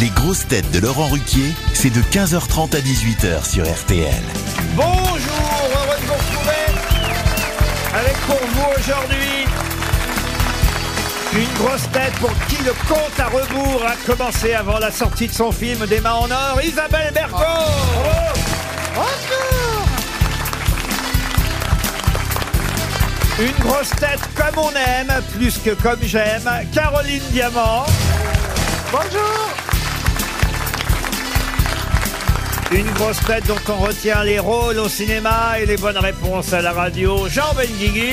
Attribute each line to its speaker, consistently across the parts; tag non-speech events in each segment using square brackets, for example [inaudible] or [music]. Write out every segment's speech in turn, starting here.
Speaker 1: Les grosses têtes de Laurent Ruquier, c'est de 15h30 à 18h sur RTL.
Speaker 2: Bonjour, heureux de vous retrouver avec pour vous aujourd'hui une grosse tête pour qui le compte à rebours a commencé avant la sortie de son film Des mains en or, Isabelle Berco. Une grosse tête comme on aime, plus que comme j'aime, Caroline Diamant. Bonjour Une grosse tête dont on retient les rôles au cinéma et les bonnes réponses à la radio, Jean Benguigui.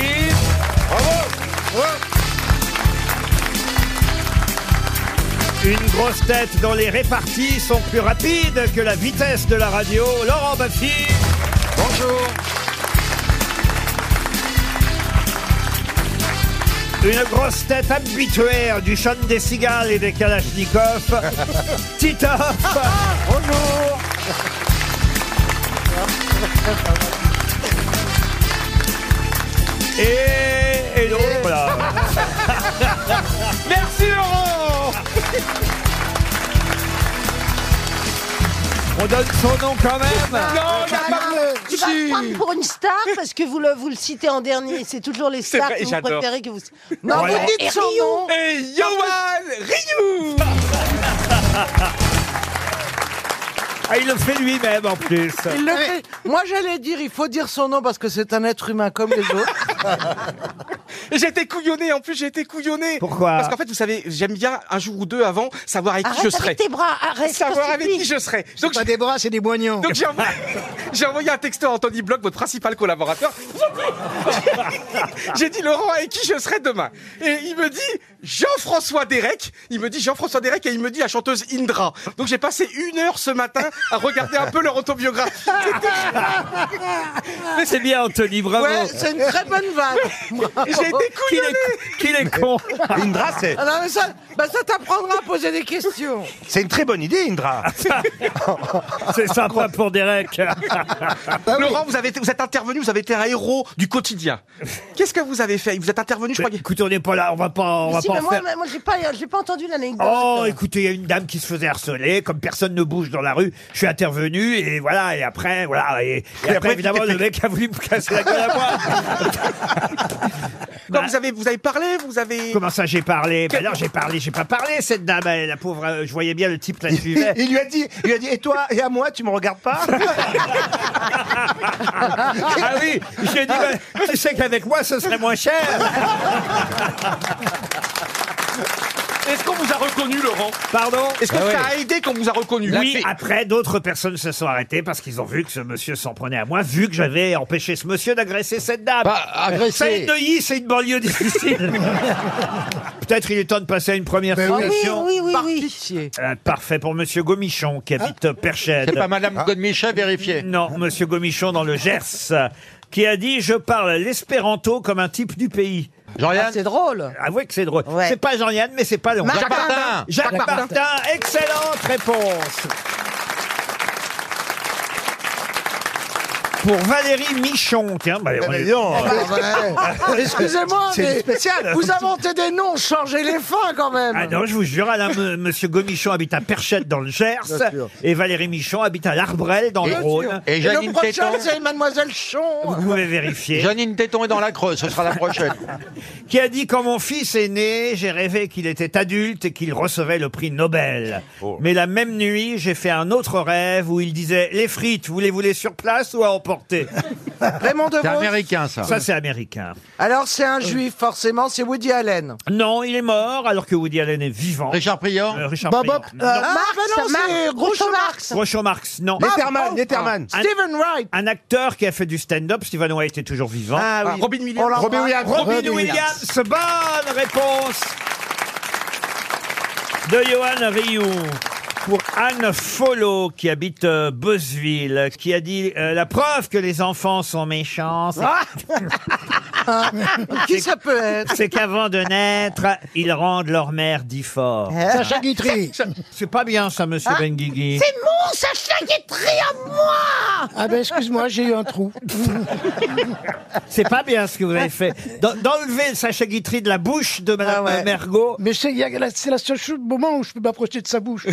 Speaker 2: Bravo Une grosse tête dont les réparties sont plus rapides que la vitesse de la radio, Laurent Baffy. Bonjour Une grosse tête habituaire du chant des cigales et des kalachnikovs, Titoff. Bonjour. Et, et l'autre,
Speaker 3: [laughs]
Speaker 2: voilà. Merci Laurent On donne son nom quand même
Speaker 4: Tu vas me prendre pour une star parce que vous le, vous le citez en dernier. C'est
Speaker 5: [laughs]
Speaker 4: toujours les stars
Speaker 5: vrai,
Speaker 4: que vous
Speaker 5: j'adore.
Speaker 4: préférez que vous.
Speaker 5: Non,
Speaker 4: mais
Speaker 5: vous dites son nom. Et Yoann Ryu
Speaker 3: [laughs]
Speaker 2: Ah, il le fait lui-même en plus.
Speaker 6: Il le fait. Moi, j'allais dire, il faut dire son nom parce que c'est un être humain comme
Speaker 5: [laughs]
Speaker 6: les autres.
Speaker 5: Et J'ai été couillonné, en plus j'ai été
Speaker 2: [laughs]
Speaker 5: couillonné.
Speaker 6: Pourquoi
Speaker 5: Parce qu'en fait, vous savez, j'aime bien un jour ou deux avant savoir avec qui je serai. Savoir avec qui je serai.
Speaker 7: Donc pas des bras, c'est des moignons.
Speaker 5: Donc j'ai envoyé, j'ai envoyé un texto à Anthony Bloch, votre principal collaborateur. j'ai dit Laurent avec qui je serai demain. Et il me dit Jean-François Derek. Il me dit Jean-François Derek et il me dit la chanteuse Indra. Donc j'ai passé une heure ce matin à regarder un peu leur autobiographie.
Speaker 2: C'est bien Anthony, bravo.
Speaker 6: Ouais, c'est une très bonne vanne.
Speaker 5: J'ai été couillonné.
Speaker 2: Qu'il est con
Speaker 8: Indra, c'est-
Speaker 6: Ah non, mais ça, bah, ça t'apprendra à poser des questions.
Speaker 8: C'est une très bonne idée, Indra.
Speaker 2: [laughs] C'est sympa pour Derek.
Speaker 5: Laurent, vous, avez été- vous êtes intervenu, vous avez été un héros du quotidien. Qu'est-ce que vous avez fait Vous êtes intervenu, je crois.
Speaker 2: Écoutez, on n'est pas là, on va pas, on
Speaker 4: Mais
Speaker 2: va
Speaker 4: si,
Speaker 2: pas
Speaker 4: mais
Speaker 2: en
Speaker 4: ben moi,
Speaker 2: faire.
Speaker 4: moi, j'ai pas, j'ai pas entendu l'anecdote.
Speaker 2: Oh, écoutez, il y a une dame qui se faisait harceler, comme personne ne bouge dans la rue, je suis intervenu, et voilà, et après, voilà, et, et après,
Speaker 5: après,
Speaker 2: évidemment, le mec a voulu me casser la gueule à moi.
Speaker 5: Non, vous, avez, vous avez parlé, vous avez.
Speaker 2: Bah. Comment ça, j'ai parlé Ben non, j'ai parlé, j'ai pas parlé, cette dame, elle, la pauvre, euh, je voyais bien le type la suivait.
Speaker 8: Il lui a dit, il lui a dit, et toi, et à moi, tu me regardes
Speaker 2: [laughs]
Speaker 8: pas
Speaker 2: Ah oui, j'ai dit, ben, tu sais qu'avec moi, ce serait moins cher.
Speaker 5: Est-ce qu'on vous a reconnu, Laurent
Speaker 2: Pardon
Speaker 5: Est-ce que
Speaker 8: Ah ouais.
Speaker 5: ça a aidé qu'on vous a reconnu
Speaker 2: Oui, après, d'autres personnes se sont arrêtées parce qu'ils ont vu que ce monsieur s'en prenait à moi, vu que j'avais empêché ce monsieur d'agresser cette dame.
Speaker 7: Pas agressé.
Speaker 2: Ça, Neuilly, c'est une
Speaker 7: [laughs]
Speaker 2: banlieue difficile. Peut-être il est temps de passer à une première
Speaker 7: Ben oui.
Speaker 2: citation.
Speaker 4: oui, oui,
Speaker 6: Par
Speaker 4: oui.
Speaker 6: pitié.
Speaker 2: Euh, parfait pour Monsieur Gomichon qui habite Perchède.
Speaker 7: Ah. Madame Godemichet vérifiée.
Speaker 2: Non, Monsieur Gomichon dans le Gers, euh, qui a dit « Je parle l'espéranto comme un type du pays
Speaker 6: Ah, c'est drôle. ».
Speaker 2: Avouez que c'est drôle.
Speaker 4: Ouais.
Speaker 2: C'est pas Jean-Yann, mais c'est pas long.
Speaker 6: Marc
Speaker 2: Jacques
Speaker 6: Martin.
Speaker 2: Martin. Jacques
Speaker 6: Jacques
Speaker 2: Martin.
Speaker 6: Martin.
Speaker 2: excellente réponse. Pour Valérie Michon, tiens, bah, on est-
Speaker 6: Eh ben,
Speaker 7: [laughs]
Speaker 6: Ah,
Speaker 2: [laughs]
Speaker 6: Excusez-moi,
Speaker 8: C'est
Speaker 6: mais
Speaker 8: spécial.
Speaker 6: [laughs] vous inventez des noms, changez les fins quand même.
Speaker 2: Ah non, je vous jure, Alain, m- Monsieur Gomichon habite à Perchette dans le Gers
Speaker 7: Bien sûr.
Speaker 2: et Valérie Michon habite à l'Arbrel dans le
Speaker 6: Bien sûr.
Speaker 2: Rhône.
Speaker 7: Et
Speaker 6: Et
Speaker 7: Janine
Speaker 6: le prochain,
Speaker 7: Téton
Speaker 6: c'est Mademoiselle
Speaker 2: Vous
Speaker 6: Chon.
Speaker 2: pouvez vérifier.
Speaker 7: Janine Téton est dans la creuse, ce sera la prochaine.
Speaker 2: [laughs] Qui a dit quand mon fils est né, j'ai rêvé qu'il était adulte et qu'il recevait le prix Nobel.
Speaker 7: Oh.
Speaker 2: Mais la même nuit, j'ai fait un autre rêve où il disait les frites, voulez-vous les sur place ou à emporter
Speaker 6: Raymond
Speaker 7: C'est
Speaker 6: DeVos.
Speaker 7: américain, ça.
Speaker 2: Ça c'est américain.
Speaker 6: Alors, c'est un juif, forcément, c'est Woody Allen.
Speaker 2: Non, il est mort alors que Woody Allen est vivant.
Speaker 7: Richard Priant
Speaker 2: Euh, Richard
Speaker 7: Bob
Speaker 2: Prior.
Speaker 7: Hop.
Speaker 2: Non.
Speaker 6: Ah,
Speaker 4: Marx,
Speaker 6: bah non, c'est
Speaker 4: Marx, Groucho
Speaker 6: Groucho
Speaker 4: Marx.
Speaker 6: Marx.
Speaker 2: Groucho Marx, non.
Speaker 8: Letterman,
Speaker 6: Ah,
Speaker 8: Letterman.
Speaker 6: Stephen Wright.
Speaker 2: Un acteur qui a fait du stand-up, Stephen White est toujours vivant.
Speaker 5: Ah, Robin Williams.
Speaker 6: On l'embrasse.
Speaker 8: Robin Williams.
Speaker 2: Robin Williams, bonne réponse de Johan Rioux. Pour Anne Follow, qui habite euh,
Speaker 3: Ah.
Speaker 2: Buzzeville, qui a dit euh, La preuve que les enfants sont méchants, c'est-
Speaker 6: Hein Ah, Qui ça peut être
Speaker 2: C'est qu'avant de naître, ils rendent leur mère dit fort.
Speaker 6: Ah.
Speaker 9: Sacha Guitry.
Speaker 2: C'est pas bien ça, monsieur
Speaker 6: Hein
Speaker 2: Benguigui.
Speaker 4: C'est mon Sacha Guitry à moi
Speaker 9: Ah ben excuse-moi, j'ai eu un
Speaker 6: [laughs]
Speaker 9: trou.
Speaker 2: C'est pas bien ce que vous avez fait. D'en- D'enlever le sachet Guitry de la bouche de madame
Speaker 6: Ah ouais.
Speaker 2: Mergot.
Speaker 9: Mais c'est il y a la- c'est la seule chose, moment où je peux m'approcher de sa bouche.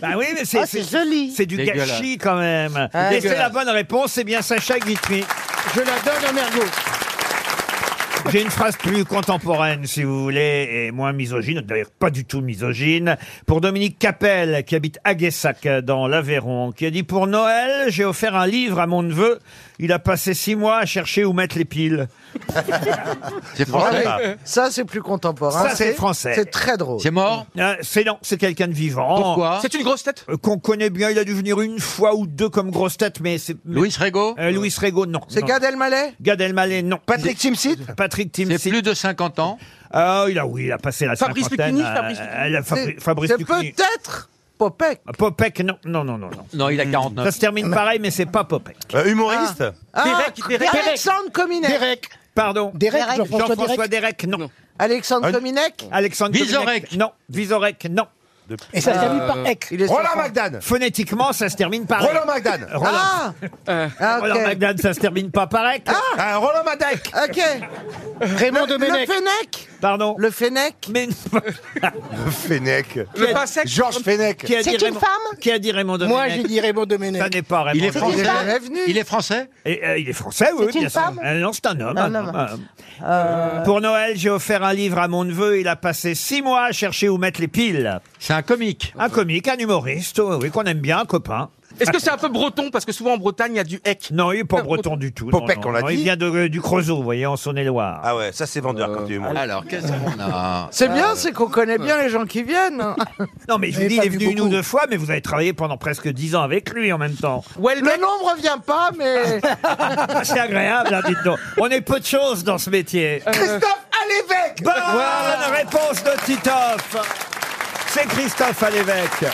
Speaker 2: Bah oui, mais c'est
Speaker 4: Ah, c'est joli.
Speaker 2: c'est du
Speaker 7: Dégueulasse.
Speaker 2: gâchis quand même.
Speaker 6: Ah,
Speaker 2: Et c'est la
Speaker 6: dégueulasse.
Speaker 2: bonne réponse, c'est bien Sacha Guitry.
Speaker 9: Je la donne à Mergo.
Speaker 2: J'ai une phrase plus contemporaine, si vous voulez, et moins misogyne, d'ailleurs pas du tout misogyne, pour Dominique Capel, qui habite Aguessac, dans l'Aveyron, qui a dit « Pour Noël, j'ai offert un livre à mon neveu. Il a passé six mois à chercher où mettre les piles.
Speaker 7: C'est français.
Speaker 6: Ah oui, Ça, c'est plus contemporain.
Speaker 2: Ça, c'est français.
Speaker 6: C'est très drôle.
Speaker 7: C'est mort
Speaker 2: Euh, C'est non, c'est quelqu'un de vivant.
Speaker 7: Pourquoi
Speaker 5: C'est une grosse tête
Speaker 2: Euh, Qu'on connaît bien, il a dû venir une fois ou deux comme grosse tête, mais c'est... mais-
Speaker 7: Louis Rego
Speaker 2: Euh, Louis Rego, non.
Speaker 6: C'est
Speaker 2: Non.
Speaker 6: Gad Elmaleh
Speaker 2: Gad Elmaleh, non.
Speaker 8: Patrick Timsit
Speaker 2: Patrick
Speaker 7: C'est
Speaker 2: Timsit.
Speaker 7: plus de 50 ans.
Speaker 2: Ah, il a, oui, il a passé la
Speaker 5: Fabrice
Speaker 2: cinquantaine.
Speaker 5: Lucchini, Fabrice
Speaker 2: euh,
Speaker 5: Lucchini.
Speaker 2: elle a Fabri-
Speaker 6: C'est
Speaker 2: Fabrice
Speaker 6: c'est
Speaker 2: Lucchini.
Speaker 6: peut-être Popek.
Speaker 2: Popek, non, non, non, non. non. Mm.
Speaker 7: Non, il a
Speaker 2: Ça
Speaker 7: 49.
Speaker 2: se termine pareil, mais c'est pas Popek.
Speaker 8: Euh, Humoriste
Speaker 6: Ah,
Speaker 5: Derek, Derek, Derek.
Speaker 6: Alexandre Cominec.
Speaker 9: Derek.
Speaker 2: Pardon.
Speaker 9: Derek,
Speaker 4: Derek.
Speaker 9: Jean-François
Speaker 2: Jean-François
Speaker 9: Derek.
Speaker 2: Derek, non.
Speaker 6: Alexandre
Speaker 8: Un-
Speaker 6: Cominec.
Speaker 2: Alexandre
Speaker 7: Vizorek.
Speaker 2: Kominek, Non. Vizorek, non. Euh,
Speaker 9: Et ça se termine par Eck.
Speaker 6: Il est sur
Speaker 8: Roland
Speaker 6: France-
Speaker 8: McDan
Speaker 2: Phonétiquement, ça se termine pareil.
Speaker 8: Roland McDan
Speaker 2: [laughs] Roland,
Speaker 6: Ah, ah, ok.
Speaker 2: Roland Magdane, ça se termine pas Euh, pareil.
Speaker 8: Ah, Roland Madec
Speaker 6: Ok.
Speaker 9: Raymond
Speaker 6: Le
Speaker 9: Domenech.
Speaker 6: Fennec.
Speaker 2: Pardon.
Speaker 6: Le Fennec.
Speaker 2: Mais-
Speaker 8: Fennec
Speaker 5: Le pas sec
Speaker 8: Georges Fennec
Speaker 2: qui a
Speaker 4: C'est
Speaker 2: dit
Speaker 4: une
Speaker 2: Raymond-
Speaker 4: femme
Speaker 2: Qui a dit Raymond Domenech
Speaker 9: Moi, j'ai dit Raymond
Speaker 2: Ça
Speaker 9: Domenech.
Speaker 2: n'est pas Raymond
Speaker 7: Il est
Speaker 2: Domenech.
Speaker 7: français.
Speaker 6: jamais venu.
Speaker 7: Il est français
Speaker 2: Et, euh, il est français, oui,
Speaker 4: C'est une
Speaker 2: bien sûr.
Speaker 4: femme
Speaker 2: Euh, non, c'est un homme.
Speaker 4: Un
Speaker 2: un
Speaker 4: homme.
Speaker 2: homme, un homme. Pour Noël, j'ai offert un livre à mon neveu. Il a passé six mois à chercher où mettre les piles.
Speaker 7: C'est un comique.
Speaker 2: Un comique, un humoriste, oui, oui, qu'on aime bien, un copain.
Speaker 5: Est-ce que c'est un peu breton Parce que souvent en Bretagne, il y a du hec.
Speaker 2: Non, il n'est pas
Speaker 5: Non,
Speaker 2: breton du tout.
Speaker 8: Popek,
Speaker 2: non, non,
Speaker 8: on l'a
Speaker 2: non, Il
Speaker 8: dit.
Speaker 2: vient de, euh, du Creusot, vous voyez, en Saône-et-Loire.
Speaker 8: Ah ouais, ça c'est vendeur quand tu es humoriste.
Speaker 7: Alors, qu'est-ce qu'on a
Speaker 6: C'est bien, c'est qu'on connaît bien les gens qui viennent. hein.
Speaker 2: Euh, [laughs] non, mais je vous
Speaker 9: Mais
Speaker 2: dis, il
Speaker 9: pas
Speaker 2: est
Speaker 9: vu
Speaker 2: venu une ou
Speaker 9: beaucoup.
Speaker 2: deux fois, mais vous avez travaillé pendant presque dix ans avec lui en même temps.
Speaker 6: Le nom ne revient pas, mais
Speaker 2: Ah, [laughs] C'est agréable, hein, dites donc. On est peu de choses dans ce métier.
Speaker 8: Christophe Alévèque
Speaker 2: Bonne réponse de Titoff. C'est Christophe à l'évêque.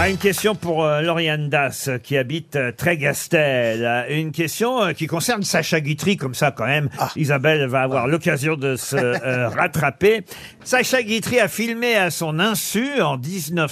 Speaker 2: Ah, une question pour euh, Lauriane Das euh, qui habite euh, Trégastel. Euh, Une question euh, qui concerne Sacha Guitry, comme ça quand même. Isabelle va avoir l'occasion de se euh, rattraper. Sacha Guitry a filmé à son insu en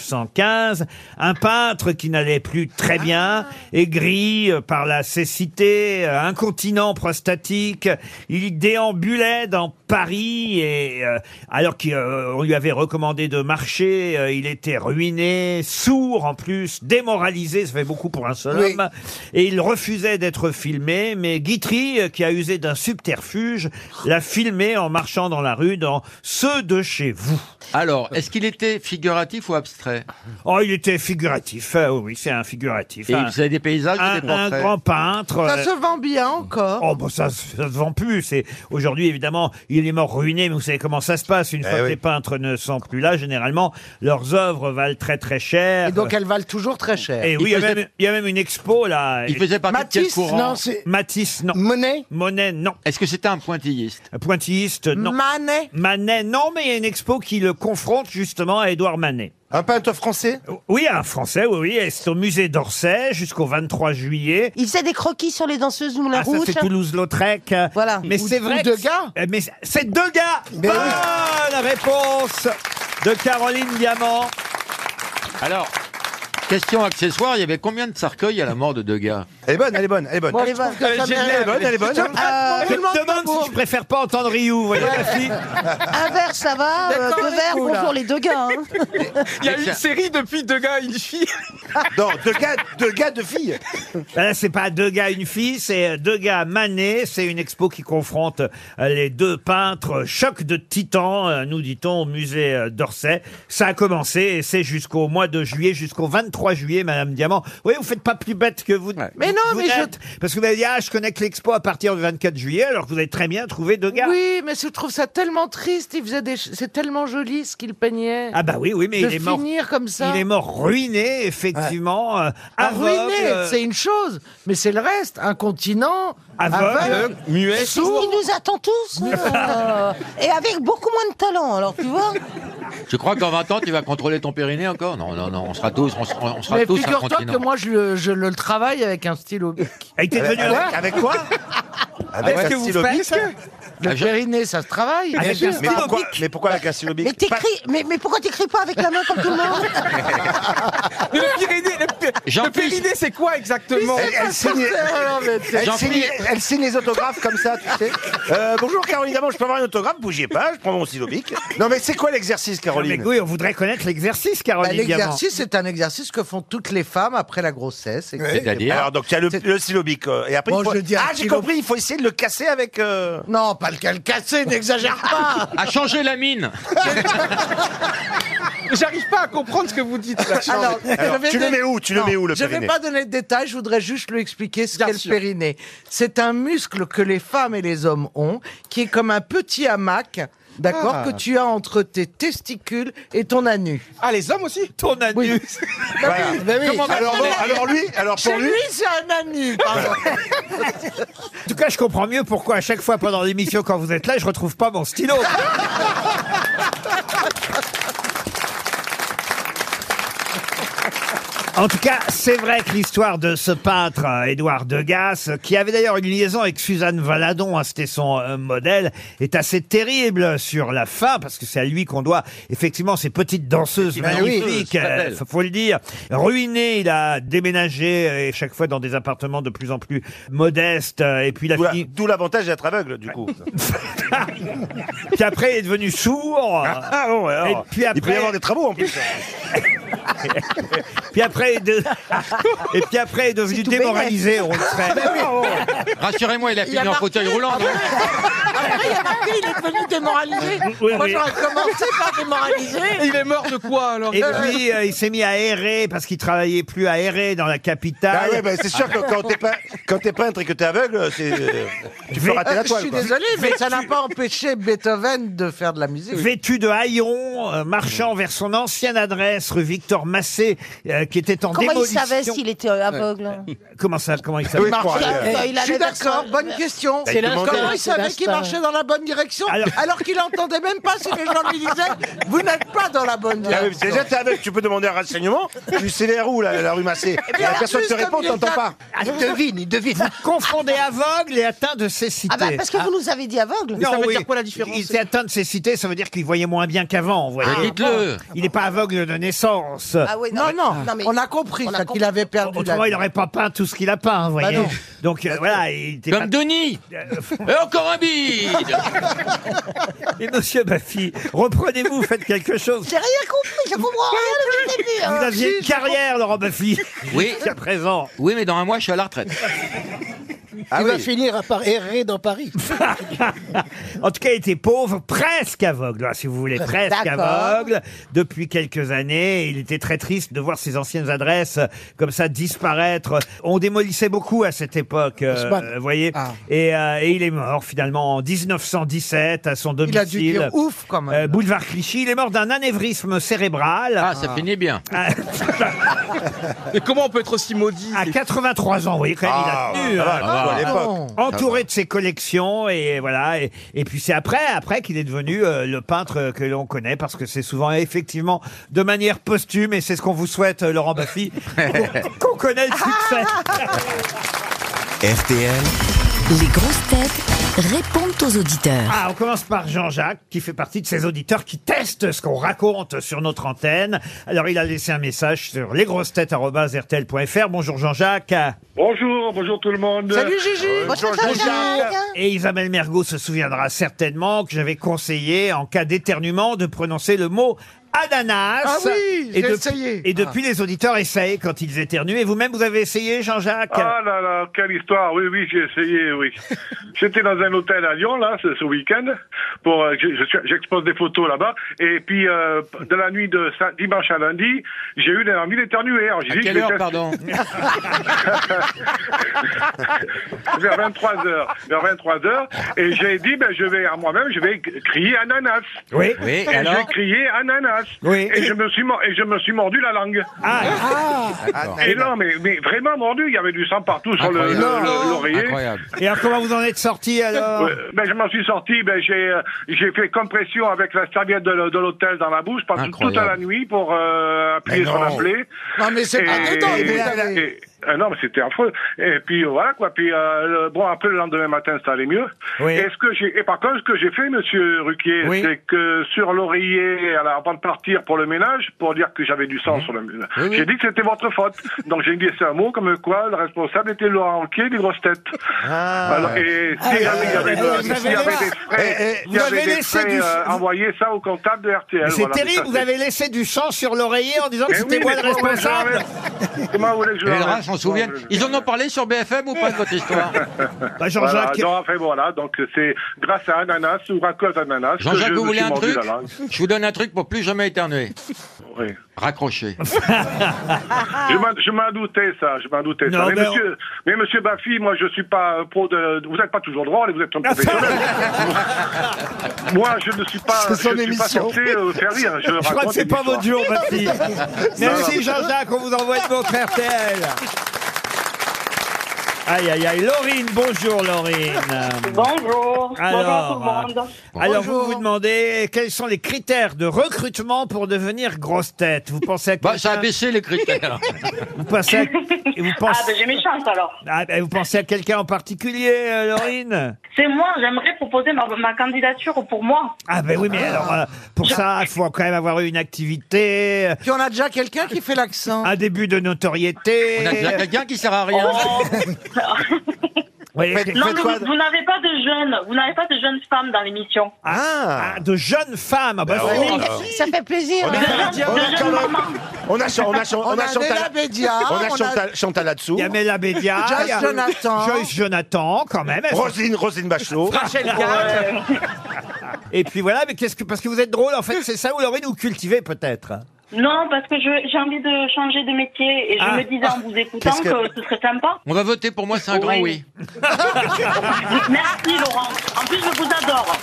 Speaker 2: 1915 un peintre qui n'allait plus très bien, aigri euh, par la cécité, euh, incontinent prostatique. Il déambulait dans Paris et euh, alors qu'on lui avait recommandé de marcher, euh, il était ruiné, sourd en plus, démoralisé, ça fait beaucoup pour un seul
Speaker 9: Oui.
Speaker 2: homme, et il refusait d'être filmé, mais Guitry, euh, qui a usé d'un subterfuge, l'a filmé en marchant dans la rue dans ceux de chez vous.
Speaker 7: Alors, est-ce qu'il était figuratif ou abstrait
Speaker 2: Oh, il était figuratif, Euh, oui, c'est un figuratif.
Speaker 7: Et
Speaker 2: un,
Speaker 7: il faisait des paysages ou
Speaker 2: un-
Speaker 7: des
Speaker 2: un
Speaker 7: portraits
Speaker 2: grand peintre.
Speaker 6: ça
Speaker 2: euh,
Speaker 6: se vend bien encore.
Speaker 2: Oh, bon, ça, se- ça se vend plus. C'est aujourd'hui, évidemment, il est mort ruiné, mais vous savez comment ça se passe. Une
Speaker 8: Eh
Speaker 2: fois que
Speaker 8: oui.
Speaker 2: les peintres ne sont plus là, généralement, leurs œuvres valent très très cher.
Speaker 6: Et donc elles valent toujours très cher.
Speaker 2: Et oui, il y, a
Speaker 7: faisait-
Speaker 2: même, il y a même une expo là.
Speaker 7: Il faisait partie de quel
Speaker 6: Matisse,
Speaker 7: courant
Speaker 9: Non, c'est
Speaker 2: Matisse, non.
Speaker 9: Monet.
Speaker 2: Monet, non.
Speaker 7: Est-ce que c'était un pointilliste
Speaker 2: Pointilliste, non.
Speaker 6: Manet.
Speaker 2: Manet, non, mais il y a une expo qui le confronte justement à Édouard Manet. Euh,
Speaker 8: Un peintre français
Speaker 2: Oui, un Français, oui, oui, et c'est au musée d'Orsay jusqu'au 23 juillet.
Speaker 4: Il faisait des croquis sur les danseuses Moulin
Speaker 2: Ah, ça,
Speaker 4: Rouge.
Speaker 2: c'est Toulouse-Lautrec.
Speaker 6: Voilà.
Speaker 2: Mais
Speaker 6: Ou-
Speaker 2: c'est
Speaker 6: ou
Speaker 2: vrai. que-
Speaker 6: Degas.
Speaker 2: Euh, Mais c'est- c'est Degas.
Speaker 9: Mais oui.
Speaker 2: Bonne réponse de Caroline Diamant.
Speaker 7: Alors, question accessoire, il y avait combien de cercueils à la mort de Degas
Speaker 8: Elle est bonne, elle est bonne, elle est bonne.
Speaker 6: Bon, je trouve que
Speaker 5: Elle est
Speaker 2: Euh,
Speaker 6: ça
Speaker 5: géniale,
Speaker 6: mérite-
Speaker 8: Elle est bonne, elle est bonne.
Speaker 6: Euh,
Speaker 2: Je
Speaker 6: tout le monde
Speaker 2: me demande
Speaker 6: pour-
Speaker 2: si je préfère pas entendre Rioux, vous voyez la fille.
Speaker 4: Un verre, ça va. euh,
Speaker 6: D'accord,
Speaker 4: deux
Speaker 6: les
Speaker 4: verres,
Speaker 6: coups, là.
Speaker 4: bonjour les deux gars. hein.
Speaker 5: [laughs] Il y a eu une série depuis deux gars, une fille.
Speaker 8: [laughs] Non, deux gars, deux gars, deux filles.
Speaker 2: Bah Là, c'est pas deux gars, une fille, c'est euh, deux gars Manet. C'est une expo qui confronte euh, les deux peintres. euh, Choc de titans, euh, nous dit-on, au musée euh, d'Orsay. Ça a commencé et c'est jusqu'au mois de juillet, jusqu'au 23 juillet, Madame Diamant. Vous voyez, vous faites pas plus bête que vous.
Speaker 6: Mais non,
Speaker 2: vous
Speaker 6: mais je-
Speaker 2: êtes. Parce que vous avez dit, ah, je connais que l'expo à partir du 24 juillet, alors que vous avez très bien trouvé deux gars.
Speaker 6: Oui, mais je trouve ça tellement triste. Il faisait des... ch- C'est tellement joli ce qu'il peignait.
Speaker 2: Ah bah oui, oui, mais
Speaker 6: de
Speaker 2: il est mort.
Speaker 6: finir comme ça.
Speaker 2: Il est mort ruiné, effectivement. euh,
Speaker 6: Ah,
Speaker 2: aveugle,
Speaker 6: ruiné,
Speaker 2: euh, [laughs]
Speaker 6: c'est une chose, mais c'est le reste. Un continent
Speaker 2: Aveugle.
Speaker 5: Muet.
Speaker 4: C'est ce qui nous attend tous. euh, et avec beaucoup moins de talent, alors tu
Speaker 6: [laughs]
Speaker 4: vois.
Speaker 7: Je crois qu'en 20 ans, tu vas contrôler ton périnée encore Non, non, non, on sera tous, on sera, on sera
Speaker 6: Mais
Speaker 7: tous un
Speaker 6: figure-toi
Speaker 7: continent.
Speaker 8: Ah,
Speaker 6: que moi, je, le- je le travaille avec un stylo.
Speaker 2: a été devenu
Speaker 8: Avec, avec quoi Ah, Avec
Speaker 2: Est-ce
Speaker 8: un
Speaker 2: que vous
Speaker 8: stylo
Speaker 2: faites
Speaker 8: bic.
Speaker 7: Ah,
Speaker 6: Le périnée, ça se travaille.
Speaker 2: Avec
Speaker 8: Ah, Mais,
Speaker 2: un
Speaker 8: mais
Speaker 2: stylo
Speaker 8: pourquoi,
Speaker 2: bic.
Speaker 8: mais pourquoi avec un stylo bic
Speaker 4: [laughs] Mais t'écris, mais, mais pourquoi t'écris pas avec la main comme tout le monde
Speaker 5: Mais le Pyrénées, le, Py- le
Speaker 7: Jean-Pierre-
Speaker 5: Pyrénées, c'est quoi exactement
Speaker 8: Elle, elle [laughs] signe, elle,
Speaker 7: Jean-Pierre-
Speaker 8: signe, elle signe les autographes comme ça, tu sais. Euh, bonjour Caroline Diamant, je peux avoir un autographe Bougez pas, je prends mon stylo bic. Non mais c'est quoi l'exercice,
Speaker 2: Mais
Speaker 8: Caroline
Speaker 2: oui, on voudrait connaître l'exercice,
Speaker 6: Bah,
Speaker 2: Caroline Diamant.
Speaker 6: L'exercice, c'est un exercice que font toutes les femmes après la grossesse. et-
Speaker 7: C'est-à-dire
Speaker 8: Alors donc il y a le, le stylo bic euh, et après
Speaker 6: Bon,
Speaker 8: il faut...
Speaker 6: je dis un
Speaker 8: ah j'ai
Speaker 6: stylo-
Speaker 8: compris, il faut essayer de le casser avec. euh,
Speaker 6: Non, pas le calcasser, n'exagère
Speaker 5: [laughs]
Speaker 6: pas.
Speaker 7: à changer la mine.
Speaker 5: J'arrive pas à comprendre ce que vous dites là.
Speaker 6: [laughs] Alors,
Speaker 8: Alors,
Speaker 6: je vais
Speaker 8: tu le
Speaker 6: dire-
Speaker 8: mets où Tu le
Speaker 6: Non,
Speaker 8: mets où le
Speaker 6: Je ne vais
Speaker 8: périnée
Speaker 6: pas donner de détails, je voudrais juste lui expliquer ce
Speaker 5: Bien
Speaker 6: qu'est le
Speaker 5: sûr.
Speaker 6: périnée. C'est un muscle que les femmes et les hommes ont, qui est comme un petit hamac, d'accord,
Speaker 5: Ah.
Speaker 6: que tu as entre tes testicules et ton anus.
Speaker 5: Ah, les hommes aussi Bah
Speaker 2: Ton anus.
Speaker 8: [laughs] Voilà.
Speaker 7: Comment
Speaker 8: Alors,
Speaker 7: on va-
Speaker 8: bon, alors lui, alors pour
Speaker 6: Chez
Speaker 8: lui,
Speaker 6: lui, c'est un anus, pardon.
Speaker 2: En tout cas, je comprends mieux pourquoi à chaque fois pendant l'émission, quand vous êtes là, je retrouve pas mon stylo. En tout cas, c'est vrai que l'histoire de ce peintre, euh, Édouard Degas, euh, qui avait d'ailleurs une liaison avec Suzanne Valadon, hein, c'était son euh, modèle, est assez terrible sur la fin, parce que c'est à lui qu'on doit effectivement ces petites danseuses
Speaker 7: Ben oui,
Speaker 2: magnifiques,
Speaker 7: c'est très
Speaker 2: euh,
Speaker 7: belle.
Speaker 2: faut- faut le dire. Ruiné, il a déménagé, euh, et chaque fois dans des appartements de plus en plus modestes, euh, et puis il a
Speaker 8: d'où la-
Speaker 2: fini...
Speaker 8: d'où l'avantage d'être aveugle du coup.
Speaker 2: [laughs] Puis après, il est devenu sourd.
Speaker 8: Ah bon alors.
Speaker 2: Et puis après-
Speaker 8: Il peut y avoir des travaux en
Speaker 2: [laughs]
Speaker 8: plus.
Speaker 2: Puis après, il est de- [laughs] et puis après, il est devenu
Speaker 4: tout bénef.
Speaker 2: démoralisé. On le sait.
Speaker 6: Ah,
Speaker 7: [laughs] Rassurez-moi, il a fini
Speaker 6: a
Speaker 7: en
Speaker 6: marqué- Ah,
Speaker 7: fauteuil roulant. non
Speaker 6: Après, il y a marqué, il est devenu démoralisé.
Speaker 2: Oui,
Speaker 6: Moi,
Speaker 2: oui.
Speaker 6: j'aurais commencé par démoraliser.
Speaker 5: Il est mort de quoi alors
Speaker 2: Et puis, euh, il s'est mis à errer parce qu'il travaillait plus à errer dans la capitale.
Speaker 8: Ah ouais, bah, c'est sûr que quand t'es pein- quand t'es peintre et que t'es aveugle, c'est, euh, tu peux
Speaker 2: Mais-
Speaker 8: rater la
Speaker 6: Ah, Je
Speaker 8: toile.
Speaker 6: suis
Speaker 8: quoi.
Speaker 6: désolé, mais ça n'a pas empêché Beethoven de faire de la musique.
Speaker 2: Vêtu de haillons, euh, marchant vers son ancienne adresse, rue Victor Massé, euh, qui était en
Speaker 4: Comment il
Speaker 2: démolition.
Speaker 4: savait s'il était euh, aveugle
Speaker 2: Comment ça Comment il savait
Speaker 8: Oui, je crois,
Speaker 4: Ça,
Speaker 8: euh,
Speaker 4: ça,
Speaker 6: Je suis
Speaker 4: avait
Speaker 6: d'accord,
Speaker 4: personne.
Speaker 6: bonne question.
Speaker 8: C'est l'instinct,
Speaker 6: Comment Bah, il
Speaker 9: c'est
Speaker 6: savait qu'il
Speaker 9: l'instinct.
Speaker 6: marchait dans la bonne direction
Speaker 2: Alors-
Speaker 6: alors, qu'il entendait même pas si les gens lui disaient [laughs] Vous n'êtes pas dans la bonne
Speaker 8: Ah oui,
Speaker 6: direction.
Speaker 8: Déjà, t'es aveugle, tu peux demander un renseignement. Tu sais vers où, la, la rue Massé
Speaker 6: puis,
Speaker 8: La
Speaker 6: en
Speaker 8: personne
Speaker 6: plus,
Speaker 8: te
Speaker 6: comme
Speaker 8: répond,
Speaker 6: il est
Speaker 8: t'entends
Speaker 6: ta-
Speaker 8: pas.
Speaker 2: Ah,
Speaker 9: Il devine, il devine.
Speaker 2: Confondé aveugle et atteint de cécité. Ah.
Speaker 4: Ah bah parce que vous nous avez dit aveugle.
Speaker 2: Non,
Speaker 5: ça veut
Speaker 2: oui.
Speaker 5: dire quoi, la différence
Speaker 2: Il était atteint de cécité, ça veut dire qu'il voyait moins bien qu'avant, vous voyez.
Speaker 7: Mais Ah, dites-le.
Speaker 2: Il n'est pas aveugle de naissance.
Speaker 4: Ah ouais,
Speaker 6: non, non,
Speaker 4: mais-
Speaker 6: on a compris
Speaker 4: on a
Speaker 6: ça, qu'il avait perdu la Bah
Speaker 2: Autrement, il n'aurait pas peint tout ce qu'il a peint, vous voyez.
Speaker 6: non.
Speaker 2: Donc euh, voilà, il était
Speaker 7: Comme
Speaker 2: pas... [laughs]
Speaker 7: Denis Et encore un bide
Speaker 2: Et monsieur Baffy, reprenez-vous, faites quelque chose.
Speaker 4: J'ai rien compris, je comprends rien depuis le début.
Speaker 2: Vous
Speaker 4: hein.
Speaker 2: aviez une carrière, Laurent Baffy,
Speaker 7: Oui,
Speaker 2: jusqu'à présent.
Speaker 7: oui, mais dans un mois, je suis à la retraite.
Speaker 8: Ah
Speaker 9: il va
Speaker 8: oui.
Speaker 9: finir par errer dans
Speaker 6: [laughs]
Speaker 9: Paris.
Speaker 2: en tout cas, il était pauvre, presque aveugle, hein, si vous voulez, presque
Speaker 4: D'accord.
Speaker 2: aveugle. Depuis quelques années, il était très triste de voir ses anciennes adresses euh, comme ça disparaître. On démolissait beaucoup à cette époque, euh,
Speaker 9: Haussmann.
Speaker 2: vous voyez.
Speaker 6: Ah.
Speaker 2: Et, euh, et il est mort finalement en 1917 à son domicile.
Speaker 6: Il a dû dire ouf quand même.
Speaker 2: euh, boulevard Clichy, il est mort d'un anévrisme cérébral
Speaker 7: Ah, ça finit bien.
Speaker 2: à,
Speaker 5: Mais comment on peut être aussi maudit
Speaker 2: à
Speaker 5: c'est-
Speaker 2: 83 ans. Vous voyez, quand même,
Speaker 8: Ah,
Speaker 2: il a tenu.
Speaker 8: ça
Speaker 2: hein.
Speaker 8: va, surtout à
Speaker 6: Ah
Speaker 8: l'époque.
Speaker 6: non.
Speaker 2: entouré de ses collections et voilà et, et puis c'est après après qu'il est devenu euh, le peintre que l'on connaît parce que c'est souvent effectivement de manière posthume et c'est ce qu'on vous souhaite euh,
Speaker 8: [laughs]
Speaker 2: Laurent Baffy qu'on- qu'on connaît le succès
Speaker 1: RTL,
Speaker 10: Les grosses têtes répondent aux auditeurs.
Speaker 2: ah on commence par Jean-Jacques qui fait partie de ces auditeurs qui testent ce qu'on raconte sur notre antenne alors il a laissé un message sur lesgrossetêtes@rtl.fr bonjour Jean-Jacques
Speaker 11: Bonjour, bonjour tout le monde. Euh,
Speaker 6: Salut Gigi
Speaker 4: Bonjour, Jean-Jacques.
Speaker 2: Et Isabelle Mergot se souviendra certainement que j'avais conseillé, en cas d'éternuement, de prononcer le mot ananas.
Speaker 6: Ah oui,
Speaker 2: Et
Speaker 6: j'ai
Speaker 2: de-
Speaker 6: essayé. Ah.
Speaker 2: Et depuis, les auditeurs essayent quand ils éternuent. Et vous-même, vous avez essayé, Jean-Jacques
Speaker 11: Ah là là, quelle histoire. Oui, oui, j'ai essayé,
Speaker 7: [laughs]
Speaker 11: oui. J'étais dans un hôtel à Lyon, là, ce, ce week-end. Pour, euh, je- je suis- J'expose des photos là-bas. Et puis, euh, de la nuit de sa- dimanche à lundi, j'ai eu envie d'éternuer. Alors, j'ai
Speaker 7: À
Speaker 11: dit que
Speaker 7: quelle heure,
Speaker 11: j'étais-
Speaker 7: pardon
Speaker 11: [laughs] vers 23 heures, vers 23 heures, et j'ai dit, ben, je vais, à moi-même, je vais crier ananas.
Speaker 2: Oui.
Speaker 7: Oui,
Speaker 11: Et j'ai
Speaker 7: alors
Speaker 11: crié ananas.
Speaker 2: Oui.
Speaker 11: Et je me suis, mor- et je me suis mordu la langue.
Speaker 2: Ah,
Speaker 11: Et non, mais, mais vraiment mordu, il y avait du sang partout sur le- le-
Speaker 7: Incroyable.
Speaker 11: le- l'oreiller.
Speaker 7: Incroyable.
Speaker 2: et alors, comment vous en êtes sorti, alors
Speaker 11: Ouais, ben, je m'en suis sorti, ben, j'ai, euh, j'ai fait compression avec la serviette de, l- de l'hôtel dans la bouche pendant toute
Speaker 7: Incroyable.
Speaker 11: la nuit pour euh, appuyer
Speaker 8: Mais
Speaker 11: sur la
Speaker 8: plaie.
Speaker 11: plaie.
Speaker 6: Non mais c'est pas
Speaker 11: Et-
Speaker 6: dedans,
Speaker 11: et-
Speaker 6: vous avez-
Speaker 11: et- Ah non, mais c'était affreux. Et puis voilà quoi. Puis euh, le- bon, après le lendemain matin, ça allait mieux.
Speaker 12: Oui.
Speaker 11: Et ce que j'ai, et par contre, ce que j'ai fait, Monsieur Ruquier,
Speaker 12: Oui.
Speaker 11: c'est que sur l'oreiller, à la- avant de partir pour le ménage, pour dire que j'avais du
Speaker 2: Mhm.
Speaker 11: sang sur le, ménage, j'ai dit que c'était votre faute. Donc j'ai glissé un mot comme quoi le responsable était Laurent Ruquier des grosses têtes. Alors, et s'il y avait- il y avait
Speaker 2: Ah,
Speaker 11: de-
Speaker 2: vous
Speaker 11: s'il y
Speaker 2: avez
Speaker 11: avait
Speaker 2: laissé-
Speaker 11: des frais,
Speaker 2: Eh, eh,
Speaker 11: s'il y
Speaker 2: vous
Speaker 11: avait
Speaker 2: avez
Speaker 11: des
Speaker 2: laissé
Speaker 11: frais,
Speaker 2: du-
Speaker 11: euh,
Speaker 2: vous-
Speaker 11: envoyez ça au comptable de RTL.
Speaker 2: Mais C'est
Speaker 11: voilà, tout à
Speaker 2: terrible, vous
Speaker 11: fait.
Speaker 2: avez laissé du sang sur l'oreiller en disant
Speaker 11: Eh
Speaker 2: que c'était
Speaker 11: oui,
Speaker 2: moi
Speaker 11: mais
Speaker 2: le
Speaker 11: comment voulez-vous que je
Speaker 2: responsable.
Speaker 11: l'enlève Comment voulez-vous que je
Speaker 7: les rats
Speaker 11: l'enlève
Speaker 7: s'en souviennent. Ils en ont parlé sur BFM ou pas de votre
Speaker 11: [laughs]
Speaker 7: histoire
Speaker 2: Bah,
Speaker 11: voilà, non, enfin voilà, donc c'est grâce à Ananas ou à cause d'Ananas que je
Speaker 7: Jean-Jacques,
Speaker 11: me
Speaker 7: vous voulez
Speaker 11: suis
Speaker 7: un
Speaker 11: mordu
Speaker 7: truc
Speaker 11: la langue.
Speaker 7: Je vous donne un truc pour plus jamais éternuer.
Speaker 11: Oui.
Speaker 2: [laughs]
Speaker 7: Raccrocher.
Speaker 11: Je m'en- Je m'en doutais ça, je m'en doutais
Speaker 7: Non,
Speaker 11: ça. Mais,
Speaker 7: mais
Speaker 11: monsieur, mais monsieur Baffy, moi je suis pas euh, pro de... Vous n'êtes pas toujours droit, vous êtes
Speaker 2: Ah,
Speaker 11: un
Speaker 2: [laughs]
Speaker 11: professionnel. moi je ne suis pas...
Speaker 2: C'est son
Speaker 11: je suis pas
Speaker 2: émission.
Speaker 11: censé euh, faire rire. Je,
Speaker 2: Je crois
Speaker 11: raconte
Speaker 2: que c'est
Speaker 11: une
Speaker 2: pas votre
Speaker 11: histoire.
Speaker 2: jour, ma fille.
Speaker 11: [laughs]
Speaker 2: Merci
Speaker 11: Non, non.
Speaker 2: Jean-Jacques, on vous envoie de votre RTL. Aïe, aïe, aïe. Laurine, bonjour Laurine.
Speaker 13: Bonjour. Bonjour
Speaker 2: Alors,
Speaker 13: tout le monde.
Speaker 2: euh, Alors,
Speaker 13: Bonjour.
Speaker 2: vous vous demandez quels sont les critères de recrutement pour devenir grosse tête. Vous pensez à
Speaker 7: Bah, ça a
Speaker 2: quelqu'un-
Speaker 7: baissé les critères.
Speaker 2: Vous
Speaker 13: [laughs]
Speaker 2: pensez à... et vous pensez-
Speaker 13: Ah, ben j'ai mes chances alors.
Speaker 2: Ah, ben, vous pensez à quelqu'un en particulier, euh, Laurine
Speaker 13: C'est moi, j'aimerais proposer ma, ma candidature pour moi.
Speaker 2: Ah ben oui, mais alors, euh, pour ça, il faut quand même avoir eu une activité. Puis on a déjà quelqu'un qui fait l'accent. Un début de notoriété.
Speaker 7: On a déjà quelqu'un qui sert à rien.
Speaker 13: [laughs]
Speaker 2: Vous voyez,
Speaker 13: non, mais vous, vous n'avez pas de jeunes, vous n'avez pas de jeunes femmes dans l'émission.
Speaker 2: Ah, De jeunes femmes. Ah, bah,
Speaker 8: Ben
Speaker 2: c'est-
Speaker 8: oui,
Speaker 2: Ah.
Speaker 8: alors.
Speaker 4: Ça fait plaisir. hein.
Speaker 8: On a Chantal- on a Chantal- on a Chantal- on a
Speaker 6: On a Adela
Speaker 8: Chantal-
Speaker 6: Bédia,
Speaker 8: on a
Speaker 6: on a-
Speaker 8: Chantal- Chantal Latsou.
Speaker 2: Il y a Mela Bédia.
Speaker 6: Joyce
Speaker 2: il y a-
Speaker 6: Jonathan.
Speaker 2: Joyce Jonathan, quand même. Elles sont-
Speaker 8: Roselyne, Roselyne Bachelot.
Speaker 2: Rachel Kahn. Et puis voilà, mais qu'est-ce que. Parce que vous êtes drôle, en fait, c'est ça, ou Laurine, ou cultivé peut-être.
Speaker 13: Non, parce que je- j'ai envie de changer de métier et je
Speaker 2: Ah.
Speaker 13: me disais en vous écoutant
Speaker 7: Qu'est-ce
Speaker 13: que...
Speaker 7: que-
Speaker 13: ce serait sympa.
Speaker 7: On va voter pour moi, c'est un grand oui.
Speaker 13: [laughs] Merci Laurent. En plus, je vous adore.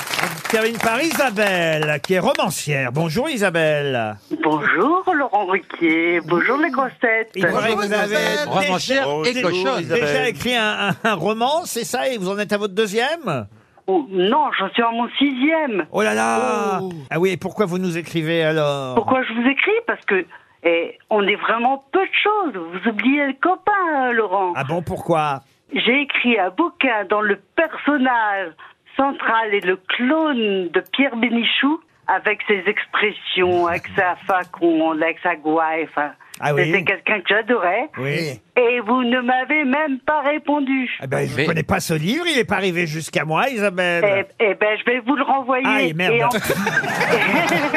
Speaker 2: Termine par Isabelle, qui est romancière. Bonjour Isabelle.
Speaker 14: Bonjour Laurent Ruquier, bonjour les grossettes.
Speaker 2: Il paraît que vous avez déjà-
Speaker 8: Oh,
Speaker 2: déjà- déjà écrit un, un- un roman, c'est ça, et vous en êtes à votre deuxième
Speaker 14: Oh, Non, j'en suis à mon sixième.
Speaker 2: Oh là là Ah oui, et pourquoi vous nous écrivez alors
Speaker 14: Pourquoi je vous écris Parce que eh, on est vraiment peu de choses. Vous oubliez le copain, hein, Laurent.
Speaker 2: Ah bon, pourquoi
Speaker 14: J'ai écrit un bouquin dont le personnage central est le clone de Pierre Bénichou, avec ses
Speaker 2: [laughs]
Speaker 14: expressions, avec sa faconde, avec sa gouaille. enfin,
Speaker 2: Ah oui.
Speaker 14: C'était quelqu'un que j'adorais.
Speaker 2: Oui.
Speaker 14: Et vous ne m'avez même pas répondu.
Speaker 2: Eh ben, je ne connais pas ce livre, il n'est pas arrivé jusqu'à moi,
Speaker 14: Eh,
Speaker 2: Isabelle.
Speaker 14: eh ben, je vais vous le renvoyer.
Speaker 2: Aïe,
Speaker 14: [laughs]
Speaker 2: merde.
Speaker 14: Et, en... ben,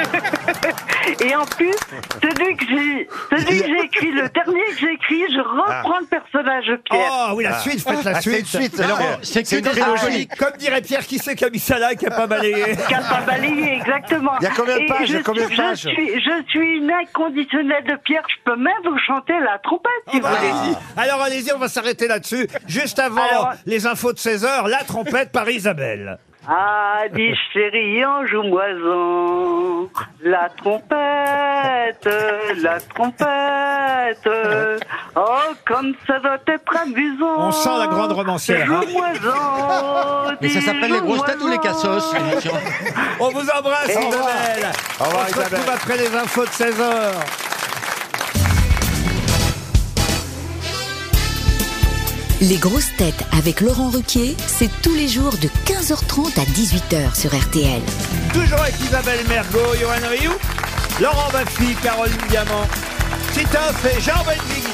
Speaker 14: Et en plus, celui que j'ai, celui que j'ai écrit, le dernier que j'ai écrit, je reprends le [laughs] personnage de Pierre.
Speaker 2: Oh oui, la suite, faites la suite.
Speaker 7: Mais Laurent, c'est que des alcooliques.
Speaker 2: Comme dirait Pierre, qui c'est qui a mis ça là et qui a pas balayé
Speaker 14: [laughs] Qui a pas balayé, exactement.
Speaker 2: Il y a combien de
Speaker 14: Et
Speaker 2: pages Il y a
Speaker 14: je
Speaker 2: combien de
Speaker 14: suis-
Speaker 2: pages
Speaker 14: je suis, je suis une inconditionnelle de Pierre. Je peux même vous chanter la trompette, si vous voulez.
Speaker 2: Alors Oh, bah, allez-y, on va s'arrêter là-dessus. Juste avant
Speaker 14: Alors-
Speaker 2: les infos de 16h, la trompette par Isabelle.
Speaker 14: Ah, dis
Speaker 2: [laughs]
Speaker 14: chérie, ange ou moison, la trompette, la trompette. Oh, comme ça doit être amusant.
Speaker 2: On sent la grande romancière, hein.
Speaker 14: Joue moison,
Speaker 7: Mais ça
Speaker 14: dis
Speaker 7: s'appelle les
Speaker 14: joue
Speaker 7: grosses têtes ou les
Speaker 14: moison.
Speaker 7: cassos l'émission
Speaker 2: On vous embrasse,
Speaker 7: Au revoir.
Speaker 2: Isabelle.
Speaker 7: Au revoir,
Speaker 2: on se retrouve
Speaker 7: Isabelle.
Speaker 2: après les infos de 16h.
Speaker 10: Les grosses têtes avec Laurent Ruquier, c'est tous les jours de 15h30 à 18h sur RTL.
Speaker 2: Toujours avec Isabelle Mergot, Johan Rioux, Laurent Baffy, Caroline Diamant, Titoff et Jean Benvig.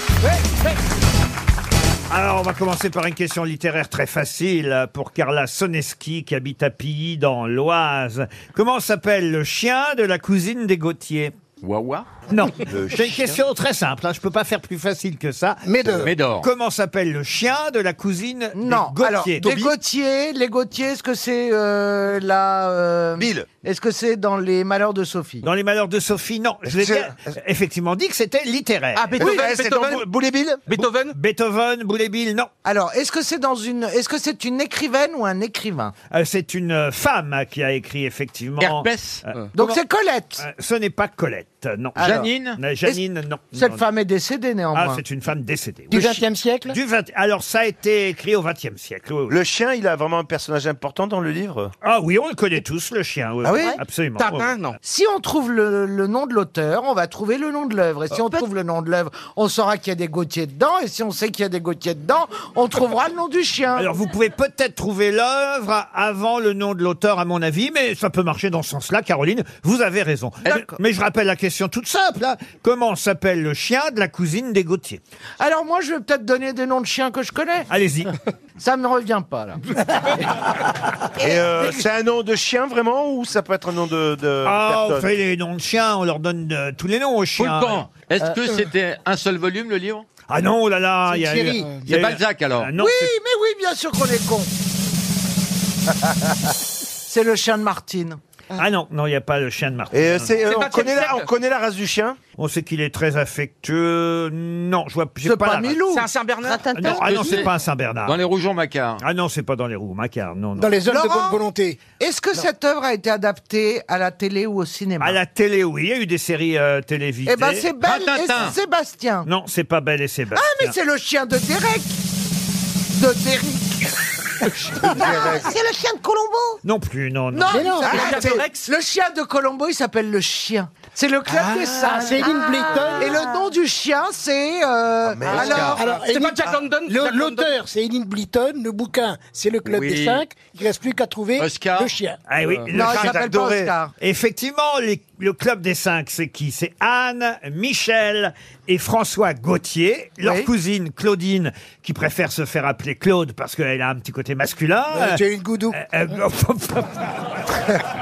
Speaker 2: Alors, on va commencer par une question littéraire très facile pour Carla Soneski qui habite à Pilly dans l'Oise. Comment s'appelle le chien de la cousine des Gautier Wawa Non,
Speaker 7: Le
Speaker 2: c'est une
Speaker 7: chien.
Speaker 2: question très simple. hein. Je peux pas faire plus facile que ça.
Speaker 7: Médor. Médor.
Speaker 2: Comment s'appelle le chien de la cousine
Speaker 6: Non,
Speaker 2: des
Speaker 6: alors,
Speaker 2: Gautier
Speaker 6: les Gautier, les Gautier, est-ce que c'est euh, la... euh, Est-ce que c'est dans les malheurs de Sophie
Speaker 2: Dans les malheurs de Sophie, non. Je l'ai bien- effectivement dit que c'était littéraire.
Speaker 6: Ah, Beethoven,
Speaker 2: Euh, c'est dans
Speaker 6: Beethoven.
Speaker 2: Bou- Boulet-Bill
Speaker 5: Beethoven
Speaker 2: Beethoven, Boulet-Bill, non.
Speaker 6: Alors, est-ce que c'est dans une... Est-ce que c'est une écrivaine ou un écrivain
Speaker 2: Euh, c'est une euh, femme euh, qui a écrit effectivement.
Speaker 6: Herpès. Donc c'est Colette.
Speaker 2: Euh, ce n'est pas Colette. Juliette, non.
Speaker 6: Alors, Ah, Janine
Speaker 2: Euh, Janine, non.
Speaker 6: Cette
Speaker 2: Non,
Speaker 6: femme est décédée néanmoins.
Speaker 2: Ah, c'est une femme décédée.
Speaker 6: Du
Speaker 2: Le
Speaker 6: 20e
Speaker 2: chi- du 20 Alors, ça a été écrit au XXe siècle.
Speaker 8: Le chien, il a vraiment un personnage important dans le livre
Speaker 2: Ah oui, on le connaît tous, le chien.
Speaker 6: Ah oui
Speaker 2: Absolument. Ouais.
Speaker 6: Si on trouve le, le nom de l'auteur, on va trouver le nom de l'œuvre. Et
Speaker 2: Euh,
Speaker 6: si on trouve le nom de l'œuvre, on saura qu'il y a des Gautier dedans. Et si on sait qu'il y a des Gautier dedans, on trouvera le nom du chien.
Speaker 2: Alors, vous pouvez peut-être trouver l'œuvre avant le nom de l'auteur, à mon avis, mais ça peut marcher dans ce sens-là, Caroline. Vous avez raison. Euh, Mais je rappelle la question toute simple. hein. Comment s'appelle le chien de la cousine des Gauthier
Speaker 6: Alors moi, je vais peut-être donner des noms de chiens que je connais. [laughs]
Speaker 2: Allez-y.
Speaker 6: Ça me revient pas là.
Speaker 8: Et euh, c'est un nom de chien vraiment ou ça peut être un nom de, de
Speaker 2: Ah, on
Speaker 8: personne
Speaker 2: fait les noms de chiens, on leur donne euh, tous les noms aux chiens.
Speaker 7: Poulpan, est-ce que
Speaker 2: Euh,
Speaker 7: c'était un seul volume le livre
Speaker 2: Ah non, oh là là,
Speaker 7: C'est
Speaker 2: il y a
Speaker 7: Thierry.
Speaker 2: eu- il y
Speaker 7: C'est
Speaker 2: a eu-
Speaker 7: Balzac, alors.
Speaker 2: Ah non,
Speaker 6: oui,
Speaker 2: c'est-
Speaker 6: mais oui, bien sûr qu'on
Speaker 2: [laughs]
Speaker 6: est con. c'est le chien de Martine.
Speaker 2: Ah non, non, il n'y a pas le chien de Martin.
Speaker 8: Et, euh, c'est, euh, C'est on 20e connaît la- siècle. on connaît la race du chien
Speaker 2: On sait qu'il est très affectueux. Non, je vois j'ai
Speaker 6: C'est pas
Speaker 2: la race.
Speaker 6: Milou.
Speaker 5: C'est un Saint-Bernard
Speaker 2: Ah non, ah non, c'est pas un Saint-Bernard.
Speaker 7: Dans les Rougeons Macquart.
Speaker 2: Ah non, c'est pas dans les roues Macquart, non, non.
Speaker 6: Laurent, Est-ce que cette œuvre a été adaptée à la télé ou au cinéma
Speaker 2: Eh ben. À la télé, oui, il y a eu des séries euh, télévisées.
Speaker 6: Eh ben, c'est Belle et Sébastien.
Speaker 2: Non, c'est pas Belle et
Speaker 6: Ah,
Speaker 2: Sébastien.
Speaker 6: mais c'est le chien de Derek De Derek Ah,
Speaker 4: C'est le chien de Colombo
Speaker 2: Non plus,
Speaker 9: Oh
Speaker 2: non, non.
Speaker 6: Non, ça- c'est- le chien de Colombo, il s'appelle le chien. C'est le club
Speaker 2: Ah,
Speaker 6: des singes.
Speaker 2: Céline Blayton.
Speaker 6: Et le nom du chien, c'est...
Speaker 9: Ah,
Speaker 6: euh, alors,
Speaker 9: c'est pas Jack London L'auteur, c'est Enid Blyton. Le bouquin, c'est le Club
Speaker 2: Oui.
Speaker 9: des Cinq. Il reste plus qu'à trouver le chien. Euh.
Speaker 2: Ah oui, le chien adoré. Effectivement, les- le club des cinq, c'est qui C'est Anne, Michel et François Gauthier, leur
Speaker 9: Oui.
Speaker 2: cousine Claudine, qui préfère se faire appeler Claude parce qu'elle a un petit côté masculin. Euh,
Speaker 9: Ouais, tu as une
Speaker 2: goudou. [laughs]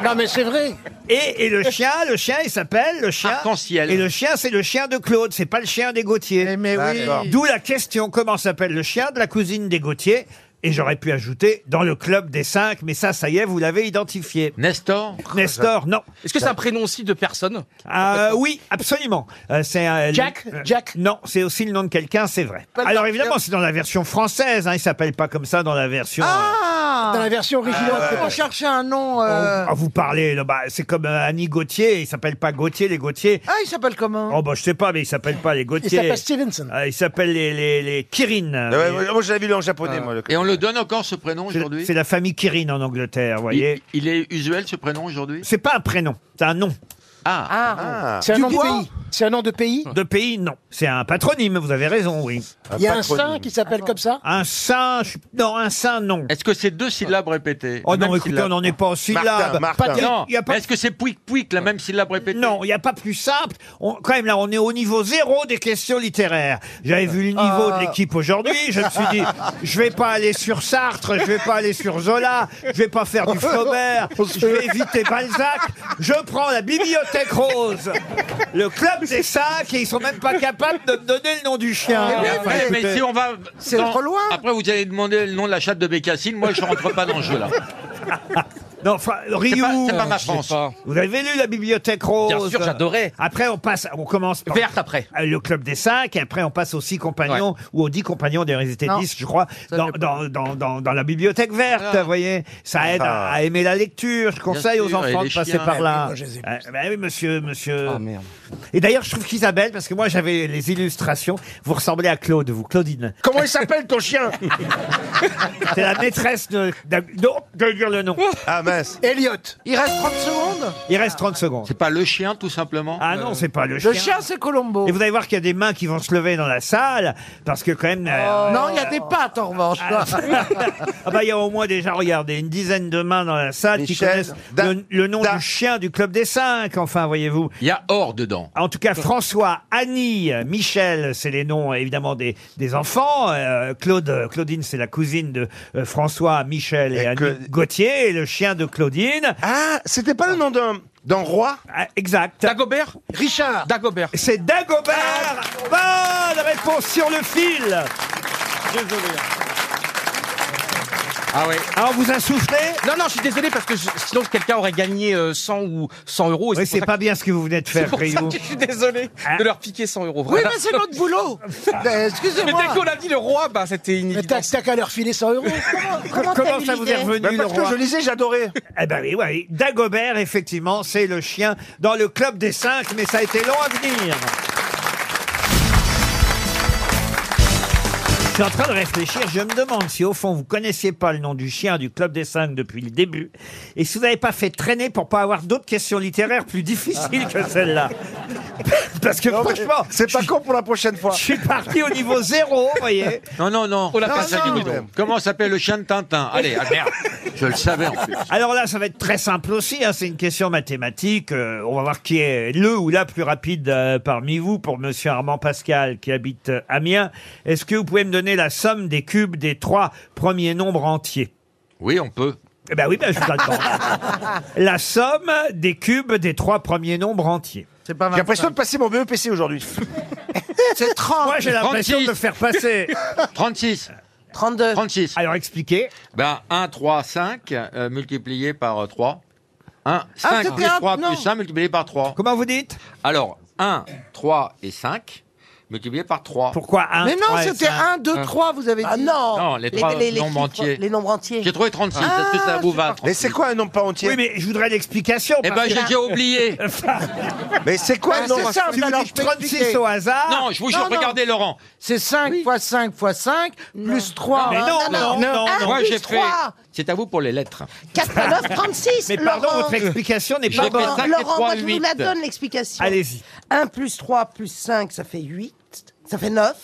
Speaker 9: Non, mais c'est vrai.
Speaker 2: Et, et le chien, le chien, il s'appelle le chien. Et le chien, c'est le chien de Claude, c'est pas le chien des Gauthier. Mais
Speaker 6: oui. D'accord.
Speaker 2: D'où la question comment s'appelle le chien de la cousine des Gauthier Et j'aurais pu ajouter dans le club des cinq, mais ça, ça y est, vous l'avez identifié.
Speaker 7: Nestor
Speaker 2: Nestor, non.
Speaker 5: Est-ce que c'est un prénom aussi de personne
Speaker 2: Ah, oui, absolument. Euh, c'est un-
Speaker 5: Jack
Speaker 2: euh, Non, c'est aussi le nom de quelqu'un, c'est vrai.
Speaker 9: Pas le
Speaker 2: Alors
Speaker 9: nom.
Speaker 2: évidemment, c'est dans la version française. Hein, il s'appelle pas comme ça dans la version.
Speaker 6: Ah
Speaker 9: Dans la version originale,
Speaker 2: Ah, ouais.
Speaker 6: on cherchait un nom... euh,
Speaker 2: Ah, vous parlez, là, bah, c'est comme euh, Annie Gauthier. Il s'appelle pas Gauthier, les Gauthier.
Speaker 6: Ah, il s'appelle comment
Speaker 2: Oh bah je sais pas, mais il s'appelle pas les Gauthier.
Speaker 9: Il s'appelle Stevenson.
Speaker 2: Ah, il s'appelle les, les, les Kirin.
Speaker 7: Ah
Speaker 8: ouais, ouais, moi, je l'avais lu en japonais, moi, le-
Speaker 7: Et on le donne encore ce prénom aujourd'hui
Speaker 2: C'est la famille Kirin en Angleterre, vous voyez.
Speaker 7: il, il est usuel ce prénom aujourd'hui
Speaker 2: C'est pas un prénom, c'est un nom.
Speaker 7: Ah,
Speaker 9: C'est un
Speaker 2: Tu
Speaker 9: nom de
Speaker 2: vois
Speaker 9: pays. C'est un nom de pays.
Speaker 2: De pays, non. C'est un patronyme, vous avez raison, oui.
Speaker 9: Il y a un saint qui s'appelle comme ça.
Speaker 2: Un saint, je- non, un saint, non.
Speaker 7: Est-ce que c'est deux syllabes répétées
Speaker 2: Oh
Speaker 7: La
Speaker 2: non,
Speaker 7: même
Speaker 2: écoutez,
Speaker 7: syllabe
Speaker 2: on n'en est pas en syllabe.
Speaker 7: Martin,
Speaker 2: Patrick,
Speaker 7: Non,
Speaker 2: y a pas-
Speaker 7: Est-ce que c'est pouic pouic la même syllabe répétée
Speaker 2: Non, il n'y a pas plus simple. On- quand même, là, on est au niveau zéro des questions littéraires. J'avais vu le niveau
Speaker 6: Ah.
Speaker 2: de l'équipe aujourd'hui. Je me suis
Speaker 7: [laughs]
Speaker 2: dit, je vais pas aller sur Sartre, je vais pas aller sur Zola, je vais pas faire du
Speaker 7: [laughs]
Speaker 2: Flaubert, je vais éviter Balzac. Je prends la bibliothèque rose, le club des sacs, et ils sont même pas capables de me donner le nom du chien.
Speaker 7: Mais après, Eh mais si on va.
Speaker 6: C'est
Speaker 7: dans-
Speaker 6: trop loin.
Speaker 7: Après, vous allez demander le nom de la chatte de Bécassine. Moi, je rentre pas dans le jeu, là.
Speaker 2: Non, enfin, Ryu.
Speaker 7: pas- c'est pas ma Je sais France. pas.
Speaker 2: Vous avez lu la bibliothèque rose
Speaker 5: Bien sûr, j'adorais.
Speaker 2: Après, on passe, on commence par
Speaker 5: Verte après.
Speaker 2: euh, le club des cinq, et après, on passe aux six compagnons, ou aux dix compagnons, d'ailleurs, ils étaient
Speaker 6: Non.
Speaker 2: dix, je crois, dans, dans, dans, dans, dans la bibliothèque verte, vous voyez. Ça aide à, à aimer la lecture. Je conseille aux
Speaker 7: Ah. sûr, et
Speaker 2: enfants
Speaker 7: les
Speaker 2: de passer
Speaker 7: chiens.
Speaker 2: par là.
Speaker 7: Moi, je les ai
Speaker 2: Euh, bah oui, monsieur, monsieur. Et d'ailleurs, je trouve qu'Isabelle, parce que moi, j'avais les illustrations, vous ressemblez à Claude, vous, Claudine.
Speaker 8: Comment il s'appelle ton chien
Speaker 2: [laughs] C'est la maîtresse de, de, de- de dire le nom.
Speaker 8: Ah mince.
Speaker 9: Elliot.
Speaker 6: Il reste 30 secondes
Speaker 2: Il reste 30 secondes.
Speaker 7: C'est pas le chien, tout simplement
Speaker 2: Ah non, c'est pas le
Speaker 6: Le
Speaker 2: chien.
Speaker 6: chien, c'est Colombo.
Speaker 2: Et vous allez voir qu'il y a des mains qui vont se lever dans la salle, parce que quand même... euh,
Speaker 6: Oh. Non, il y a des pattes, en revanche.
Speaker 2: ah bah il y a au moins déjà, regardez, une dizaine de mains dans la salle qui
Speaker 8: Michel,
Speaker 2: connaissent
Speaker 8: Da-
Speaker 2: le, le nom du chien du Club des Cinq, enfin, voyez-vous.
Speaker 7: Il y a or dedans.
Speaker 2: En tout cas, François, Annie, Michel, c'est les noms évidemment des, des enfants. Euh, Claude, Claudine, c'est la cousine de euh, François, Michel et, Annie Gauthier, et le chien de Claudine.
Speaker 8: Ah, c'était pas le nom d'un d'un roi
Speaker 2: Ah, exact.
Speaker 5: Dagobert
Speaker 9: Richard.
Speaker 5: Dagobert.
Speaker 2: C'est Dagobert.
Speaker 11: hein.
Speaker 2: Bonne réponse sur le fil.
Speaker 5: Ah ouais.
Speaker 2: Alors vous insufflez
Speaker 5: Non, non, je suis désolé parce que je- sinon quelqu'un aurait gagné euh, 100 ou 100 euros.
Speaker 2: Oui, c'est pas bien ce que vous venez de faire,
Speaker 5: C'est pour ça
Speaker 2: Rioux.
Speaker 5: que je suis désolé de leur piquer 100 euros.
Speaker 9: Oui,
Speaker 5: Voilà.
Speaker 9: mais c'est notre
Speaker 5: [laughs]
Speaker 9: boulot. Ben,
Speaker 5: Mais
Speaker 9: Excusez-moi.
Speaker 5: dès qu'on a dit le roi, bah c'était une
Speaker 9: Mais t'as t'as qu'à leur filer 100 euros.
Speaker 2: Comment, ça vous est revenu le roi
Speaker 8: j'adorais.
Speaker 2: Eh ben oui, oui. Dagobert, effectivement, c'est le chien dans le club des cinq, mais ça a été long à venir. Je suis en train de réfléchir. Je me demande si, au fond, vous connaissiez pas le nom du chien du Club des Cinq depuis le début et si vous n'avez pas fait traîner pour pas avoir d'autres questions littéraires plus difficiles que celle-là. Parce que franchement.
Speaker 8: C'est pas con pour la prochaine fois.
Speaker 2: Je suis parti au niveau zéro, vous voyez.
Speaker 7: Non, non, non.
Speaker 2: On l'a
Speaker 7: Non,
Speaker 2: pas
Speaker 7: non.
Speaker 2: dit, donc.
Speaker 7: Comment s'appelle le chien de Tintin Allez, ah, merde. Je le savais en plus.
Speaker 2: [laughs] Alors là, ça va être très simple aussi. hein, C'est une question mathématique. Euh, on va voir qui est le ou la plus rapide euh, parmi vous. Pour Monsieur Armand Pascal, qui habite euh, Amiens, est-ce que vous pouvez me donner la somme des cubes des trois premiers nombres entiers
Speaker 7: Oui, on peut.
Speaker 2: Eh ben oui, ben
Speaker 7: [laughs]
Speaker 2: je vous attends. la somme des cubes des trois premiers nombres entiers.
Speaker 6: C'est pas
Speaker 8: J'ai l'impression de passer mon BEPC aujourd'hui.
Speaker 6: C'est 30.
Speaker 2: Moi, j'ai l'impression
Speaker 7: 36.
Speaker 2: de me
Speaker 7: [laughs]
Speaker 2: faire passer.
Speaker 7: 36.
Speaker 6: 32.
Speaker 7: 36.
Speaker 2: Alors expliquez.
Speaker 7: Ben 1, 3, 5 euh, multiplié par 3. 1, 5
Speaker 6: c'était
Speaker 7: plus
Speaker 6: un-
Speaker 7: 3
Speaker 6: non.
Speaker 7: plus 1 multiplié par 3.
Speaker 2: Comment vous dites
Speaker 7: Alors 1, 3 et 5 multiplié par 3.
Speaker 2: Pourquoi 1
Speaker 6: Mais non, c'était 1, 2, 3, vous avez dit.
Speaker 4: Ah non
Speaker 7: Non, les trois nombres
Speaker 4: chiffres-
Speaker 7: entiers.
Speaker 4: Les nombres entiers. Ah,
Speaker 7: J'ai trouvé 36. Est-ce que ça vous va
Speaker 8: Mais c'est quoi un nombre pas entier
Speaker 2: Oui, mais je voudrais l'explication.
Speaker 7: Eh ben
Speaker 2: parce que-
Speaker 7: j'ai j'ai oublié.
Speaker 8: Mais c'est quoi
Speaker 6: Ah,
Speaker 8: un
Speaker 6: c'est
Speaker 8: nombre
Speaker 6: simple,
Speaker 2: Si vous
Speaker 6: alors
Speaker 2: dites
Speaker 6: je peux
Speaker 2: 36
Speaker 6: expliquer.
Speaker 2: au hasard.
Speaker 7: Non, je vous jure,
Speaker 6: Non, non.
Speaker 7: regardez Laurent.
Speaker 6: C'est 5 x 5 x 5 plus 3.
Speaker 2: Mais non, non, non, non.
Speaker 7: Moi j'ai fait.
Speaker 4: trois.
Speaker 7: C'est à vous pour les lettres.
Speaker 4: 89, 36
Speaker 2: Mais pardon,
Speaker 4: Laurent.
Speaker 2: votre explication n'est
Speaker 7: J'ai
Speaker 2: pas
Speaker 7: fait
Speaker 2: bonne.
Speaker 7: ça. Cinq et
Speaker 4: Laurent,
Speaker 7: trois,
Speaker 4: moi je vous la
Speaker 7: huit.
Speaker 4: donne l'explication.
Speaker 2: Allez-y.
Speaker 4: 1 plus 3 plus 5, ça fait 8. Ça
Speaker 7: [laughs]
Speaker 4: fait 9.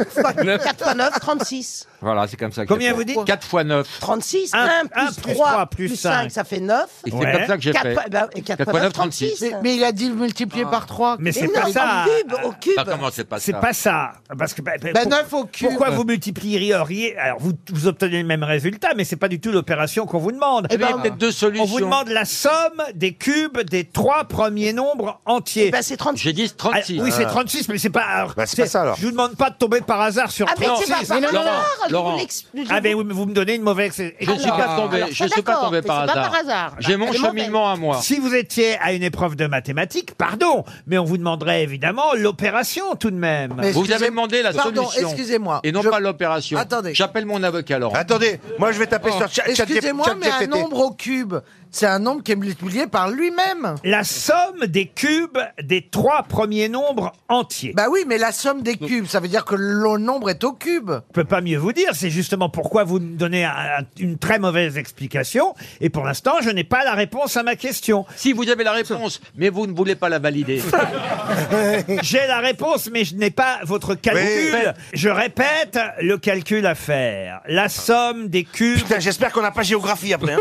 Speaker 4: 4 fois 9, 36.
Speaker 7: Voilà, c'est comme ça. que
Speaker 2: Combien
Speaker 7: j'ai
Speaker 2: vous
Speaker 7: fait.
Speaker 2: dites
Speaker 7: 4 fois 9.
Speaker 4: 36,
Speaker 2: Un-
Speaker 4: 1,
Speaker 2: un
Speaker 4: plus 3 plus 5,
Speaker 2: cinq.
Speaker 4: ça fait bah, 9.
Speaker 7: Et c'est
Speaker 2: Ouais.
Speaker 7: comme ça que j'ai fait. Ah. fois
Speaker 4: 4 fois 9,
Speaker 7: neuf, 36.
Speaker 4: 36.
Speaker 6: Mais, mais il a dit multiplié par 3.
Speaker 2: Mais c'est
Speaker 4: non,
Speaker 2: pas ça.
Speaker 4: au cube, au cube.
Speaker 7: Bah, comment c'est pas
Speaker 2: C'est
Speaker 7: ça
Speaker 2: pas ça. Parce que, bah, bah,
Speaker 6: Ben,
Speaker 2: pour-
Speaker 6: 9 au cube.
Speaker 2: Pourquoi vous multiplieriez Alors, vous, vous obtenez le même résultat, mais c'est pas du tout l'opération qu'on vous demande. Ah.
Speaker 7: Eh ben, il y a peut-être deux
Speaker 2: on
Speaker 7: solutions.
Speaker 2: vous demande la somme des cubes des trois premiers nombres entiers.
Speaker 4: Eh ben, c'est 36.
Speaker 7: J'ai dit
Speaker 2: Ah,
Speaker 7: 36.
Speaker 2: oui, c'est 36, mais c'est pas. alors,
Speaker 8: Bah, c'est pas
Speaker 2: c'est-
Speaker 8: ça, alors.
Speaker 2: Je vous demande pas de tomber par hasard sur
Speaker 4: Ah, mais
Speaker 2: 36.
Speaker 4: c'est pas par
Speaker 7: mais non,
Speaker 4: hasard,
Speaker 7: Laurent,
Speaker 4: je
Speaker 7: Laurent.
Speaker 4: vous l'explique.
Speaker 2: Ah, mais oui, mais vous me donnez une mauvaise.
Speaker 7: Je ne suis pas tombé,
Speaker 4: alors,
Speaker 7: je
Speaker 4: ça,
Speaker 7: suis pas
Speaker 4: d'accord,
Speaker 7: tombé
Speaker 4: mais
Speaker 7: par
Speaker 4: c'est pas
Speaker 7: hasard.
Speaker 4: par hasard.
Speaker 7: J'ai mon
Speaker 4: Elle est mauvaise.
Speaker 7: cheminement à moi.
Speaker 2: Si vous étiez à une épreuve de mathématiques, pardon, mais on vous demanderait évidemment l'opération tout de même.
Speaker 6: Mais-
Speaker 7: Vous
Speaker 6: Excusez-
Speaker 7: avez demandé la
Speaker 6: Pardon,
Speaker 7: solution.
Speaker 6: excusez-moi.
Speaker 7: Et non
Speaker 6: Je-
Speaker 7: pas l'opération.
Speaker 6: Attendez.
Speaker 7: J'appelle mon avocat, Laurent.
Speaker 8: Attendez, moi je vais taper sur chat.
Speaker 6: Oh. Excusez-moi, mais un
Speaker 8: ChatGPT.
Speaker 6: nombre au cube, c'est un nombre qui est multiplié par lui-même.
Speaker 2: La somme des cubes des trois premiers nombres entiers.
Speaker 6: Bah oui, mais la somme des cubes, ça veut dire que le nombre est au cube.
Speaker 2: Je peux pas mieux vous dire, c'est justement pourquoi vous me donnez un- un- une très mauvaise explication, et pour l'instant, je n'ai pas la réponse à ma question.
Speaker 7: Si vous avez la réponse, mais vous ne voulez pas la valider.
Speaker 2: [laughs] J'ai la réponse, mais je n'ai pas votre calcul.
Speaker 8: Oui.
Speaker 2: Je répète le calcul à faire. La somme des cubes,
Speaker 8: Putain, j'espère qu'on n'a pas géographie après. hein.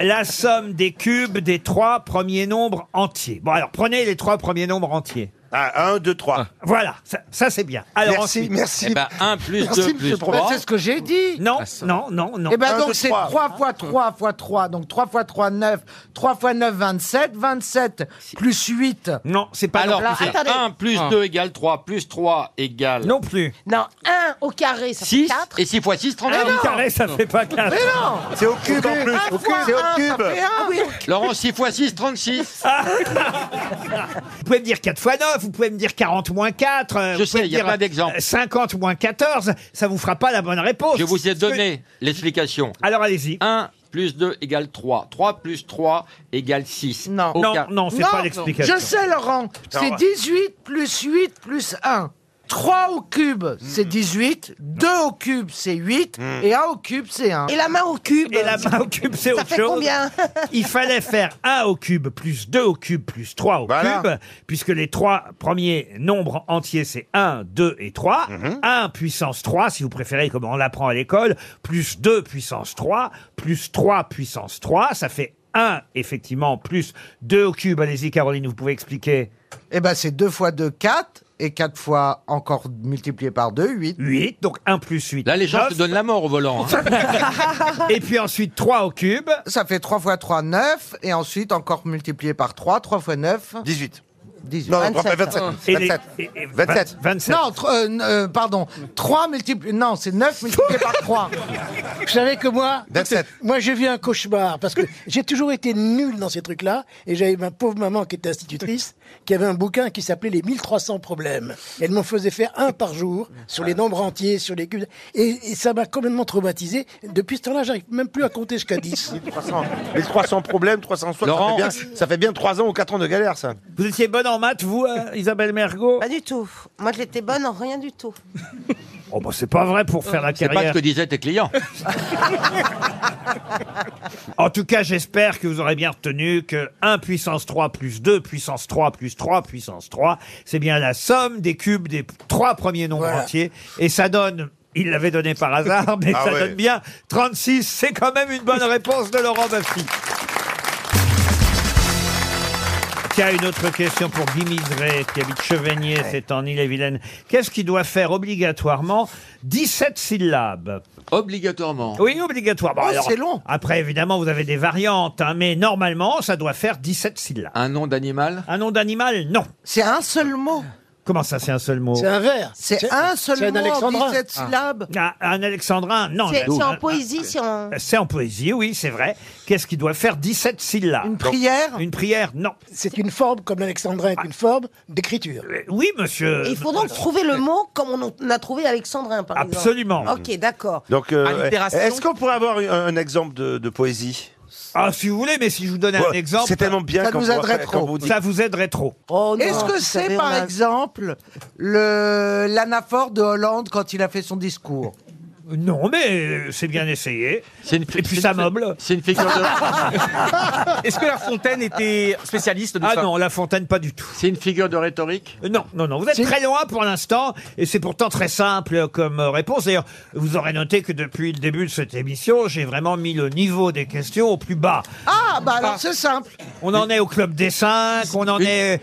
Speaker 2: la somme des cubes des trois premiers nombres entiers. Bon, alors prenez les trois premiers nombres entiers.
Speaker 8: Ah, 1, 2, 3.
Speaker 2: Voilà, ça, ça, c'est bien. Alors
Speaker 8: Merci,
Speaker 2: ensuite-
Speaker 8: merci.
Speaker 7: Eh ben, 1 plus
Speaker 8: Merci,
Speaker 7: 2
Speaker 8: monsieur
Speaker 7: plus Ah,
Speaker 8: le
Speaker 6: Bah,
Speaker 7: 3.
Speaker 6: c'est ce que j'ai dit.
Speaker 2: Non, non, non, non.
Speaker 6: Et ben
Speaker 8: Un, deux,
Speaker 6: donc c'est
Speaker 8: trois.
Speaker 6: 3 fois 3 fois 3, donc 3 fois 3, 9, 3 fois 9, 27, 27 plus 8.
Speaker 2: Non, c'est pas
Speaker 7: Alors,
Speaker 2: non
Speaker 4: Alors,
Speaker 2: plus.
Speaker 4: attendez.
Speaker 7: 1 plus
Speaker 2: Ah.
Speaker 7: 2 égale 3, plus 3 égale
Speaker 2: Non plus.
Speaker 4: Non, 1 au carré, ça fait
Speaker 7: 6.
Speaker 4: 4.
Speaker 7: Et 6 fois 6,
Speaker 8: Ah,
Speaker 2: Un
Speaker 7: 36.
Speaker 2: carré, ça fait pas quatre.
Speaker 6: Mais non
Speaker 8: C'est au cube en plus.
Speaker 6: Un fois
Speaker 8: C'est au
Speaker 6: un, ça
Speaker 8: cube. Ah
Speaker 6: fait un.
Speaker 7: Laurent, 6 fois 6, 36.
Speaker 8: Ah.
Speaker 2: Vous pouvez me dire 4 fois 9, vous pouvez me dire 40 moins 4. euh,
Speaker 7: Je
Speaker 2: vous
Speaker 7: sais,
Speaker 2: pouvez
Speaker 7: il y a
Speaker 2: me dire,
Speaker 7: plein d'exemples.
Speaker 2: euh, 50 moins 14, ça vous fera pas la bonne réponse.
Speaker 7: Je vous ai
Speaker 2: Parce que-
Speaker 7: donné l'explication.
Speaker 2: Alors allez-y.
Speaker 7: 1 plus 2 égale 3. 3 plus 3 égale 6.
Speaker 6: Non.
Speaker 7: Au
Speaker 2: non,
Speaker 7: cas-
Speaker 2: non, c'est
Speaker 6: Non,
Speaker 2: pas l'explication.
Speaker 6: Je sais, Laurent. C'est 18 plus 8 plus 1. 3 au cube, c'est 18. 2 au cube, c'est 8. Et 1 au cube, c'est 1.
Speaker 4: Et la main au cube.
Speaker 2: Et la main au cube, c'est
Speaker 4: Ça
Speaker 2: autre
Speaker 4: fait
Speaker 2: chose.
Speaker 4: combien
Speaker 2: [laughs] Il fallait faire 1 au cube plus 2 au cube plus 3 au
Speaker 8: Voilà.
Speaker 2: cube, puisque les trois premiers nombres entiers, c'est 1, 2 et 3. 1 puissance 3, si vous préférez, comme on l'apprend à l'école, plus 2 puissance 3, plus 3 puissance 3, ça fait 1, effectivement, plus 2 au cube. Allez-y, Caroline, vous pouvez expliquer.
Speaker 6: Et ben c'est 2 fois 2, 4. Et 4 fois encore multiplié par 2, 8.
Speaker 2: 8, donc 1 plus 8.
Speaker 7: Là, les gens
Speaker 2: neuf.
Speaker 7: se donnent la mort au volant. hein.
Speaker 6: [laughs]
Speaker 2: Et puis ensuite 3 au cube.
Speaker 6: Ça fait 3 fois 3, 9. Et ensuite encore multiplié par 3. 3 fois 9.
Speaker 8: 18.
Speaker 6: 18.
Speaker 8: Non, non, 27. 27. Et les- 27. et- et- 27.
Speaker 6: 27. Non, tr- euh, n- euh, pardon. 3 multipliés. Non, c'est 9 multiplié par 3.
Speaker 9: Vous savez que moi, moi j'ai vu un cauchemar parce que j'ai toujours été nul dans ces trucs-là et j'avais ma pauvre maman qui était institutrice qui avait un bouquin qui s'appelait les 1300 problèmes. Elle m'en faisait faire un par jour sur les nombres entiers, sur les cubes et, et ça m'a complètement traumatisé. Depuis ce temps-là, j'arrive même plus à compter jusqu'à 10.
Speaker 8: 300, les 300 problèmes, 360, ça fait, bien, ça fait bien 3 ans ou 4 ans de galère, ça.
Speaker 2: Vous étiez bonne en maths, vous, euh, Isabelle Mergot
Speaker 4: Pas du tout. Moi, j'étais bonne en rien du tout.
Speaker 2: Oh, bah, c'est pas vrai pour faire la
Speaker 7: C'est
Speaker 2: carrière.
Speaker 7: pas ce que disaient tes clients.
Speaker 2: [laughs] En tout cas, j'espère que vous aurez bien retenu que 1 puissance 3 plus 2 puissance 3 plus 3 puissance 3, c'est bien la somme des cubes des trois premiers nombres entiers. Et ça donne, il l'avait donné
Speaker 12: [laughs]
Speaker 2: par hasard, mais
Speaker 12: Ah
Speaker 2: ça
Speaker 12: ouais.
Speaker 2: donne bien 36. C'est quand même une bonne réponse de Laurent Baffy. Tiens, une autre question pour Guy Miseret, qui habite Chevenier, c'est en Ille-et-Vilaine. Qu'est-ce qui doit faire obligatoirement 17 syllabes
Speaker 7: Obligatoirement
Speaker 2: Oui, obligatoirement.
Speaker 7: Oh,
Speaker 2: Alors,
Speaker 7: c'est long.
Speaker 2: Après, évidemment, vous avez des variantes, hein, mais normalement, ça doit faire 17 syllabes.
Speaker 7: Un nom d'animal
Speaker 2: Un nom d'animal, non.
Speaker 6: C'est un seul mot.
Speaker 2: Comment ça, c'est un seul mot
Speaker 6: C'est un vers. C'est C'est- un seul c'est un mot en alexandrin. 17
Speaker 2: Ah.
Speaker 6: syllabes.
Speaker 2: Ah, Un, alexandrin, non.
Speaker 4: C'est
Speaker 2: mais- euh,
Speaker 4: c'est en
Speaker 2: un-
Speaker 4: poésie, c'est en.
Speaker 2: C'est en poésie, oui, c'est vrai. Qu'est-ce qui doit faire 17 syllabes Une
Speaker 9: prière
Speaker 2: Une prière, non. Ah.
Speaker 9: C'est une forme comme l'alexandrin est une forme d'écriture.
Speaker 2: Euh, Oui, monsieur.
Speaker 4: Il faut donc trouver le mot comme on en a trouvé Alexandrin, par
Speaker 2: Absolument.
Speaker 4: exemple. Ok, d'accord.
Speaker 8: Donc, euh,
Speaker 4: Allitération.
Speaker 8: est-ce qu'on pourrait avoir un, un exemple de, de poésie
Speaker 2: Ah, si vous voulez, mais si je vous donne un exemple,
Speaker 8: C'est tellement bien
Speaker 2: ça
Speaker 8: quand
Speaker 2: nous
Speaker 8: vous-
Speaker 2: aiderait
Speaker 8: quand
Speaker 2: trop.
Speaker 8: vous dites-
Speaker 2: Ça vous
Speaker 8: [laughs]
Speaker 2: aiderait trop.
Speaker 4: Oh
Speaker 6: Est-ce que c'est, par exemple, le, l'anaphore de Hollande quand il a fait son discours
Speaker 2: Non, mais euh, c'est bien essayé. Et puis ça meuble.
Speaker 7: C'est une figure
Speaker 5: [laughs] Est-ce que La Fontaine était spécialiste de
Speaker 2: Ah
Speaker 5: ça Euh,
Speaker 2: non, La Fontaine, pas du tout.
Speaker 7: C'est une figure de rhétorique
Speaker 2: Euh, Non, non, non. Vous êtes très loin pour l'instant, et c'est pourtant très simple comme euh, réponse. D'ailleurs, vous aurez noté que depuis le début de cette émission, j'ai vraiment mis le niveau des questions au plus bas.
Speaker 6: Ah, bah alors c'est simple.
Speaker 2: On en est au club des cinq, on en
Speaker 7: [laughs]
Speaker 2: est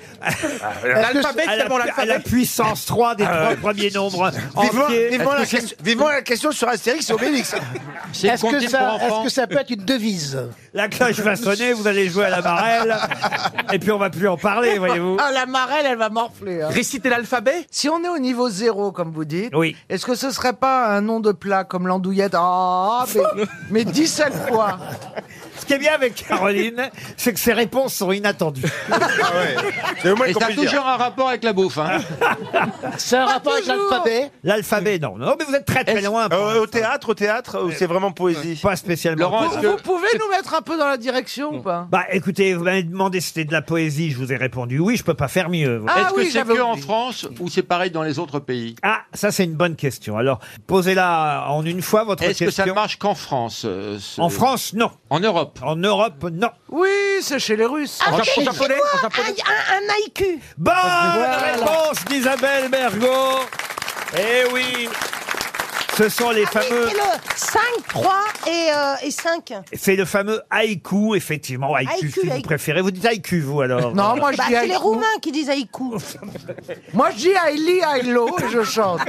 Speaker 6: L'alphabet,
Speaker 2: à,
Speaker 6: Ah, c'est bon,
Speaker 2: la,
Speaker 6: l'alphabet.
Speaker 2: à la puissance 3 des
Speaker 8: Ah
Speaker 2: trois
Speaker 8: ouais.
Speaker 2: premiers nombres.
Speaker 8: Vivement,
Speaker 2: entiers.
Speaker 8: vivement la question, vivement la question sur Astérix et
Speaker 2: [laughs]
Speaker 8: Obélix.
Speaker 9: Est-ce que, ça, est-ce que ça peut être une devise
Speaker 2: La cloche va sonner, vous allez jouer à la marelle, et puis on va plus en parler, voyez-vous.
Speaker 6: [laughs] Ah, la marelle, elle va morfler. hein.
Speaker 5: Réciter l'alphabet
Speaker 6: Si on est au niveau zéro, comme vous dites,
Speaker 2: Oui.
Speaker 6: est-ce que ce serait pas un nom de plat comme l'andouillette Ah,
Speaker 2: [laughs]
Speaker 6: mais, mais 17 fois
Speaker 2: Ce qui est bien avec Caroline, c'est que ses réponses sont inattendues.
Speaker 3: Ah
Speaker 7: Et ça a toujours un rapport avec la bouffe. Hein.
Speaker 9: C'est un rapport avec l'alphabet
Speaker 2: L'alphabet, non. Non, mais vous êtes très très loin.
Speaker 8: Euh, au théâtre, au théâtre, ou c'est vraiment poésie
Speaker 2: Pas spécialement.
Speaker 6: vous, vous pouvez nous mettre un peu dans la direction ou pas
Speaker 2: Bah écoutez, vous m'avez demandé si c'était de la poésie, je vous ai répondu oui, je peux pas faire mieux.
Speaker 6: Ah
Speaker 7: Est-ce que c'est que en France ou c'est pareil dans les autres pays
Speaker 2: Ah, ça c'est une bonne question. Alors, posez-la en une fois votre
Speaker 7: Est-ce
Speaker 2: question.
Speaker 7: que ça ne marche qu'en France euh, ce-
Speaker 2: En France, non.
Speaker 7: En Europe
Speaker 2: En Europe, non.
Speaker 6: Oui, c'est chez les Russes.
Speaker 2: En
Speaker 4: Ah,
Speaker 2: japonais,
Speaker 4: mais
Speaker 2: en japonais.
Speaker 4: dis-moi, Un, un- un IQ.
Speaker 2: Bonne
Speaker 4: Voilà.
Speaker 2: réponse d'Isabelle Bergot. Eh oui, ce sont les
Speaker 4: Et
Speaker 2: fameux.
Speaker 4: le 5, 3 et, euh, et 5.
Speaker 2: C'est le fameux haïku, effectivement. Haïku,
Speaker 4: Haïku,
Speaker 2: si vous
Speaker 4: haïku.
Speaker 2: préférez. Vous dites haïku, vous, alors
Speaker 6: [laughs] Non, moi, je
Speaker 4: Bah,
Speaker 6: dis
Speaker 4: c'est les
Speaker 6: haïku.
Speaker 4: Roumains qui disent haïku.
Speaker 6: Moi, je dis Aïli, Aïlo, et je chante.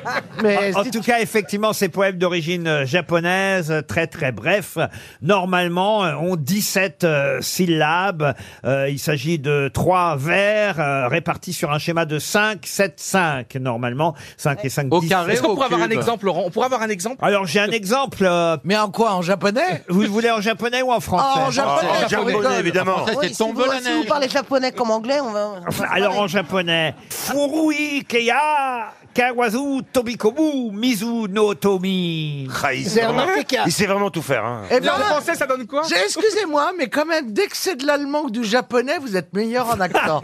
Speaker 6: Mais
Speaker 2: En- en tout cas, effectivement, ces poèmes d'origine euh, japonaise, euh, très très brefs, normalement euh, ont 17 euh, syllabes. Euh, il s'agit de trois vers euh, répartis sur un schéma de 5, 7, 5, normalement. 5 et 5,
Speaker 7: Au
Speaker 2: 17.
Speaker 7: carré,
Speaker 5: Est-ce qu'on pourrait avoir un exemple, Laurent On pourrait avoir un exemple
Speaker 2: Alors, j'ai un exemple. euh,
Speaker 6: Mais en quoi En japonais
Speaker 2: Vous le voulez en japonais ou en français
Speaker 6: Ah, en japonais, Ah, en japonais,
Speaker 8: japonais, évidemment.
Speaker 7: En français,
Speaker 4: Oui,
Speaker 7: c'est
Speaker 4: si,
Speaker 7: tombe
Speaker 4: vous,
Speaker 7: la
Speaker 4: si vous
Speaker 7: neige.
Speaker 4: parlez japonais comme anglais, on va. on va se
Speaker 2: Alors en
Speaker 4: parler.
Speaker 2: japonais, Furui Keya Kawazu Tobikobu Mizu no Tomi.
Speaker 8: Trahi,
Speaker 9: C'est remarqué
Speaker 8: Ah, Il sait vraiment tout faire. hein.
Speaker 6: Eh
Speaker 5: Là,
Speaker 6: ben,
Speaker 5: en français, ça donne quoi
Speaker 6: j'ai- Excusez-moi, mais quand même, dès que c'est de l'allemand ou du japonais, vous êtes meilleur en accent.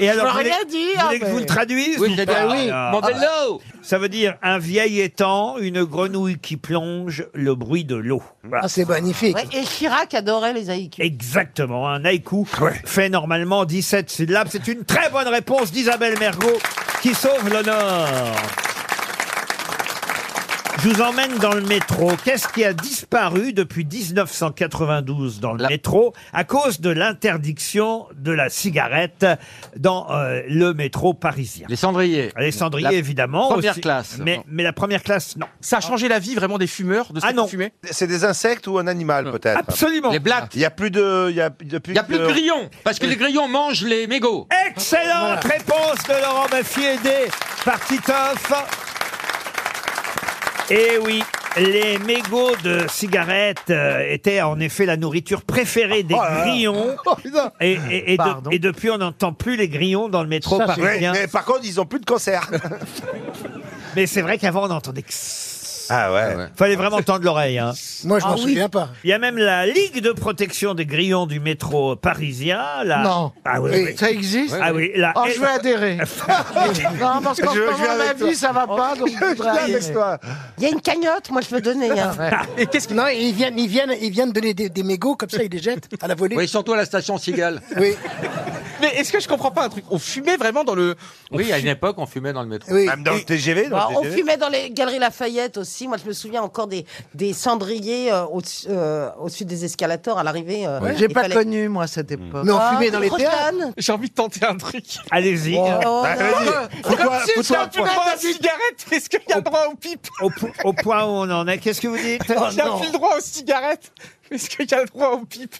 Speaker 2: Et
Speaker 6: Je
Speaker 2: alors,
Speaker 6: peux
Speaker 2: vous voulez-
Speaker 6: rien dire,
Speaker 2: Vous voulez que
Speaker 6: mais-
Speaker 2: je vous le traduise
Speaker 7: Oui,
Speaker 2: ou
Speaker 7: j'ai
Speaker 2: pas, Ah.
Speaker 7: bien oui.
Speaker 2: alors
Speaker 7: Mon
Speaker 6: ben,
Speaker 7: bello
Speaker 2: Ça veut dire un vieil étang, une grenouille qui plonge, le bruit de l'eau. Voilà.
Speaker 9: Ah, c'est magnifique.
Speaker 4: Ouais, et Chirac adorait les haïkus.
Speaker 2: Exactement, un haïku fait normalement 17 syllabes. C'est une très bonne réponse d'Isabelle Mergot qui sauve l'honneur. Je vous emmène dans le métro. Qu'est-ce qui a disparu depuis 1992 dans le métro à cause de l'interdiction de la cigarette dans euh, le métro parisien Les cendriers. Les cendriers,
Speaker 5: La
Speaker 2: évidemment.
Speaker 5: première
Speaker 2: aussi.
Speaker 5: classe.
Speaker 2: Mais, mais la première classe, non. Ah
Speaker 5: Ça a changé la vie vraiment des fumeurs de cette fumée
Speaker 8: C'est des insectes ou un animal peut-être
Speaker 2: Absolument.
Speaker 8: Les blattes. Il n'y a plus de. Il n'y a, il y a plus,
Speaker 7: Il n'y a plus de grillons, parce que
Speaker 5: Euh.
Speaker 7: les grillons mangent les mégots.
Speaker 5: Eh
Speaker 2: Ah, Excellente réponse de Laurent Baffy aidé par Titoff. Eh oui, les mégots de cigarettes euh, étaient en effet la nourriture préférée
Speaker 8: Oh
Speaker 2: des
Speaker 6: là
Speaker 8: [laughs]
Speaker 6: là.
Speaker 2: grillons. et, et- et de-
Speaker 6: Pardon.
Speaker 2: et depuis, on n'entend plus les grillons dans le métro
Speaker 6: Ça, c'est-
Speaker 2: parisien.
Speaker 6: Ouais,
Speaker 8: mais par contre, ils n'ont plus de cancer.
Speaker 2: [laughs] mais c'est vrai qu'avant, on entendait.
Speaker 8: Ah ouais.
Speaker 2: Fallait vraiment tendre l'oreille. hein.
Speaker 9: Moi, je m'en souviens pas.
Speaker 2: Il y a même la Ligue de protection des grillons du métro parisien. La...
Speaker 6: Non.
Speaker 2: Ah oui,
Speaker 6: Oui.
Speaker 2: oui.
Speaker 6: Ça existe
Speaker 2: Ah oui. la-
Speaker 6: Oh, je vais adhérer. [laughs] non, parce
Speaker 2: [laughs]
Speaker 6: qu'en
Speaker 2: Je-
Speaker 6: ce
Speaker 2: je
Speaker 6: moment,
Speaker 2: viens
Speaker 6: ma
Speaker 2: avec toi.
Speaker 6: vie, ça va pas, donc je voudrais adhérer.
Speaker 4: Il y a une cagnotte, moi je peux
Speaker 6: [laughs]
Speaker 4: donner.
Speaker 6: Ah,
Speaker 4: hein.
Speaker 9: Et qu'est-ce que... Non, ils viennent, ils viennent, ils viennent donner des, des mégots comme ça, ils les jettent à la volée.
Speaker 7: Oui, surtout à la station Cigale.
Speaker 9: Oui.
Speaker 5: Mais est-ce que je comprends pas un truc On fumait vraiment dans le.
Speaker 7: Oui, à une époque, on fumait dans le métro.
Speaker 9: Oui.
Speaker 8: Même dans le TGV,
Speaker 4: Bah, on fumait dans les galeries Lafayette aussi. Moi, je me souviens encore des, des cendriers euh, au- euh, au-dessus des escalators à l'arrivée. euh,
Speaker 6: Ouais. J'ai
Speaker 4: il
Speaker 6: pas
Speaker 4: fallait-
Speaker 6: connu, moi, cette époque.
Speaker 4: Mais on Ah, fumait dans les
Speaker 6: théâtres.
Speaker 4: Anne
Speaker 5: J'ai envie de tenter un truc.
Speaker 2: [laughs] Allez-y.
Speaker 6: Oh,
Speaker 4: oh,
Speaker 6: Bah,
Speaker 2: [laughs]
Speaker 6: non. vas-y.
Speaker 5: Comme
Speaker 6: Fous-toi-
Speaker 5: si
Speaker 6: fous-toi
Speaker 5: je
Speaker 6: un
Speaker 5: tu prends
Speaker 6: point.
Speaker 5: une cigarette, est-ce qu'il y a le droit aux pipes
Speaker 2: Au, po- au point où on en est, qu'est-ce que
Speaker 5: [laughs]
Speaker 2: vous dites Oh,
Speaker 5: J'ai plus le droit aux cigarettes. Est-ce qu'il y a le droit aux pipes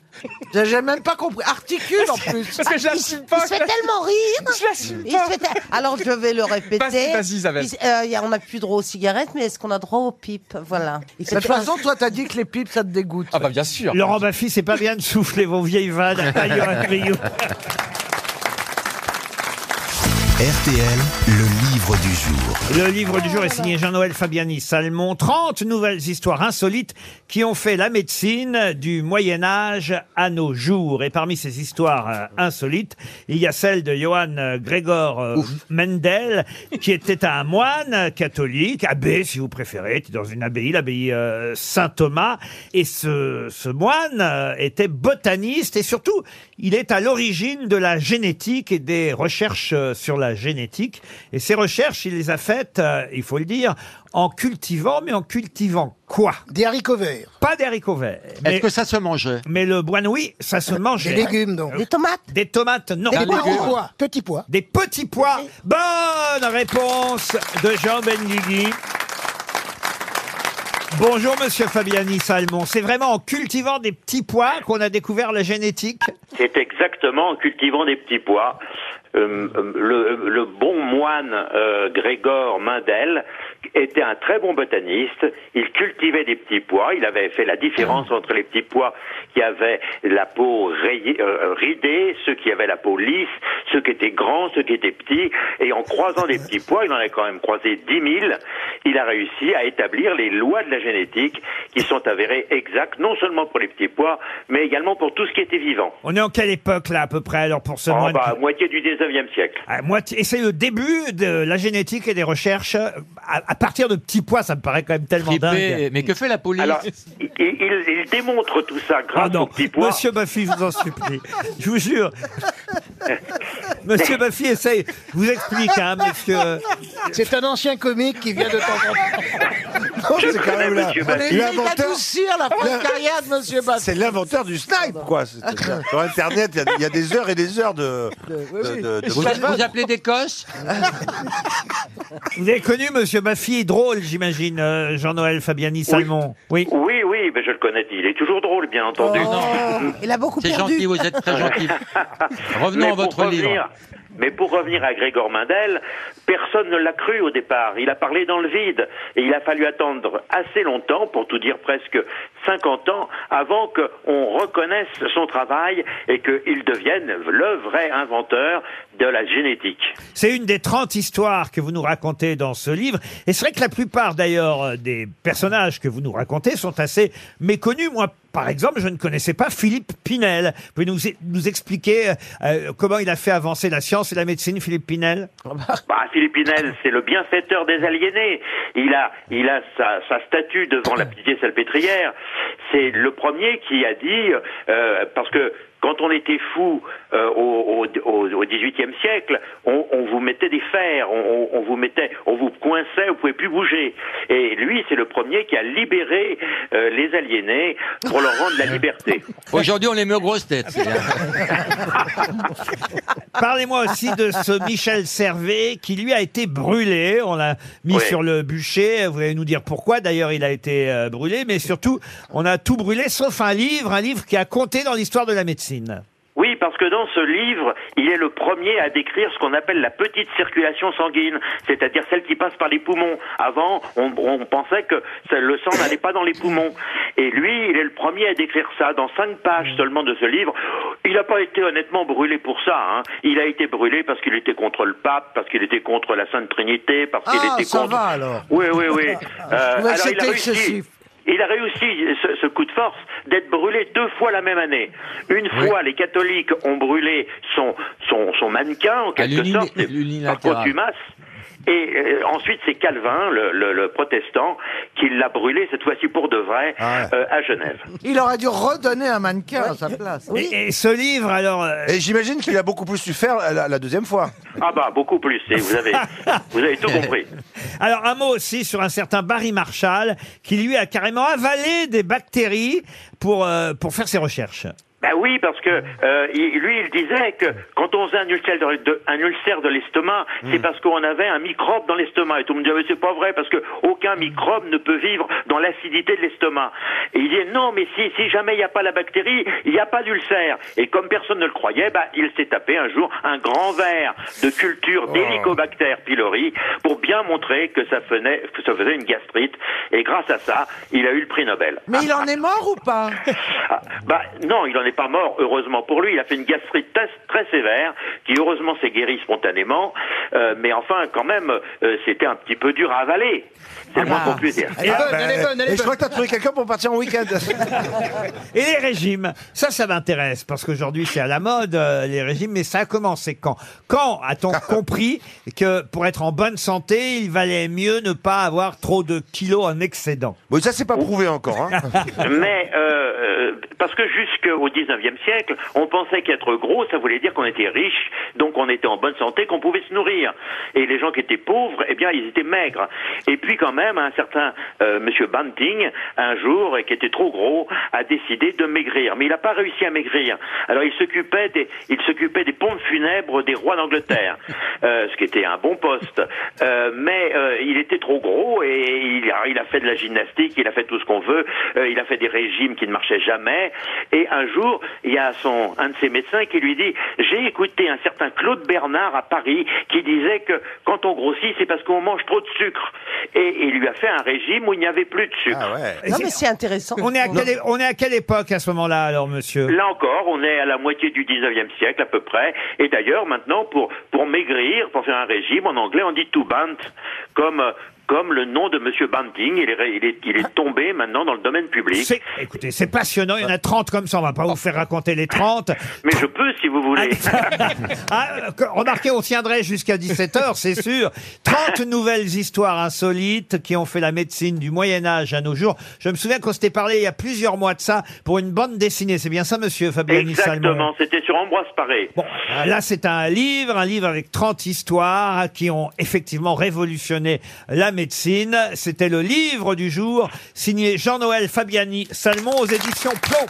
Speaker 6: J'ai même pas compris. Articule en plus.
Speaker 5: Parce que je l'assume pas.
Speaker 4: Ah, Il se fait tellement rire.
Speaker 5: Je l'assume
Speaker 4: Il
Speaker 5: pas.
Speaker 4: se fait te- Alors, je vais le répéter.
Speaker 5: Vas-y, vas-y, Isabelle.
Speaker 4: Il- euh, y a- on n'a plus droit aux cigarettes, mais est-ce qu'on a droit aux pipes Voilà. Il
Speaker 6: De toute façon, toi, t'as dit que les pipes, ça te dégoûte.
Speaker 5: Ah bah bien sûr.
Speaker 2: Laurent Baffy, c'est pas bien de souffler vos
Speaker 5: [laughs]
Speaker 2: vieilles vannes à Johan Rioux.
Speaker 1: RTL, le livre du jour.
Speaker 2: Le livre du jour est signé Jean-Noël Fabiani Salmon. 30 nouvelles histoires insolites qui ont fait la médecine du Moyen-Âge à nos jours. Et parmi ces histoires euh, insolites, il y a celle de Johann euh, Gregor euh, Mendel, qui était un moine euh, catholique, abbé si vous préférez, était dans une abbaye, l'abbaye euh, Saint-Thomas. Et ce, ce moine euh, était botaniste et surtout, il est à l'origine de la génétique et des recherches euh, sur la génétique. Et ces recherches, il les a faites, euh, il faut le dire, en cultivant, mais en cultivant quoi
Speaker 9: Des haricots verts.
Speaker 2: Pas des haricots verts.
Speaker 7: Est-ce
Speaker 2: mais-
Speaker 7: que ça se mangeait
Speaker 2: Mais le oui, ça se mange.
Speaker 9: Des légumes, donc.
Speaker 4: Des tomates
Speaker 2: Des tomates, non.
Speaker 9: Des petits pois. Petits pois.
Speaker 2: Des petits pois. Bonne réponse de Jean Benguigui. Bonjour Monsieur Fabiani Salmon. C'est vraiment en cultivant des petits pois qu'on a découvert la génétique.
Speaker 12: C'est exactement en cultivant des petits pois. Euh, euh, le, le bon moine euh, Grégor Mendel était un très bon botaniste. Il cultivait des petits pois. Il avait fait la différence entre les petits pois qui avaient la peau rayée, euh, ridée, ceux qui avaient la peau lisse, ceux qui étaient grands, ceux qui étaient petits. Et en croisant des petits pois, il en a quand même croisé 10 000. Il a réussi à établir les lois de la génétique qui sont avérées exactes, non seulement pour les petits pois, mais également pour tout ce qui était vivant.
Speaker 2: On est en quelle époque là à peu près alors pour ce
Speaker 12: Ah,
Speaker 2: moine
Speaker 12: bah,
Speaker 2: qui-
Speaker 12: à moitié du 19e siècle.
Speaker 2: À moitié- Et c'est le début de la génétique et des recherches à, à partir de petits pois. Ça me paraît quand même tellement dingue.
Speaker 7: Mais que fait la police
Speaker 12: Alors, il, il- il démontre tout ça grâce
Speaker 2: Pardon,
Speaker 12: aux petits pois.
Speaker 2: Oh, Monsieur Buffy, je vous en supplie. Je vous jure. [laughs] Monsieur Buffy essaye, je vous explique, hein, monsieur.
Speaker 9: C'est un ancien comique qui vient de temps en temps.
Speaker 8: c'est
Speaker 12: connais
Speaker 8: quand même la-
Speaker 12: Monsieur Baffi.
Speaker 6: Il a
Speaker 8: l'inventeur.
Speaker 6: doucir la fin de carrière de Monsieur Bass.
Speaker 8: C'est l'inventeur du snipe, quoi. C'est-à-dire, Sur Internet, il y a- il y, a des heures et des heures de. de-
Speaker 6: oui, oui.
Speaker 8: de- de-
Speaker 7: vous, vous appelez des coches
Speaker 2: Vous avez connu Monsieur Buffy, drôle, j'imagine, euh, Jean-Noël Fabiani Salmon. Oui. Oh,
Speaker 12: Oui, oui, mais je le connais. Il est toujours drôle, bien entendu.
Speaker 4: Oh, Il a beaucoup
Speaker 7: C'est
Speaker 4: perdu.
Speaker 7: gentil, vous êtes très
Speaker 12: [laughs]
Speaker 7: gentil. Revenons
Speaker 12: Mais pour
Speaker 7: à votre livre.
Speaker 12: Mais pour revenir à Grégor Mendel, personne ne l'a cru au départ. Il a parlé dans le vide. Et il a fallu attendre assez longtemps, pour tout dire presque 50 ans, avant qu'on reconnaisse son travail et qu'il devienne le vrai inventeur de la génétique.
Speaker 2: C'est une des 30 histoires que vous nous racontez dans ce livre. Et c'est vrai que la plupart, d'ailleurs, euh, des personnages que vous nous racontez sont assez méconnus. Moi, Par exemple, je ne connaissais pas Philippe Pinel. Vous pouvez nous, nous expliquer euh, euh, comment il a fait avancer la science et la médecine, Philippe Pinel
Speaker 12: Bah, Philippe Pinel, c'est le bienfaiteur des aliénés. Il a, il a sa, sa statue devant la pitié salpêtrière. C'est le premier qui a dit, euh, parce que quand on était fou euh, au, au, au- au XVIIIe siècle, on, on vous mettait des fers, on, on- on vous mettait, on vous coinçait, vous pouvez plus bouger. Et lui, c'est le premier qui a libéré euh, les aliénés pour leur rendre la liberté.
Speaker 7: Aujourd'hui, on est mieux grosses têtes. c'est bien.
Speaker 2: Parlez-moi aussi de ce Michel Servet qui lui a été brûlé. On l'a mis
Speaker 12: Oui.
Speaker 2: sur le bûcher. Vous allez nous dire pourquoi. D'ailleurs, il a été euh, brûlé, mais surtout, on a tout brûlé sauf un livre, un livre qui a compté dans l'histoire de la médecine.
Speaker 12: Oui, parce que dans ce livre, il est le premier à décrire ce qu'on appelle la petite circulation sanguine, c'est-à-dire celle qui passe par les poumons. Avant, on, on pensait que ça- le sang n'allait pas dans les poumons. Et lui, il est le premier à décrire ça dans cinq pages seulement de ce livre. Il n'a pas été honnêtement brûlé pour ça. hein. Il a été brûlé parce qu'il était contre le pape, parce qu'il était contre la Sainte Trinité, parce qu'il
Speaker 6: Ah,
Speaker 12: était
Speaker 6: ça
Speaker 12: contre...
Speaker 6: va alors.
Speaker 12: Oui, oui, oui. Euh,
Speaker 6: trouvais que
Speaker 12: alors, il a
Speaker 6: c'était
Speaker 12: réussi-
Speaker 6: excessif.
Speaker 12: il a réussi ce, ce coup de force d'être brûlé deux fois la même année. Une fois, les catholiques ont brûlé son, son, son mannequin, en quelque
Speaker 7: l'uni-
Speaker 12: sorte, par
Speaker 7: l'unilatéral.
Speaker 12: contumace. Et euh, ensuite, c'est Calvin, le, le- le protestant, qui l'a brûlé, cette fois-ci pour de vrai, euh, à Genève.
Speaker 6: Il aurait dû redonner un mannequin à sa place.
Speaker 2: Et, et ce livre, alors. euh,
Speaker 8: Et j'imagine qu'il a beaucoup plus su faire la, la deuxième fois.
Speaker 12: Ah bah, beaucoup plus, et vous avez, vous avez tout compris.
Speaker 2: Alors un mot aussi sur un certain Barry Marshall qui lui a carrément avalé des bactéries pour, euh, pour faire ses recherches.
Speaker 12: Ben oui, parce que euh, il- lui, il disait que quand on faisait un ulcère de, de- un ulcère de l'estomac, c'est parce qu'on avait un microbe dans l'estomac. Et tout le monde disait, mais c'est pas vrai, parce que aucun microbe ne peut vivre dans l'acidité de l'estomac. Et il dit, non, mais si, si jamais il n'y a pas la bactérie, il n'y a pas d'ulcère. Et comme personne ne le croyait, ben, il s'est tapé un jour un grand verre de culture d'hélicobacter pylori pour bien montrer que ça, faisait, que ça faisait une gastrite. Et grâce à ça, il a eu le prix Nobel.
Speaker 6: Mais il en est mort ou pas
Speaker 12: Ah, bah, non, il n'en est pas mort, heureusement pour lui. Il a fait une gastrite très, très sévère, qui heureusement s'est guérie spontanément. Euh, mais enfin, quand même, euh, c'était un petit peu dur à avaler. C'est le moins qu'on
Speaker 2: bah,
Speaker 12: puisse dire.
Speaker 2: Eh
Speaker 8: Ah, ben, et je crois que t'as trouvé quelqu'un pour partir en week-end.
Speaker 2: Et les régimes, ça, ça m'intéresse parce qu'aujourd'hui c'est à la mode euh, les régimes, mais ça a commencé quand Quand
Speaker 8: [laughs]
Speaker 2: a-t-on compris que pour être en bonne santé, il valait mieux ne pas avoir trop de kilos en excédent
Speaker 8: Bon, ça c'est pas prouvé encore.
Speaker 2: [laughs]
Speaker 8: hein.
Speaker 12: Mais euh, euh, parce que jusqu'au 19e siècle, on pensait qu'être gros, ça voulait dire qu'on était riche, donc on était en bonne santé, qu'on pouvait se nourrir. Et les gens qui étaient pauvres, eh bien, ils étaient maigres. Et puis quand même, un certain euh, monsieur Banting, un jour, euh, qui était trop gros, a décidé de maigrir. Mais il n'a pas réussi à maigrir. Alors il s'occupait des, il s'occupait des pompes funèbres des rois d'Angleterre, [laughs] euh, ce qui était un bon poste. Euh, mais euh, il était trop gros et il a, il a fait de la gymnastique, il a fait tout ce qu'on veut, euh, il a fait des régimes qui ne marchaient jamais. Et un jour, il y a son, un de ses médecins qui lui dit J'ai écouté un certain Claude Bernard à Paris qui disait que quand on grossit, c'est parce qu'on mange trop de sucre. Et il lui a fait un régime où il n'y avait plus de sucre.
Speaker 4: Non, mais c'est intéressant.
Speaker 2: On est à quelle, é- on est à quelle époque à ce moment-là alors, monsieur
Speaker 12: Là encore, on est à la moitié du 19e siècle à peu près. Et d'ailleurs, maintenant, pour, pour maigrir, pour faire un régime, en anglais, on dit to bant, comme, euh, comme le nom de Monsieur Banting. Il est, ré- il est, il est tombé maintenant dans le domaine public.
Speaker 2: C'est- Écoutez, c'est passionnant, il y en a 30 comme ça, on va pas vous faire raconter les 30.
Speaker 12: Mais je peux, si vous voulez.
Speaker 2: [laughs] Ah, euh, que- remarquez, on tiendrait jusqu'à 17h, c'est sûr. 30 nouvelles histoires insolites qui ont fait la médecine du Moyen-Âge à nos jours. Je me souviens qu'on s'était parlé il y a plusieurs mois de ça pour une bande dessinée. C'est bien ça, monsieur Fabiani
Speaker 12: [laughs]
Speaker 2: Salmon Ah,
Speaker 12: Exactement, c'était sur Ambroise Paré.
Speaker 2: Là, c'est un livre, un livre avec 30 histoires qui ont effectivement révolutionné la médecine. C'était le livre du jour, signé Jean-Noël Fabiani Salmon aux éditions Plomb.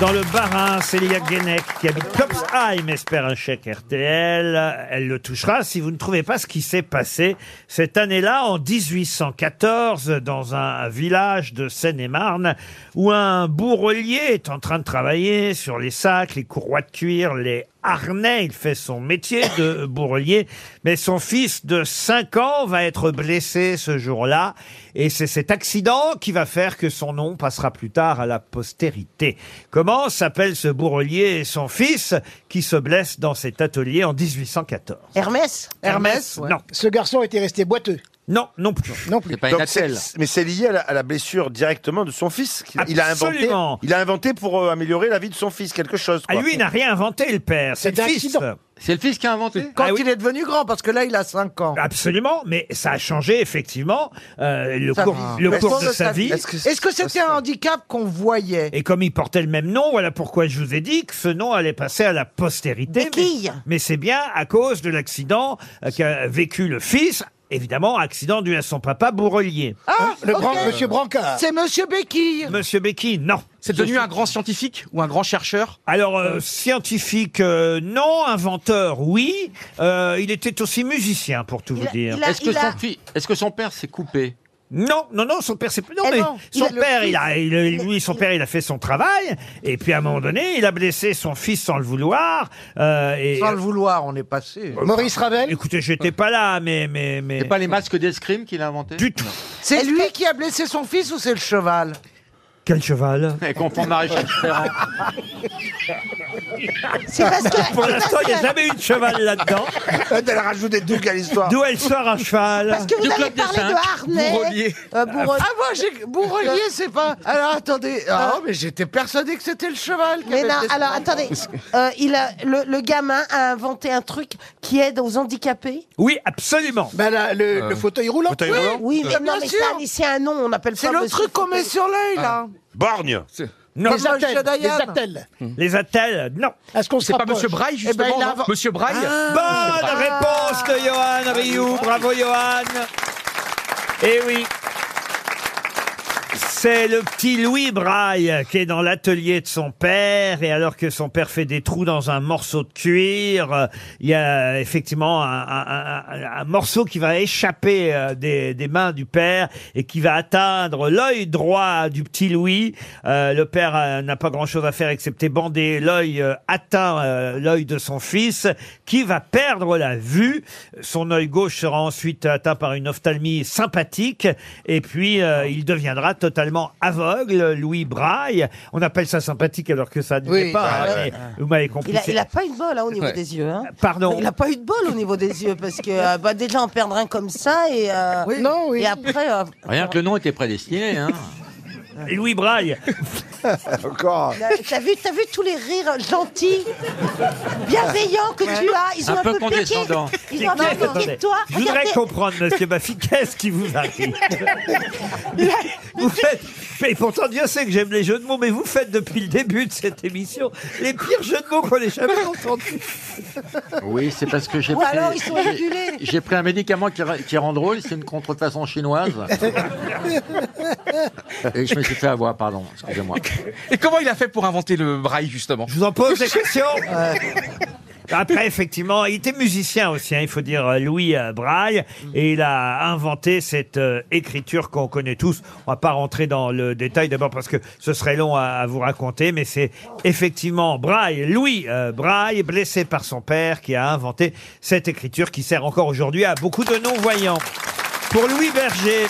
Speaker 2: Dans le Bas-Rhin, Célia Guénec, qui habite Klopsheim, espère un chèque RTL. Elle le touchera si vous ne trouvez pas ce qui s'est passé cette année-là, en 1814, dans un village de Seine-et-Marne, où un bourrelier est en train de travailler sur les sacs, les courroies de cuir, les harnais. Il fait son métier de bourrelier, mais son fils de 5 ans va être blessé ce jour-là. Et c'est cet accident qui va faire que son nom passera plus tard à la postérité. Comment s'appelle ce bourrelier et son fils qui se blesse dans cet atelier en 1814
Speaker 4: Hermès
Speaker 2: [laughs] Hermès, ouais.
Speaker 9: Non. Ce garçon était resté boiteux.
Speaker 2: Non, non plus.
Speaker 9: Non plus.
Speaker 2: pas une
Speaker 8: Donc, c'est-
Speaker 2: attelle.
Speaker 8: Mais c'est lié à la, à la blessure directement de son fils. qu'il- Il a inventé.
Speaker 2: Absolument.
Speaker 8: Il a inventé pour euh, améliorer la vie de son fils quelque chose.
Speaker 2: Ah,
Speaker 8: quoi.
Speaker 2: lui, il n'a rien inventé, le père. C'est
Speaker 8: C'est
Speaker 2: le
Speaker 8: un
Speaker 2: fils.
Speaker 8: accident.
Speaker 7: C'est le fils qui a inventé.
Speaker 2: Quand il est devenu grand, parce que là, il a 5 ans. Absolument, mais ça a changé, effectivement, euh, le
Speaker 6: Ça
Speaker 2: cours,
Speaker 6: va.
Speaker 2: le
Speaker 6: Mais
Speaker 2: cours
Speaker 6: est-ce
Speaker 2: de
Speaker 6: que
Speaker 2: sa
Speaker 6: ça-
Speaker 2: vie.
Speaker 6: Est-ce que est-ce que c'était un handicap qu'on voyait
Speaker 2: Et comme il portait le même nom, voilà pourquoi je vous ai dit que ce nom allait passer à la postérité. Mais, mais c'est bien à cause de l'accident euh, qu'a vécu le fils, évidemment, accident dû à son papa bourrelier.
Speaker 6: Ah,
Speaker 2: Le
Speaker 6: ok.
Speaker 2: grand- Monsieur Brancard.
Speaker 6: C'est Monsieur Béquille.
Speaker 2: Monsieur Becky, non.
Speaker 5: C'est devenu un grand scientifique ou un grand chercheur
Speaker 2: Alors, euh, scientifique, euh, non. Inventeur, oui. Euh, il était aussi musicien, pour tout vous dire.
Speaker 7: Est-ce que, son fi- est-ce que son père s'est coupé
Speaker 2: Non, non, non, son père, c'est non,
Speaker 7: Eh
Speaker 2: mais
Speaker 7: non,
Speaker 2: son
Speaker 7: il a-
Speaker 2: père,
Speaker 7: le
Speaker 2: il a,
Speaker 7: fils.
Speaker 2: il a- lui, son père, il a fait son travail, et puis à un moment donné, il a blessé son fils sans le vouloir. euh, et,
Speaker 6: Sans le vouloir, on est passé.
Speaker 2: Maurice Ravel. Écoutez, j'étais pas là, mais mais mais.
Speaker 7: C'est pas les masques d'escrime qu'il a inventé
Speaker 2: Du tout.
Speaker 6: C'est lui qui a blessé son fils ou c'est le cheval
Speaker 2: Quel cheval
Speaker 7: Elle confond maréchal Ferrand.
Speaker 6: C'est parce que-
Speaker 2: pour
Speaker 6: c'est
Speaker 2: l'instant,
Speaker 6: parce
Speaker 2: il n'y a
Speaker 6: que-
Speaker 2: jamais eu de cheval là-dedans.
Speaker 8: [laughs] Elle rajoute des trucs à l'histoire.
Speaker 2: D'où elle sort un cheval
Speaker 4: Parce que vous avez parlé de harnais. euh, bourrelier.
Speaker 6: Ah, moi, j'ai- Bourrelier, c'est pas. Alors, attendez. Ah, mais j'étais persuadé que c'était le cheval.
Speaker 4: [laughs]
Speaker 6: qui
Speaker 4: Mais
Speaker 6: avait
Speaker 4: non,
Speaker 6: blessé
Speaker 4: alors
Speaker 6: son
Speaker 4: attendez,
Speaker 6: fils.
Speaker 4: euh, il a, le, le gamin a inventé un truc qui aide aux handicapés
Speaker 2: Oui, absolument.
Speaker 9: Bah là, le,
Speaker 8: Euh,
Speaker 9: le fauteuil roulant.
Speaker 4: oui, Oui, mais non, mais ça, mais c'est un nom, on appelle
Speaker 6: C'est
Speaker 4: pas
Speaker 6: le
Speaker 4: monsieur
Speaker 6: truc qu'on
Speaker 4: fauteuil. Ah.
Speaker 6: met sur l'œil, là.
Speaker 8: Ah. Borgne.
Speaker 2: Non.
Speaker 6: Comme Monsieur
Speaker 9: Les
Speaker 6: Dayan.
Speaker 9: attelles.
Speaker 2: Les attelles, non.
Speaker 9: Est-ce qu'on se
Speaker 5: C'est pas
Speaker 9: rapproche
Speaker 5: Monsieur Braille,
Speaker 9: Eh ben,
Speaker 5: justement
Speaker 9: il a Ah.
Speaker 5: non
Speaker 9: inventé-
Speaker 5: Monsieur Braille
Speaker 2: Bonne réponse de Johan Rioux. Bravo, Johan. Eh oui. C'est le petit Louis Braille qui est dans l'atelier de son père et alors que son père fait des trous dans un morceau de cuir, euh, il y a effectivement un, un- un- un morceau qui va échapper euh, des, des mains du père et qui va atteindre l'œil droit du petit Louis. Euh, le père euh, n'a pas grand-chose à faire excepté bander l'œil euh, atteint euh, l'œil de son fils qui va perdre la vue. Son œil gauche sera ensuite atteint par une ophtalmie sympathique et puis euh, il deviendra totalement aveugle, Louis Braille. On appelle ça sympathique alors que ça ne
Speaker 4: Oui,
Speaker 2: l'est pas.
Speaker 4: ouais,
Speaker 2: hein,
Speaker 4: ouais.
Speaker 2: mais Vous m'avez compris.
Speaker 4: Il a,
Speaker 2: c'est-
Speaker 4: il a pas eu de bol hein, au niveau
Speaker 2: Ouais.
Speaker 4: des yeux. Hein.
Speaker 2: Pardon.
Speaker 4: Il a pas eu de bol au niveau des yeux parce que euh, bah, déjà en perdre un comme ça et, euh, et après. euh,
Speaker 7: Rien que le nom était prédestiné.
Speaker 2: [laughs]
Speaker 7: Hein.
Speaker 2: Louis Braille.
Speaker 8: Encore.
Speaker 4: T'as vu, t'as vu tous les rires gentils, bienveillants que tu as Ils ont un,
Speaker 7: peu
Speaker 4: piqué.
Speaker 7: condescendant.
Speaker 4: Ils ont un peu piqué de toi.
Speaker 2: Je voudrais
Speaker 4: Regardez.
Speaker 2: comprendre, monsieur Baffy, qu'est-ce qui vous arrive Vous faites. Mais pourtant, Dieu sait que j'aime les jeux de mots, mais vous faites depuis le début de cette émission les pires jeux de mots qu'on ait jamais entendus.
Speaker 7: Oui, c'est parce que j'ai
Speaker 4: Ou
Speaker 7: pris,
Speaker 4: alors ils sont
Speaker 7: j'ai-
Speaker 4: régulés.
Speaker 7: j'ai pris un médicament qui, ra- qui rend drôle, c'est une contrefaçon chinoise. Et je me suis fait avoir, pardon, excusez-moi.
Speaker 5: Et comment il a fait pour inventer le braille, justement
Speaker 2: Je vous en pose des questions Après, effectivement, il était musicien aussi, hein, il faut dire euh, Louis euh, Braille, et il a inventé cette euh, écriture qu'on connaît tous. On va pas rentrer dans le détail d'abord parce que ce serait long à, à vous raconter, mais c'est effectivement Braille, Louis euh, Braille, blessé par son père, qui a inventé cette écriture qui sert encore aujourd'hui à beaucoup de non-voyants. Pour Louis Berger,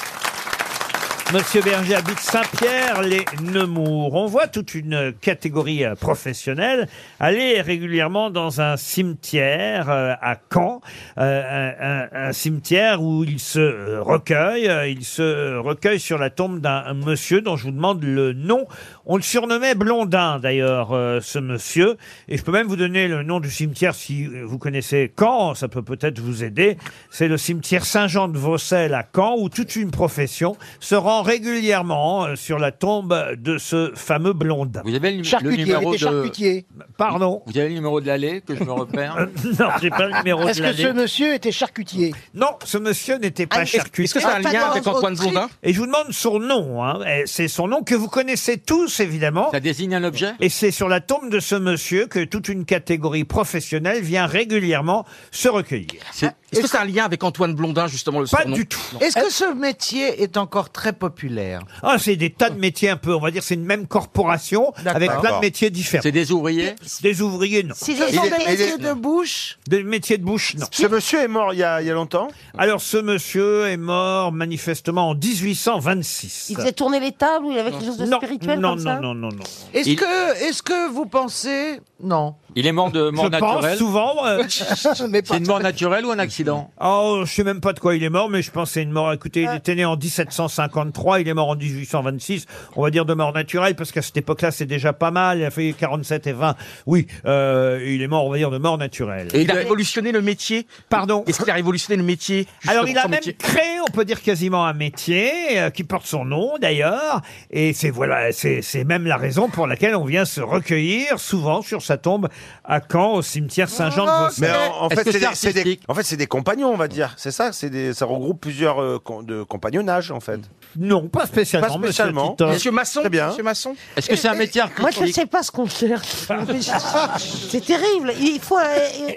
Speaker 2: Monsieur Berger habite Saint-Pierre-les-Nemours. On voit toute une catégorie euh, professionnelle aller régulièrement dans un cimetière euh, à Caen, euh, un, un- un cimetière où il se euh, recueille. Euh, Il se recueille sur la tombe d'un monsieur dont je vous demande le nom. On le surnommait Blondin d'ailleurs, euh, ce monsieur. Et je peux même vous donner le nom du cimetière si euh, vous connaissez Caen, ça peut peut-être vous aider. C'est le cimetière Saint-Jean de Vaucelles à Caen où toute une profession se rend régulièrement euh, sur la tombe de ce fameux Blondin.
Speaker 7: Vous avez le, num- le
Speaker 2: Charcutier,
Speaker 7: numéro
Speaker 2: il
Speaker 7: de...
Speaker 2: était charcutier. Pardon
Speaker 7: Vous avez le numéro de l'allée que je me repère
Speaker 2: [laughs] Non, j'ai pas le numéro
Speaker 9: Est-ce
Speaker 2: de
Speaker 9: que
Speaker 2: l'allée.
Speaker 9: ce monsieur était charcutier
Speaker 2: Non, ce monsieur n'était
Speaker 9: Ah,
Speaker 2: pas
Speaker 9: est-ce-
Speaker 2: charcutier.
Speaker 9: est-ce que ça a un Ah, pas lien dans avec Antoine votre Blondin
Speaker 2: Et je vous demande son nom. hein. Eh, C'est son nom que vous connaissez tous, évidemment. Ça
Speaker 7: désigne un objet
Speaker 2: Et c'est sur la tombe de ce monsieur que toute une catégorie professionnelle vient régulièrement se recueillir. Ah,
Speaker 7: Est-ce
Speaker 5: que c'est un lien avec Antoine Blondin, justement, le
Speaker 2: Pas du tout. Euh,
Speaker 6: Est-ce que ce métier est encore très populaire
Speaker 2: Ah, c'est des tas de métiers un peu, on va dire, c'est une même corporation avec plein de
Speaker 7: D'accord.
Speaker 2: métiers différents.
Speaker 7: C'est des ouvriers
Speaker 2: Des ouvriers, non.
Speaker 6: Ce sont des métiers de bouche
Speaker 2: Des métiers de bouche, non.
Speaker 8: Ce monsieur est mort il y a, il y a longtemps
Speaker 2: Alors, ce monsieur est mort manifestement en 1826.
Speaker 4: Il faisait tourner les tables ou il avait quelque chose de
Speaker 2: non,
Speaker 4: spirituel
Speaker 2: non,
Speaker 4: comme
Speaker 2: non,
Speaker 4: ça
Speaker 2: non, non, non.
Speaker 6: Est-ce
Speaker 2: Il-
Speaker 6: que, est que vous pensez. Non.
Speaker 15: Il est mort de mort
Speaker 2: Je
Speaker 15: naturelle.
Speaker 2: pense
Speaker 7: [laughs]
Speaker 2: souvent. euh,
Speaker 15: C'est une mort naturelle ou un accident
Speaker 2: Oh, je sais même pas de quoi il est mort, mais je pense que c'est une mort. Écoutez, il était né en 1753, il est mort en 1826. On va dire de mort naturelle, parce qu'à cette époque-là, c'est déjà pas mal. Il a fait 47 et 20. Oui, euh, il est mort, on va dire, de mort naturelle.
Speaker 5: Et il a révolutionné le métier.
Speaker 2: Pardon.
Speaker 5: Est-ce qu'il a révolutionné le métier
Speaker 2: Alors,
Speaker 5: justement,
Speaker 2: il a
Speaker 5: son
Speaker 2: même
Speaker 5: métier
Speaker 2: créé, on peut dire quasiment un métier euh, qui porte son nom d'ailleurs, et c'est voilà, c'est c'est même la raison pour laquelle on vient se recueillir souvent sur sa tombe à Caen au cimetière Saint-Jean de Vaucelles.
Speaker 8: Ah, Mais en, en fait, c'est des, c'est des- en fait, c'est des compagnons, on va dire. C'est ça, c'est des, ça regroupe plusieurs euh, com- de compagnonnage, en fait.
Speaker 2: Non, pas spécialement.
Speaker 8: Pas
Speaker 2: monsieur
Speaker 8: spécialement.
Speaker 2: Titoff.
Speaker 8: Monsieur Masson, Très bien. monsieur
Speaker 5: Masson.
Speaker 8: Est-ce que c'est un métier
Speaker 4: Moi, je ne
Speaker 8: artistique
Speaker 4: sais pas ce qu'on cherche. [laughs] c'est terrible. Il faut. euh,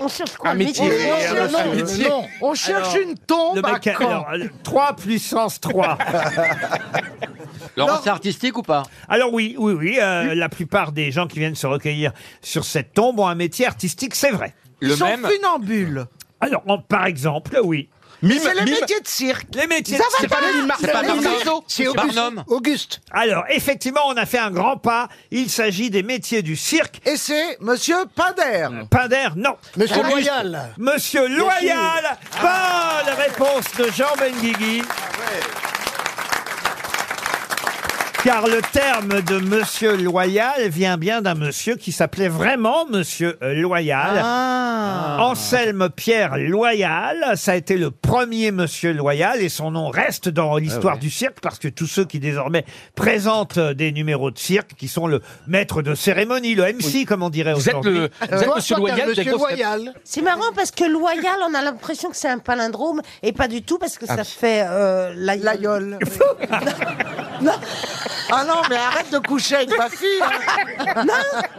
Speaker 4: on cherche quoi
Speaker 2: Un métier.
Speaker 4: On cherche-
Speaker 2: Un
Speaker 4: non,
Speaker 2: métier.
Speaker 4: non.
Speaker 6: On cherche
Speaker 2: Alors,
Speaker 6: une tombe
Speaker 2: Le mec,
Speaker 6: à Caen.
Speaker 2: alors, 3 puissance [laughs] 3.
Speaker 7: Laurent, c'est artistique ou pas Hmm.
Speaker 2: Alors oui, oui, oui, euh, la plupart des gens qui viennent se recueillir sur cette tombe ont un métier artistique, c'est vrai.
Speaker 15: Le Ils sont même
Speaker 2: funambules. Alors, en- par exemple, oui.
Speaker 6: Mais c'est les métiers de cirque.
Speaker 2: Les métiers
Speaker 6: Ça
Speaker 2: de
Speaker 6: va
Speaker 2: cirque.
Speaker 6: pas, C'est pas Lynn Martin, c'est pas Lynn Barnum. Martin.
Speaker 2: C'est
Speaker 6: C'est Barnum.
Speaker 2: Auguste. Alors, effectivement, on a fait un grand pas. Il s'agit des métiers du cirque. Euh,
Speaker 6: Et c'est Monsieur Pinder.
Speaker 2: Pinder, non.
Speaker 6: Monsieur Auguste. Loyal.
Speaker 2: Monsieur
Speaker 6: Bien sûr. Ah.
Speaker 2: Loyal. Bonne réponse de Jean Benguigui. Car le terme de Monsieur Loyal vient bien d'un monsieur qui s'appelait vraiment Monsieur euh, Loyal.
Speaker 5: Ah.
Speaker 2: Anselme Pierre Loyal, ça a été le premier Monsieur Loyal et son nom reste
Speaker 5: Ah
Speaker 2: dans l'histoire du cirque parce que tous ceux qui désormais présentent euh, des numéros de cirque, qui sont le maître de cérémonie, le MC comme on dirait
Speaker 5: Vous êtes
Speaker 2: aujourd'hui.
Speaker 5: le-
Speaker 6: Euh,
Speaker 5: vous êtes Monsieur Loyal, vous êtes Ghost Pepper.
Speaker 4: C'est marrant parce que loyal, on a l'impression que c'est un palindrome et pas du tout parce que ça fait euh, l'aïeul. [laughs] non.
Speaker 6: Ah non, mais arrête de coucher avec ma fille.
Speaker 2: [laughs]
Speaker 6: hein.
Speaker 4: Non,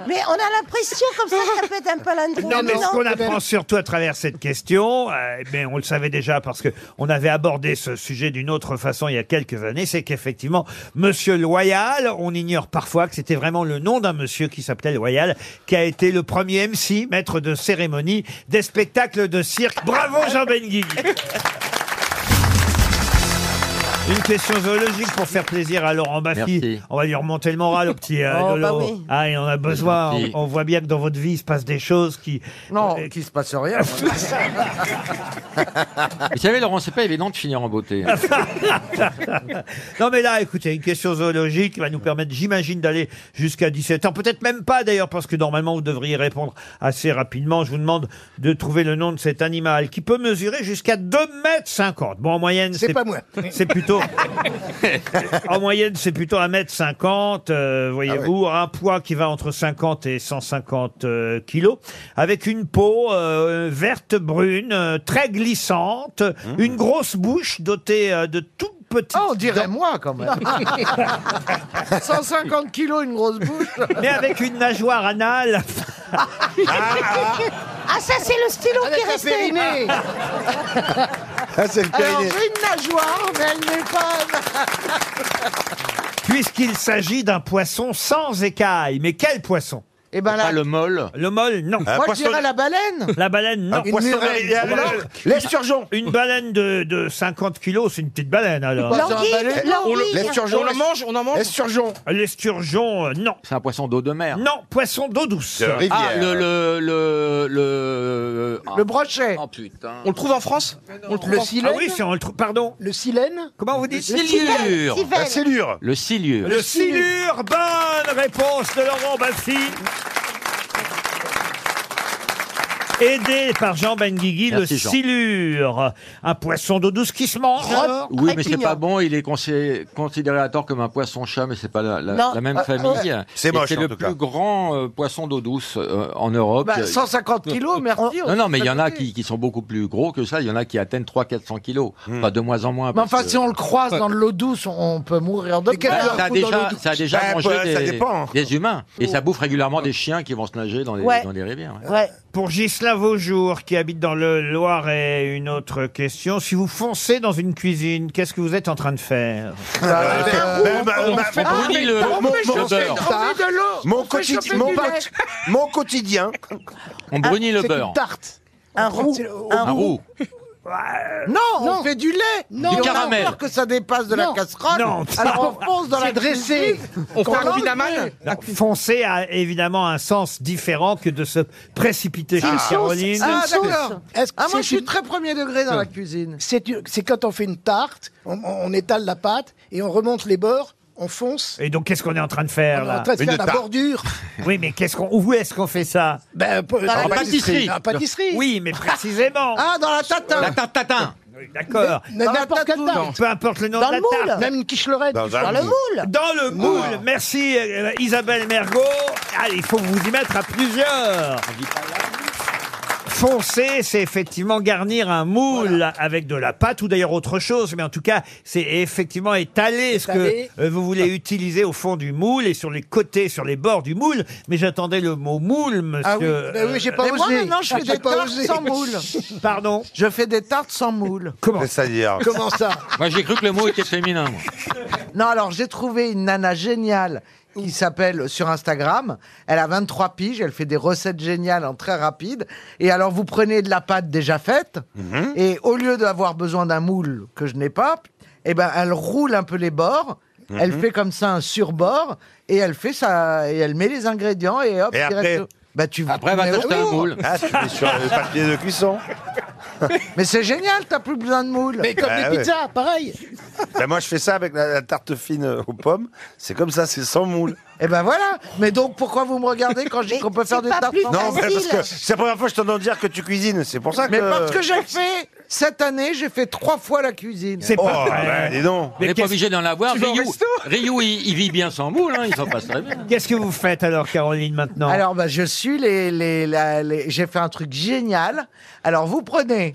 Speaker 4: mais on a l'impression comme ça que ça peut être un palindrome.
Speaker 2: Non, mais ce qu'on
Speaker 4: non.
Speaker 2: apprend surtout à travers cette question, euh, mais on le savait déjà parce que on avait abordé ce sujet d'une autre façon il y a quelques années, c'est qu'effectivement, Monsieur Loyal, on ignore parfois que c'était vraiment le nom d'un monsieur qui s'appelait Loyal, qui a été le premier MC, maître de cérémonie des spectacles de cirque. Bravo Jean Benguigui Une question zoologique pour faire plaisir à Laurent Baffy. On va lui remonter le moral au petit euh,
Speaker 6: Oh, bah
Speaker 2: Lolo.
Speaker 6: oui.
Speaker 2: Ah, il en a besoin. On,
Speaker 6: Merci.
Speaker 2: on voit bien que dans votre vie, il se passe des choses qui... euh,
Speaker 6: Non, qu'il se passe rien.
Speaker 7: Vous savez, Laurent, c'est pas évident de finir en beauté.
Speaker 2: [laughs] Ah, non mais là, écoutez, une question zoologique qui va nous permettre, j'imagine, d'aller jusqu'à 17 ans. Peut-être même pas d'ailleurs, parce que normalement, vous devriez répondre assez rapidement. Je vous demande de trouver le nom de cet animal qui peut mesurer jusqu'à 2 mètres 50. Bon, en moyenne, c'est
Speaker 9: pas moi. [laughs]
Speaker 2: C'est plutôt... [laughs] en moyenne, c'est plutôt 1 mètre 50, euh, voyez-vous, un poids qui va entre 50 et 150 euh, kilos, avec une peau euh, verte brune, euh, très glissante, une grosse bouche dotée euh, de tout petit.
Speaker 6: Ah, on dirait moi
Speaker 2: [laughs]
Speaker 6: quand même. 150 kilos, une grosse bouche.
Speaker 2: Mais avec une nageoire
Speaker 6: [laughs]
Speaker 2: anale.
Speaker 4: Ah, ça, c'est le stylo qui est resté. Ah.
Speaker 8: c'est
Speaker 2: Ah,
Speaker 8: le
Speaker 6: Alors,
Speaker 8: périnée.
Speaker 6: j'ai une nageoire, mais elle n'est pas.
Speaker 2: Puisqu'il s'agit d'un poisson sans écailles. Mais quel poisson
Speaker 6: Eh ben
Speaker 7: Pas le mol.
Speaker 2: Le mol, non.
Speaker 6: Moi, je dirais la baleine.
Speaker 2: La baleine, non.
Speaker 6: Un poisson- Une murène. La- la-
Speaker 8: l'esturgeon.
Speaker 2: Une baleine de, de 50 kilos, c'est une petite baleine, alors.
Speaker 6: Bah, c'est un L'anguille, baleine. l'anguille. On le- l'esturgeon,
Speaker 2: On le
Speaker 6: l'est-
Speaker 2: mange, on en mange
Speaker 8: L'esturgeon.
Speaker 2: L'esturgeon, euh, non.
Speaker 7: C'est un poisson d'eau de mer.
Speaker 2: Non, poisson d'eau douce.
Speaker 7: Ah, le. Le. Le. Le,
Speaker 6: Le brochet.
Speaker 7: Oh putain.
Speaker 5: On le trouve en France On le trouve
Speaker 7: Le
Speaker 5: en-
Speaker 7: silène
Speaker 5: Ah oui,
Speaker 2: c'est on le trouve. Pardon.
Speaker 9: Le silène
Speaker 2: Comment vous
Speaker 7: Le
Speaker 2: dites
Speaker 7: silure.
Speaker 2: La
Speaker 8: silure.
Speaker 7: Le silure.
Speaker 2: Le silure, bonne réponse de Laurent Bassi. Aidé par Jean Benguigui, le
Speaker 7: Merci, Jean.
Speaker 2: silure, un poisson d'eau douce qui se mange.
Speaker 6: Oh.
Speaker 2: alors
Speaker 7: Oui, mais c'est pas bon. Il est consé- considéré à tort comme un poisson-chat, mais c'est pas la, la-
Speaker 2: Non.
Speaker 7: la même
Speaker 6: oh.
Speaker 2: Ah,
Speaker 7: famille.
Speaker 2: ouais. C'est
Speaker 7: Et
Speaker 2: moche,
Speaker 7: C'est
Speaker 2: en
Speaker 7: le
Speaker 2: tout
Speaker 7: plus
Speaker 2: cas.
Speaker 7: grand euh, poisson d'eau douce euh, en Europe.
Speaker 6: Bah,
Speaker 7: Il y a-
Speaker 6: 150 kilos, merci.
Speaker 7: Non, non, mais il y en a qui, qui sont beaucoup plus gros que ça. Il y en a qui atteignent 300-400 kilos.
Speaker 2: Hmm.
Speaker 7: Pas de moins en moins.
Speaker 6: Ah, Mais
Speaker 7: parce
Speaker 6: enfin,
Speaker 7: que-
Speaker 6: si on le croise dans de l'eau douce, on on peut mourir de
Speaker 7: Bah,
Speaker 6: peur.
Speaker 7: ça, a déjà, ça a déjà
Speaker 6: Ben,
Speaker 2: Bah,
Speaker 7: mangé des, des humains. Et ça bouffe régulièrement des chiens qui vont se nager dans les,
Speaker 2: Ouais.
Speaker 7: dans les rivières. ouais.
Speaker 2: Pour Gisela Vaujour, qui habite dans le Loiret, une autre question. Si vous foncez dans une cuisine, qu'est-ce que vous êtes en train de faire
Speaker 7: Euh,
Speaker 8: Ah, Bah, Mon quotidien, mon pote- mon quotidien.
Speaker 6: Ah,
Speaker 7: On brunit le beurre.
Speaker 9: tarte.
Speaker 4: Un roux. Un roux.
Speaker 6: Non, on fait du lait.
Speaker 5: Non.
Speaker 6: Et
Speaker 5: Du
Speaker 6: on
Speaker 5: caramel.
Speaker 6: a peur que ça dépasse de la
Speaker 5: Non.
Speaker 6: casserole.
Speaker 5: Non.
Speaker 6: Ah, Alors on fonce dans
Speaker 5: C'est
Speaker 6: la
Speaker 5: dressé.
Speaker 6: cuisine.
Speaker 5: On fait un
Speaker 6: Quand
Speaker 5: Kinaman
Speaker 6: l'entrée-
Speaker 2: Foncer a évidemment un sens différent que de se précipiter chez Caroline.
Speaker 6: Ah, d'accord. Ah, moi, je suis très premier degré dans la cuisine.
Speaker 9: C'est du- c'est quand on fait une tarte, on, on étale la pâte et on remonte les bords, on fonce.
Speaker 2: Et donc, qu'est-ce qu'on est en train de faire
Speaker 9: On est
Speaker 2: là
Speaker 9: en train de Une faire la tarte. bordure.
Speaker 2: Oui, mais qu'est-ce qu'on, où est-ce qu'on fait ça
Speaker 9: ben,
Speaker 2: En
Speaker 9: la pâtisserie. En pâtisserie.
Speaker 2: Oui,
Speaker 9: [laughs]
Speaker 2: mais précisément.
Speaker 6: Ah, dans la tatin.
Speaker 2: La
Speaker 7: tarte tatin.
Speaker 2: D'accord.
Speaker 9: hein. Mais- mais n'importe quelle tarte.
Speaker 2: Peu importe le nom
Speaker 9: Dans
Speaker 2: de la
Speaker 9: le moule.
Speaker 2: tarte.
Speaker 9: Même une quiche lorraine. Dans un Dans le moule. moule.
Speaker 2: Dans le moule. Merci euh, Isabelle Mergot. Allez, il faut vous y mettre à plusieurs. Foncer, c'est effectivement garnir un moule avec de la pâte ou d'ailleurs autre chose, mais en tout cas, c'est effectivement étaler, ce
Speaker 9: Étaler.
Speaker 2: que euh, vous voulez utiliser au fond du moule et sur les côtés, sur les bords du moule. Mais j'attendais le mot moule, monsieur.
Speaker 6: Ah oui, bah
Speaker 2: euh,
Speaker 6: oui, j'ai pas
Speaker 2: euh,
Speaker 6: osé. Moi maintenant, je fais des tartes sans moule. [laughs]
Speaker 2: Pardon
Speaker 6: Je fais des tartes sans moule.
Speaker 2: Comment
Speaker 8: C'est-à-dire
Speaker 6: Comment ça
Speaker 7: Moi, j'ai cru que le mot était féminin. moi.
Speaker 6: Non, alors j'ai trouvé une nana géniale qui s'appelle sur Instagram. Elle a 23 piges, elle fait des recettes géniales en très rapide. Et alors vous prenez de la pâte déjà faite
Speaker 8: Mhm.
Speaker 6: et au lieu d'avoir besoin d'un moule que je n'ai pas, eh ben elle roule un peu les bords.
Speaker 8: Mhm.
Speaker 6: Elle fait comme ça un surbord et elle fait ça et elle met les ingrédients et hop
Speaker 8: Et après
Speaker 6: direct- bah tu
Speaker 8: Après, va
Speaker 6: mais
Speaker 8: t'acheter
Speaker 6: au
Speaker 8: un
Speaker 6: four.
Speaker 8: moule. Ah, tu mets sur le papier de cuisson.
Speaker 6: Mais c'est génial, t'as plus besoin de moule.
Speaker 8: Mais comme Ah les ouais. pizzas,
Speaker 9: pareil.
Speaker 8: Ben, moi, je fais ça avec la, la tarte fine euh, aux pommes. C'est comme ça, c'est sans moule.
Speaker 6: Et ben voilà. Mais donc pourquoi vous me regardez quand je dis qu'on peut faire des tartes sans
Speaker 8: Non, mais
Speaker 6: moule
Speaker 8: parce que c'est la première fois que je t'entends dire que tu cuisines. C'est pour ça que.
Speaker 6: Mais parce que j'ai fait cette année, j'ai fait trois fois la cuisine.
Speaker 7: C'est
Speaker 8: oh,
Speaker 7: pas vrai.
Speaker 8: ben, dis donc.
Speaker 7: On n'est pas
Speaker 2: qu'est-ce-
Speaker 7: obligé d'en avoir.
Speaker 2: Tu vas au
Speaker 7: Ryu,
Speaker 2: resto
Speaker 7: Ryu, il, il vit bien sans moule, hein, il s'en passe très bien.
Speaker 2: Qu'est-ce que vous faites alors, Caroline, maintenant
Speaker 6: Alors bah je suis les les, la- les- j'ai fait un truc génial. Alors vous prenez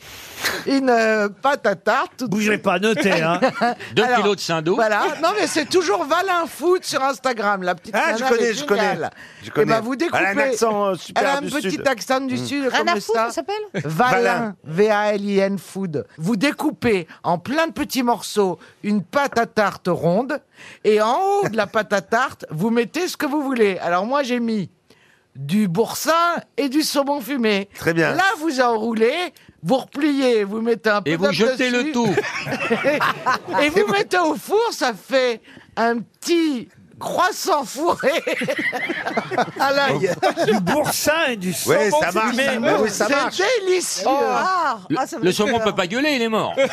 Speaker 6: une euh, pâte à tarte.
Speaker 2: [laughs] Bougez pas, notez,
Speaker 6: [laughs]
Speaker 2: hein.
Speaker 7: [laughs] Deux kilos de Saint-Dos.
Speaker 6: Voilà. Non mais c'est toujours Valin Food sur Instagram, la petite.
Speaker 8: Ah,
Speaker 6: nana,
Speaker 8: je connais,
Speaker 6: elle est
Speaker 8: je connais.
Speaker 6: géniale.
Speaker 8: Je connais.
Speaker 6: Et ben vous découpez.
Speaker 8: Elle a un accent, euh, super
Speaker 6: Elle a un
Speaker 8: du
Speaker 6: petit
Speaker 8: Sud.
Speaker 6: accent du
Speaker 8: Mm.
Speaker 6: sud
Speaker 4: Rana
Speaker 6: comme
Speaker 4: Food,
Speaker 6: ça.
Speaker 4: ça s'appelle
Speaker 6: Valin, V-A-L-I-N Food. Vous découpez en plein de petits morceaux une pâte à tarte ronde et en haut de la pâte à tarte, vous mettez ce que vous voulez. Alors moi, j'ai mis du boursin et du saumon fumé.
Speaker 8: Très bien.
Speaker 6: Là, vous enroulez, vous repliez, vous mettez un peu
Speaker 7: Et vous
Speaker 6: d'œuf
Speaker 7: jetez
Speaker 6: dessus.
Speaker 7: le tout.
Speaker 6: [laughs] et vous mettez au four, ça fait un petit croissant fourré [laughs] à l'ail.
Speaker 2: Du boursin et du saumon
Speaker 8: Ouais, ça marche,
Speaker 2: fumé.
Speaker 8: ça marche. Oui, ça marche.
Speaker 6: C'est délicieux.
Speaker 7: Oh.
Speaker 4: Oh.
Speaker 7: Le,
Speaker 2: Ah,
Speaker 4: Ah,
Speaker 7: le saumon peut pas gueuler, il est mort.
Speaker 2: hein.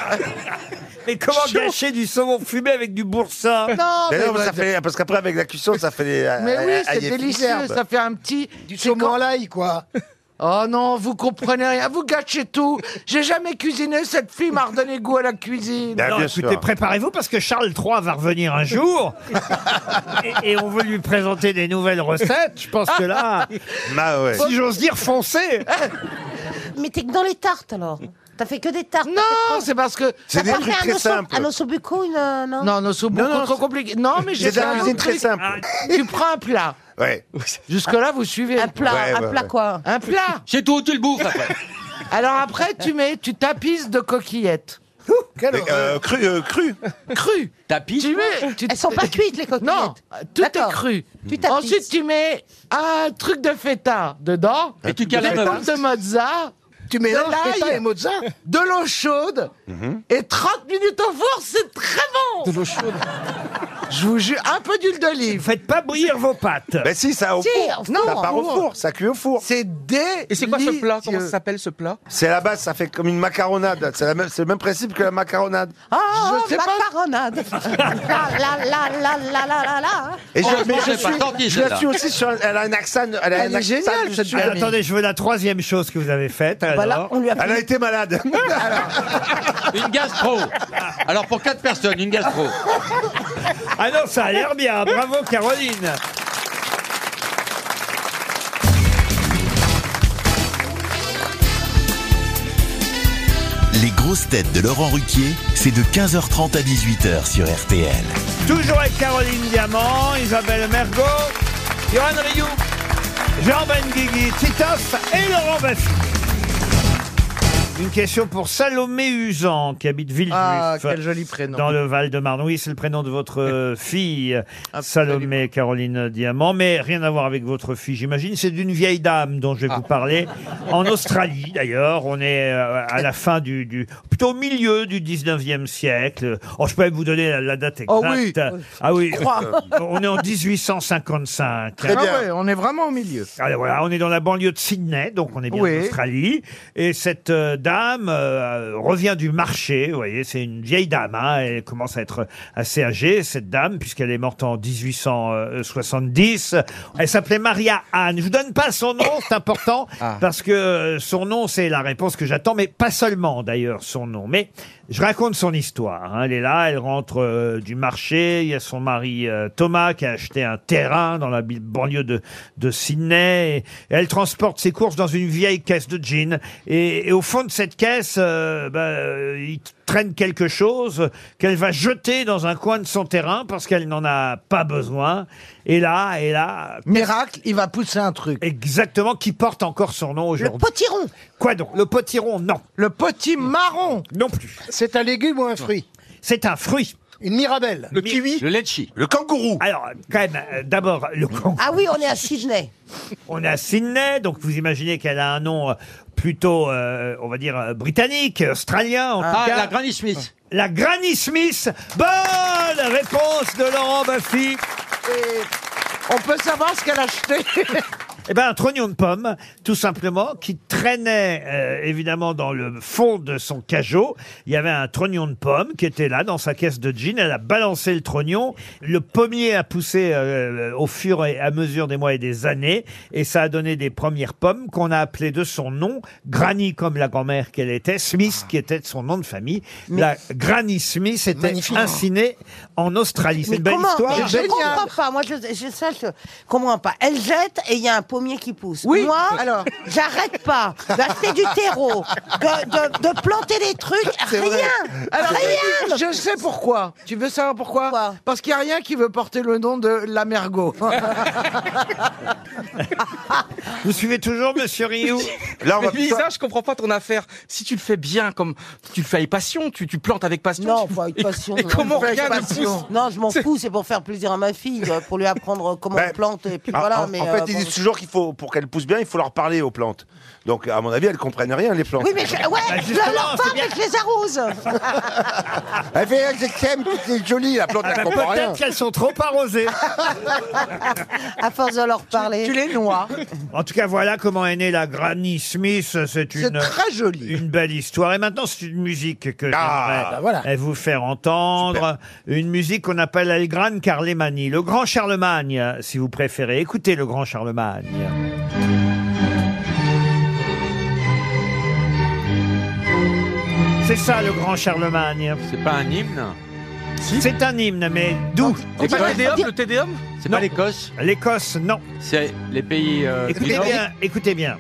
Speaker 2: [laughs] Mais comment gâcher du saumon fumé avec du boursin
Speaker 6: Non,
Speaker 8: Mais
Speaker 6: mais,
Speaker 8: non, mais ça
Speaker 6: bah,
Speaker 8: fait, parce qu'après, avec la cuisson, ça fait des. euh,
Speaker 6: mais oui,
Speaker 8: ail
Speaker 6: c'est
Speaker 8: et fines
Speaker 6: délicieux.
Speaker 8: herbes.
Speaker 6: Ça fait un petit.
Speaker 9: Du saumon à l'ail, quoi.
Speaker 6: [laughs] Oh non, vous comprenez rien, vous gâchez tout. J'ai jamais cuisiné, cette fille m'a redonné goût à la cuisine.
Speaker 8: Ben,
Speaker 2: Non,
Speaker 8: bien
Speaker 2: écoutez,
Speaker 8: sûr.
Speaker 2: préparez-vous parce que Charles III va revenir
Speaker 8: [laughs]
Speaker 2: un jour et, et on veut lui présenter des nouvelles recettes. Je pense que là,
Speaker 8: [laughs] Bah ouais.
Speaker 2: si j'ose dire, foncez.
Speaker 4: [laughs] Mais t'es que dans les tartes alors. T'as fait que des tartes.
Speaker 6: Non, c'est parce que.
Speaker 8: C'est des trucs très simples.
Speaker 4: Un ossobuco, une. euh, Non.
Speaker 6: Non, non, c'est beaucoup
Speaker 8: non,
Speaker 6: trop compliqué. Non, mais j'ai
Speaker 8: C'est de
Speaker 6: fait
Speaker 8: la
Speaker 6: un
Speaker 8: cuisine
Speaker 6: autre
Speaker 8: très
Speaker 6: truc. Ah,
Speaker 8: simple.
Speaker 6: Tu prends
Speaker 7: [laughs]
Speaker 6: un plat.
Speaker 8: Ouais.
Speaker 6: Jusque-là, vous suivez.
Speaker 4: Un plat,
Speaker 8: Ouais,
Speaker 4: un
Speaker 8: ouais,
Speaker 4: plat
Speaker 8: ouais.
Speaker 4: quoi
Speaker 6: Un plat.
Speaker 7: C'est tout, tu le bouffes après.
Speaker 6: Alors après, tu mets, tu tapisses de coquillettes.
Speaker 8: Mais, euh, cru, euh, cru.
Speaker 6: Crues.
Speaker 7: Tapis.
Speaker 6: Tu mets. tu-
Speaker 4: Elles sont pas cuites les coquillettes.
Speaker 6: Non, tout est
Speaker 4: D'accord.
Speaker 6: cru.
Speaker 4: Tu tapisses.
Speaker 6: Ensuite, tu mets un truc de feta dedans.
Speaker 7: Et tu
Speaker 6: des
Speaker 7: cales la meuf.
Speaker 6: pommes de mozza.
Speaker 9: Tu mélanges
Speaker 6: De l'ail.
Speaker 9: feta et mozza.
Speaker 6: de l'eau chaude et 30 minutes au four, c'est très bon.
Speaker 9: l'eau chaude.
Speaker 6: Je vous jure, un peu d'huile
Speaker 2: Vous
Speaker 6: d'olive.
Speaker 2: faites pas bouillir vos pâtes.
Speaker 8: Ben si, ça au four.
Speaker 6: non,
Speaker 8: ça part au
Speaker 6: au
Speaker 8: four. Ça cuit au four.
Speaker 6: C'est délicieux.
Speaker 5: Et c'est quoi ce plat Comment ça s'appelle ce plat
Speaker 8: C'est à la base, ça fait comme une macaronade. C'est la même- c'est le même principe que la macaronade.
Speaker 4: Ah,
Speaker 6: Je sais pas. [laughs]
Speaker 4: macaronade. la la la la la la la la.
Speaker 8: Et je,
Speaker 7: Oh,
Speaker 8: mais je
Speaker 7: c'est pas
Speaker 8: suis,
Speaker 7: tortillé,
Speaker 8: je la
Speaker 7: celle-là.
Speaker 8: suis aussi sur. un- Elle a un accent. Elle a
Speaker 6: Elle
Speaker 8: un
Speaker 6: est
Speaker 8: accent
Speaker 6: géniale,
Speaker 8: du
Speaker 6: cette
Speaker 8: Sud. Bah
Speaker 2: Alors, attendez, je veux la troisième chose que vous avez faite.
Speaker 4: Voilà,
Speaker 2: alors.
Speaker 4: on lui a
Speaker 8: Elle a été [laughs] malade.
Speaker 7: Une gastro. Alors pour quatre personnes, une gastro.
Speaker 2: [laughs] Ah non, ça a l'air bien. Bravo, Caroline.
Speaker 1: Les grosses têtes de Laurent Ruquier, c'est de 15h30 à 18h sur RTL.
Speaker 2: Toujours avec Caroline Diamant, Isabelle Mergot, Johan Rioux, Jean Benguigui, Titoff et Laurent Baffy. Une question pour Salomé Usan, qui habite Villejuif.
Speaker 6: Ah, quel joli prénom.
Speaker 2: Dans le Val-de-Marne. Oui, c'est le prénom de votre euh,
Speaker 6: [laughs]
Speaker 2: fille, Salomé Caroline Diamant. Mais rien à voir avec votre fille, j'imagine. C'est d'une vieille dame dont je
Speaker 6: Ah.
Speaker 2: vais vous
Speaker 6: [laughs]
Speaker 2: parler. En Australie, d'ailleurs. On est euh, à la fin du, du- plutôt au milieu du 19e siècle. Oh, je peux même vous donner la, la date exacte.
Speaker 6: Oh oui.
Speaker 2: Ah oui.
Speaker 6: Je crois.
Speaker 2: On est en 1855.
Speaker 6: Ah ouais, on est vraiment au milieu.
Speaker 2: Alors Ah, ben voilà, on est dans la banlieue de Sydney, donc on est bien
Speaker 6: Oui.
Speaker 2: en Australie. Et cette euh, dame euh, revient du marché, vous voyez, c'est une vieille dame, hein, elle commence à être assez âgée, cette dame, puisqu'elle est morte en 1870. Elle s'appelait Maria Anne. Je vous donne pas son nom, c'est important, parce que euh, son nom, c'est la réponse que j'attends, mais pas seulement d'ailleurs son nom. Mais je raconte son histoire. hein. Elle est là, elle rentre euh, du marché. Il y a son mari euh, Thomas qui a acheté un terrain dans la bi- banlieue de, de Sydney. Et elle transporte ses courses dans une vieille caisse de jeans. Et, et au fond de cette caisse, euh, bah, euh, il traîne quelque chose qu'elle va jeter dans un coin de son terrain parce qu'elle n'en a pas besoin. Et là, et là...
Speaker 6: Miracle, il va pousser un truc.
Speaker 2: Exactement, qui porte encore son nom aujourd'hui. Le potiron Quoi donc Le potiron, non.
Speaker 6: Le petit marron
Speaker 2: Non plus.
Speaker 9: C'est un légume ou un fruit
Speaker 2: C'est un fruit.
Speaker 9: Une mirabelle.
Speaker 2: Le kiwi
Speaker 7: Le litchi.
Speaker 2: Le kangourou Alors, quand même, euh, d'abord, le kangourou.
Speaker 4: Ah oui, on est à Sydney.
Speaker 2: On est à Sydney, donc vous imaginez qu'elle a un nom euh, plutôt, euh, on va dire, euh, britannique, australien, en
Speaker 7: Ah,
Speaker 2: tout cas.
Speaker 7: la Granny Smith.
Speaker 2: La Granny Smith Bonne réponse de Laurent Baffy
Speaker 6: On peut savoir ce qu'elle a acheté
Speaker 2: Eh ben, un trognon de pomme, tout simplement, qui traînait euh, évidemment dans le fond de son cajot. Il y avait un trognon de pomme qui était là dans sa caisse de jeans. Elle a balancé le trognon. Le pommier a poussé euh, au fur et à mesure des mois et des années, et ça a donné des premières pommes qu'on a appelées de son nom, Granny comme la grand-mère qu'elle était, Smith qui était son nom de famille. La Granny Smith était
Speaker 4: Magnifique. hein.
Speaker 2: incinée en Australie. C'est
Speaker 4: Mais
Speaker 2: une belle
Speaker 4: comment
Speaker 2: histoire.
Speaker 4: Je comprends pas. Moi, je, je- ça, je comprends pas. Elle jette et il y a un pommier qui pousse.
Speaker 6: Oui,
Speaker 4: Moi,
Speaker 6: alors.
Speaker 4: j'arrête pas d'acheter du terreau, de, de- de planter des trucs,
Speaker 6: [laughs] C'est
Speaker 4: rien.
Speaker 6: vrai. Alors,
Speaker 4: rien.
Speaker 6: Je sais pourquoi. Tu veux savoir pourquoi, Parce qu'il n'y a rien qui veut porter le nom de Lamergo.
Speaker 2: Vous suivez toujours, monsieur Rioux
Speaker 5: [laughs]
Speaker 8: Là, on va-
Speaker 5: Mais Lisa, je comprends pas ton affaire. Si tu le fais bien, comme tu le fais avec passion, tu, tu plantes avec passion.
Speaker 4: Non,
Speaker 5: tu-
Speaker 4: pas avec
Speaker 5: et-
Speaker 4: passion.
Speaker 5: Et,
Speaker 4: non.
Speaker 5: comment
Speaker 4: Pas avec
Speaker 5: rien ne
Speaker 4: passion.
Speaker 5: pousse
Speaker 4: Non, je m'en fous, c'est pour faire plaisir à ma fille, euh, pour lui apprendre comment on plante et puis
Speaker 8: Bah, En-
Speaker 4: voilà.
Speaker 8: Ah, en,
Speaker 4: mais,
Speaker 8: en
Speaker 4: euh,
Speaker 8: fait, ils
Speaker 4: bon.
Speaker 8: disent toujours qu'il faut, pour qu'elles poussent bien, il faut leur parler aux plantes. Donc, à mon avis, elles comprennent rien, les plantes.
Speaker 4: Oui, mais je, ouais,
Speaker 8: [laughs]
Speaker 2: Bah,
Speaker 4: je leur parle et je les arrose.
Speaker 8: Elle fait un extrême, c'est joli, la plante,
Speaker 2: Ah bah, Peut-être qu'elles sont trop arrosées.
Speaker 4: à force de leur parler.
Speaker 6: Tu les noies.
Speaker 2: En tout cas, voilà comment est née la Granny Smith. C'est une
Speaker 6: très jolie.
Speaker 2: une belle histoire. Et maintenant, c'est une musique que j'aimerais
Speaker 6: bah voilà.
Speaker 2: euh, vous faire entendre. Une musique qu'on appelle El Gran Carlemani, le Grand Charlemagne, si vous préférez. Écoutez le Grand Charlemagne. C'est ça le Grand Charlemagne.
Speaker 7: C'est pas un hymne
Speaker 2: C'est un hymne, mais d'où
Speaker 5: C'est pas le Tédéum, le Tédéum
Speaker 7: C'est pas l'Écosse
Speaker 2: L'Écosse, non.
Speaker 7: C'est les pays euh, du
Speaker 2: Écoutez
Speaker 7: Nord
Speaker 2: bien, écoutez bien.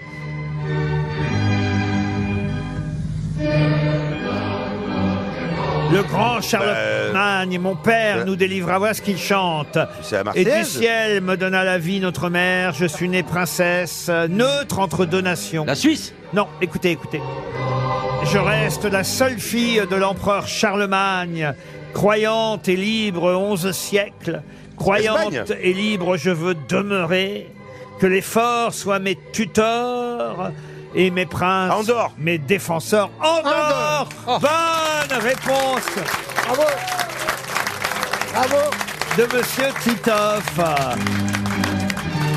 Speaker 2: Le grand Charlemagne, mon père, nous délivra. Voilà ce qu'il chante.
Speaker 8: C'est la
Speaker 2: Et du
Speaker 8: Marseillaise.
Speaker 2: ciel me donna la vie, notre mère. Je suis née princesse, neutre entre deux nations. La
Speaker 7: Suisse
Speaker 2: Non, écoutez, écoutez. Je reste la seule fille de l'empereur Charlemagne, croyante et libre onze siècles. Croyante
Speaker 8: Espagne.
Speaker 2: et libre, je veux demeurer. Que les forts soient mes tuteurs et mes princes, mes défenseurs.
Speaker 4: Oh.
Speaker 2: Andorre, Oh. Bonne réponse Bravo Bravo De Monsieur Titoff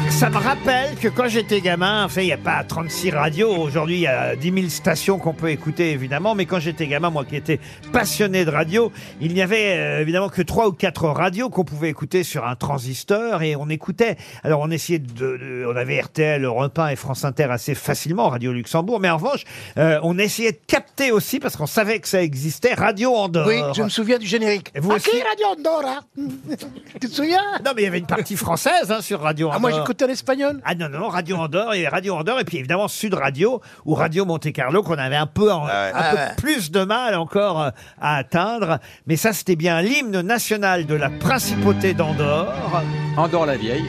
Speaker 2: ça me rappelle que quand j'étais gamin, en fait, il n'y a pas 36 radios. Aujourd'hui, il y a 10 000 stations qu'on peut écouter, évidemment. Mais quand j'étais gamin, moi qui étais passionné de radio, il n'y avait euh, évidemment que trois ou quatre radios qu'on pouvait écouter sur un transistor. Et on écoutait. Alors, on essayait de. de- on avait RTL, Europe 1 et France Inter assez facilement, Radio Luxembourg. Mais en revanche, euh, on essayait de capter aussi, parce qu'on savait que ça existait, Radio Andorre.
Speaker 9: Oui, je me souviens du générique.
Speaker 2: Et vous
Speaker 9: Ah,
Speaker 2: aussi
Speaker 9: qui, Radio Andorra [laughs] Tu te souviens
Speaker 2: Non, mais il y avait une partie française hein, sur Radio Andorre.
Speaker 9: Ah, moi, j'écoutais l'espagnol.
Speaker 2: Ah non, non, Radio Andorre et Radio Andorre, et puis évidemment Sud Radio ou Radio Monte Carlo, qu'on avait un peu, en- un
Speaker 9: Ah
Speaker 2: peu
Speaker 9: ouais.
Speaker 2: plus de mal encore euh, à atteindre. Mais ça, c'était bien l'hymne national de la principauté d'Andorre.
Speaker 7: Andorre la vieille.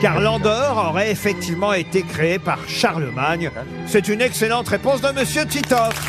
Speaker 2: car l'Andorre aurait effectivement été créée par Charlemagne. C'est une excellente réponse de Monsieur Titoff.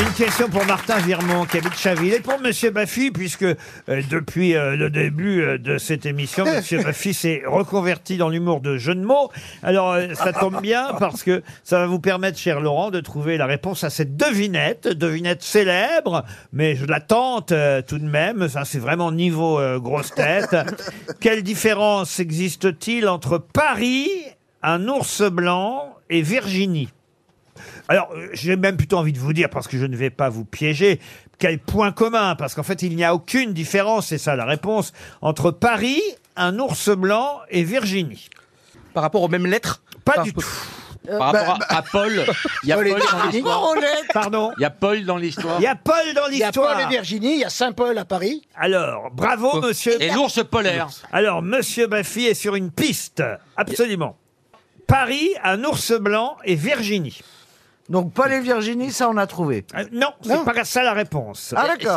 Speaker 2: Une question pour Martin Virmont qui habite Chaville et pour Monsieur Baffy puisque euh, depuis euh, le début euh, de cette émission Monsieur Baffy s'est reconverti dans l'humour de jeu de mots. Alors euh, ça tombe bien parce que ça va vous permettre cher Laurent de trouver la réponse à cette devinette, devinette célèbre mais je la tente euh, tout de même, ça c'est vraiment niveau euh, grosse tête. Quelle différence existe-t-il entre Paris, un ours blanc et Virginie alors, euh, j'ai même plutôt envie de vous dire, parce que je ne vais pas vous piéger, quel point commun, parce qu'en fait, il n'y a aucune différence, c'est ça la réponse, entre Paris, un ours blanc et Virginie. Par rapport aux mêmes lettres Pas du tout.
Speaker 7: Par rapport à, à Paul, il y a Paul dans l'histoire.
Speaker 2: Pardon
Speaker 7: Il y a Paul dans l'histoire.
Speaker 2: [laughs] Il y a Paul dans
Speaker 9: Il y a Paul
Speaker 2: l'histoire.
Speaker 9: et Virginie, il y a Saint-Paul à Paris.
Speaker 2: Alors, bravo, monsieur.
Speaker 7: Oh. Et l'ours polaire.
Speaker 2: Alors, monsieur Baffy est sur une piste, absolument. Paris, un ours blanc et Virginie. Euh,
Speaker 6: Donc Paul et Virginie, ça on a trouvé.
Speaker 2: non, c'est pas ça la réponse.
Speaker 6: Ah d'accord.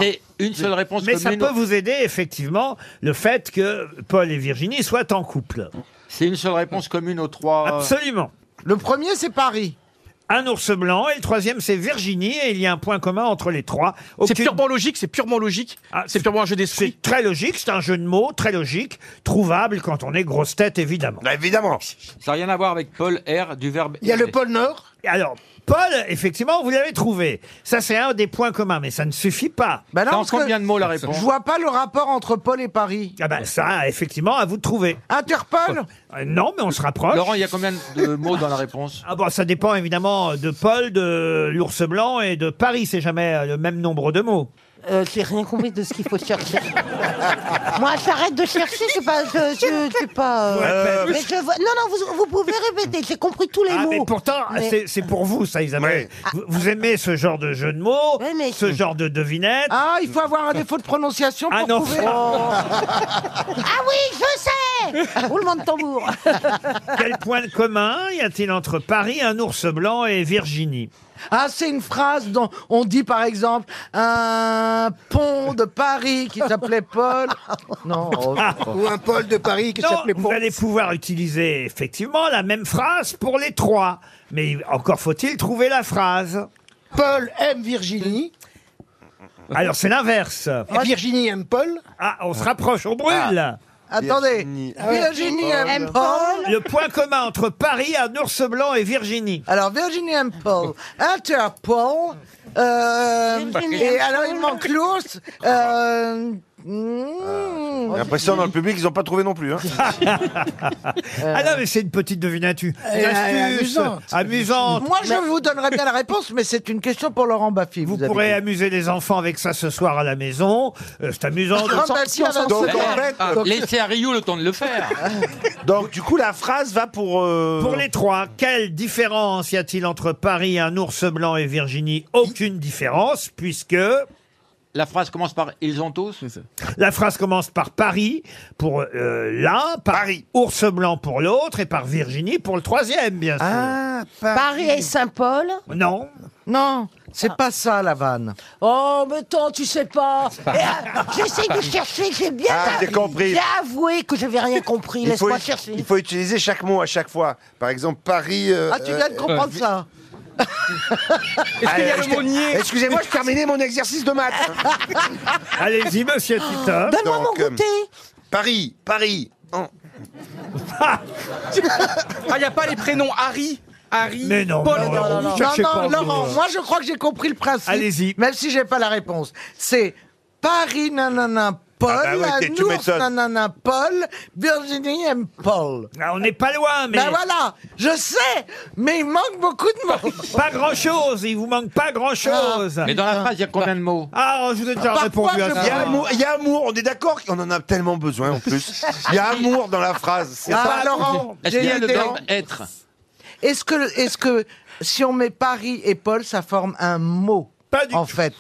Speaker 2: Mais ça peut vous aider, effectivement, le fait que Paul et Virginie soient en couple.
Speaker 7: C'est une seule réponse commune aux trois. euh,
Speaker 2: Absolument.
Speaker 6: Le premier, c'est Paris.
Speaker 2: Un ours blanc et le troisième c'est Virginie et il y a un point commun entre les trois. C'est purement
Speaker 5: logique, c'est purement logique.
Speaker 2: c'est purement un jeu d'esprit. C'est très logique, c'est un jeu de mots très logique, trouvable quand on est grosse tête évidemment.
Speaker 8: évidemment.
Speaker 7: Ça n'a rien à voir avec Paul R du verbe. aimer.
Speaker 2: Nord. Alors Paul, effectivement, vous l'avez trouvé. Ça c'est un des points communs, mais ça ne suffit pas.
Speaker 6: Bah non, parce que Je vois pas le rapport entre Paul et Paris.
Speaker 2: Ah ben ça, effectivement, à vous de trouver.
Speaker 6: Interpol
Speaker 2: Euh, Non, mais on se rapproche.
Speaker 7: Laurent, il y a combien de mots dans la réponse
Speaker 2: Ah bon, ça dépend évidemment de Paul, de l'ours blanc et de Paris. C'est jamais euh, le même nombre de mots.
Speaker 4: Euh, J'ai rien compris de ce qu'il faut chercher. Moi, j'arrête de chercher, c'est pas. Je, je- c'est pas euh,
Speaker 2: Ouais,
Speaker 4: mais je vois- non, non, vous, vous pouvez répéter, j'ai compris tous les
Speaker 2: Ah,
Speaker 4: mots.
Speaker 2: mais pourtant,
Speaker 4: Mais-
Speaker 2: c'est- c'est pour vous, ça, Isabelle.
Speaker 6: Ah.
Speaker 2: Vous, vous aimez ce genre de jeu de mots, ce genre de devinette.
Speaker 6: Ah, il faut avoir un défaut de prononciation pour
Speaker 2: Ah non.
Speaker 6: trouver.
Speaker 4: Oh. Ah oui, je sais Roulement de tambour.
Speaker 2: Quel point commun y a-t-il entre Paris, un ours blanc et Virginie
Speaker 6: Ah, c'est une phrase dont on dit par exemple un pont de Paris qui
Speaker 9: [laughs]
Speaker 6: s'appelait Paul. Non. oh, oh.
Speaker 9: Ah, Ou un Paul de Paris qui
Speaker 2: Non,
Speaker 9: s'appelait
Speaker 2: Vous allez pouvoir utiliser effectivement la même phrase pour les trois. Mais encore faut-il trouver la phrase.
Speaker 9: Paul aime Virginie.
Speaker 2: Alors c'est l'inverse.
Speaker 9: Et Virginie aime Paul. Ah.
Speaker 2: Ah, on se rapproche, on brûle.
Speaker 6: Attendez.
Speaker 9: Virginie aime Paul.
Speaker 2: Le point commun entre Paris, un ours blanc et Virginie.
Speaker 6: Alors Virginie aime Paul, Interpol. euh,
Speaker 8: Virginie
Speaker 6: et
Speaker 8: aime
Speaker 6: alors
Speaker 8: Paul.
Speaker 6: il manque l'ours. euh, mm.
Speaker 8: J'ai l'impression dans le public, ils n'ont pas trouvé non
Speaker 4: [laughs]
Speaker 8: plus. Hein.
Speaker 2: Ah non, mais c'est une petite devinette. une
Speaker 6: Elle est
Speaker 2: astuce
Speaker 6: Euh, amusante.
Speaker 2: amusante.
Speaker 6: Moi, je vous donnerai bien la réponse, mais c'est une question pour Laurent Baffy. Vous,
Speaker 2: Vous pourrez amuser les enfants avec ça ce soir à la maison. Euh, c'est amusant.
Speaker 6: Ah, bah, si, on s'en Donc,
Speaker 7: Eh, ah, Laissez à Rio le temps de le faire.
Speaker 8: Donc, du coup, la phrase va pour. euh,
Speaker 2: Pour les trois, quelle différence y a-t-il entre Paris, un ours blanc et Virginie Aucune différence, puisque...
Speaker 7: La phrase commence par ils ont tous.
Speaker 2: La phrase commence par Paris pour euh, l'un, par ours blanc pour l'autre et par Virginie pour le troisième, bien sûr.
Speaker 6: Ah,
Speaker 4: Paris et Saint-Paul.
Speaker 2: Non.
Speaker 6: Non, c'est pas ça la vanne.
Speaker 4: Oh, mais tant, tu sais pas. Eh, ah, J'essaye de chercher, j'ai bien.
Speaker 8: Ah, j'ai compris.
Speaker 4: J'ai avoué que j'avais rien compris.
Speaker 8: Il faut,
Speaker 4: Laisse-moi chercher.
Speaker 8: il faut utiliser chaque mot à chaque fois. Par exemple, Paris. euh,
Speaker 6: Ah, tu viens de
Speaker 8: euh,
Speaker 6: comprendre
Speaker 8: vi-
Speaker 6: ça.
Speaker 8: Ah,
Speaker 6: qu'il y a
Speaker 8: euh,
Speaker 6: le
Speaker 8: je-
Speaker 6: mot nier
Speaker 8: Excusez-moi, je terminais mon exercice de maths.
Speaker 2: [laughs] Allez-y, monsieur Titoff.
Speaker 8: Donne-moi mon goûter. Paris, Paris. en-
Speaker 5: Ah, Oh. il n'y a pas les prénoms Harry, Harry,
Speaker 2: Mais non,
Speaker 5: Paul.
Speaker 6: Non, non, non, non, Laurent, moi je crois que j'ai compris le principe.
Speaker 2: euh. Allez-y.
Speaker 6: Même si j'ai pas la réponse. C'est Paris nanana Paul,
Speaker 8: Ah bah ouais, t'es- tu
Speaker 6: un ours
Speaker 8: m'étonnes.
Speaker 6: nanana Paul, Virginie aime Paul.
Speaker 2: Ah, on n'est pas loin, mais...
Speaker 6: Ben voilà, je sais, mais il manque beaucoup de mots.
Speaker 2: Pas grand-chose, il vous manque pas grand-chose.
Speaker 7: Ah. Mais dans la phrase, il y a combien de mots
Speaker 2: Ah, je vous ai déjà
Speaker 8: Parfois,
Speaker 2: répondu à
Speaker 8: je-
Speaker 2: ça.
Speaker 8: Il y, a amour, il y a amour, on est d'accord qu'on en a tellement besoin en plus. Il y a amour dans la phrase. c'est
Speaker 6: Ah,
Speaker 8: ça.
Speaker 6: Laurent,
Speaker 7: Est-ce qu'il y a
Speaker 6: j'ai
Speaker 7: le
Speaker 6: été-
Speaker 7: verbe être
Speaker 6: Est-ce que, est-ce que si on met Paris et Paul, ça forme un mot
Speaker 2: Pas du
Speaker 6: En fait,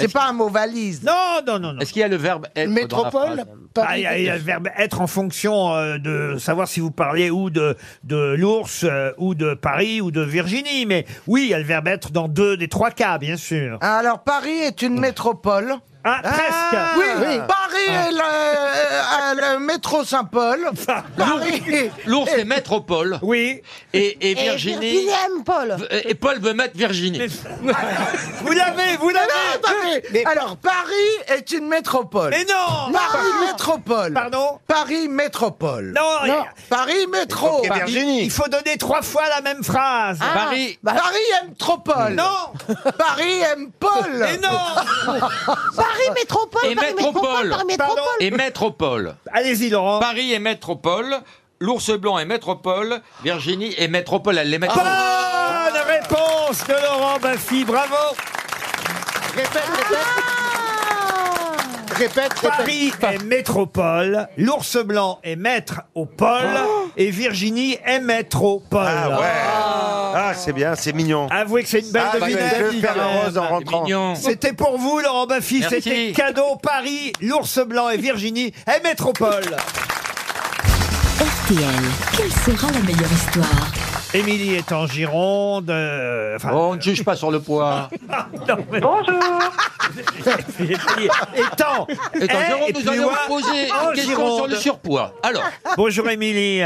Speaker 6: c'est pas un mot valise.
Speaker 2: Non, non, non, non.
Speaker 7: Est-ce qu'il y a le verbe être dans la
Speaker 9: Métropole.
Speaker 7: phrase
Speaker 2: Ah, Il y, a- il y a le verbe être en fonction euh, de savoir si vous parlez ou de, de l'ours euh, ou de Paris ou de Virginie. Mais oui, il y a le verbe être dans deux des trois cas, bien sûr.
Speaker 6: Ah, Alors Paris est une métropole.
Speaker 2: Ah, Ah, presque
Speaker 6: oui, Paris est la- à le
Speaker 2: [laughs]
Speaker 6: métro Saint-Paul. Paris.
Speaker 7: L'ours est métropole.
Speaker 2: Oui.
Speaker 7: Et, et
Speaker 4: Et
Speaker 7: Virginie.
Speaker 4: Virginie aime Paul.
Speaker 7: Et Paul veut mettre Virginie.
Speaker 2: [laughs] Vous l'avez, vous
Speaker 6: l'avez Alors, Paris est une métropole.
Speaker 2: Mais non
Speaker 6: Paris métropole.
Speaker 2: Pardon
Speaker 6: Paris métropole.
Speaker 2: Non, il y a-
Speaker 6: Paris métro.
Speaker 2: Il- Il faut donner trois fois la même phrase.
Speaker 6: Ah, Paris- bah- Paris aime trop Paul.
Speaker 2: Non.
Speaker 6: Paris aime Paul.
Speaker 2: Mais
Speaker 6: [laughs]
Speaker 2: non
Speaker 4: Paris métropole,
Speaker 7: Et
Speaker 4: Paris métropole,
Speaker 7: métropole.
Speaker 4: Paris métropole.
Speaker 7: Et métropole.
Speaker 2: Allez-y, Laurent.
Speaker 7: Paris est métropole. L'ours blanc est métropole. Virginie est métropole. Elle les met.
Speaker 2: Bonne réponse de Laurent Baffy, bravo
Speaker 16: Répète, répète. Répète, répète.
Speaker 2: Paris est métropole, l'ours blanc est maître au pôle, et Virginie est métropole.
Speaker 8: Ah ouais. Ah, c'est bien, c'est mignon.
Speaker 2: Avouez que c'est une belle
Speaker 8: Ah, bah,
Speaker 2: devinette.
Speaker 8: je vais faire la rose en rentrant.
Speaker 2: C'était pour vous, Laurent Baffy.
Speaker 8: Merci.
Speaker 2: C'était cadeau Paris, l'ours blanc et Virginie et Métropole.
Speaker 10: RTL, quelle sera la meilleure histoire
Speaker 2: Émilie est en Gironde. euh, enfin,
Speaker 7: Oh, on ne juge pas sur le
Speaker 2: [laughs]
Speaker 7: poids.
Speaker 2: Bonjour Étant
Speaker 7: Et en
Speaker 2: eh,
Speaker 7: Gironde,
Speaker 2: et
Speaker 7: nous
Speaker 2: plus
Speaker 7: allons
Speaker 2: loin,
Speaker 7: vous poser
Speaker 2: en
Speaker 7: une question sur
Speaker 2: Gironde.
Speaker 7: le surpoids. Alors,
Speaker 2: Bonjour Émilie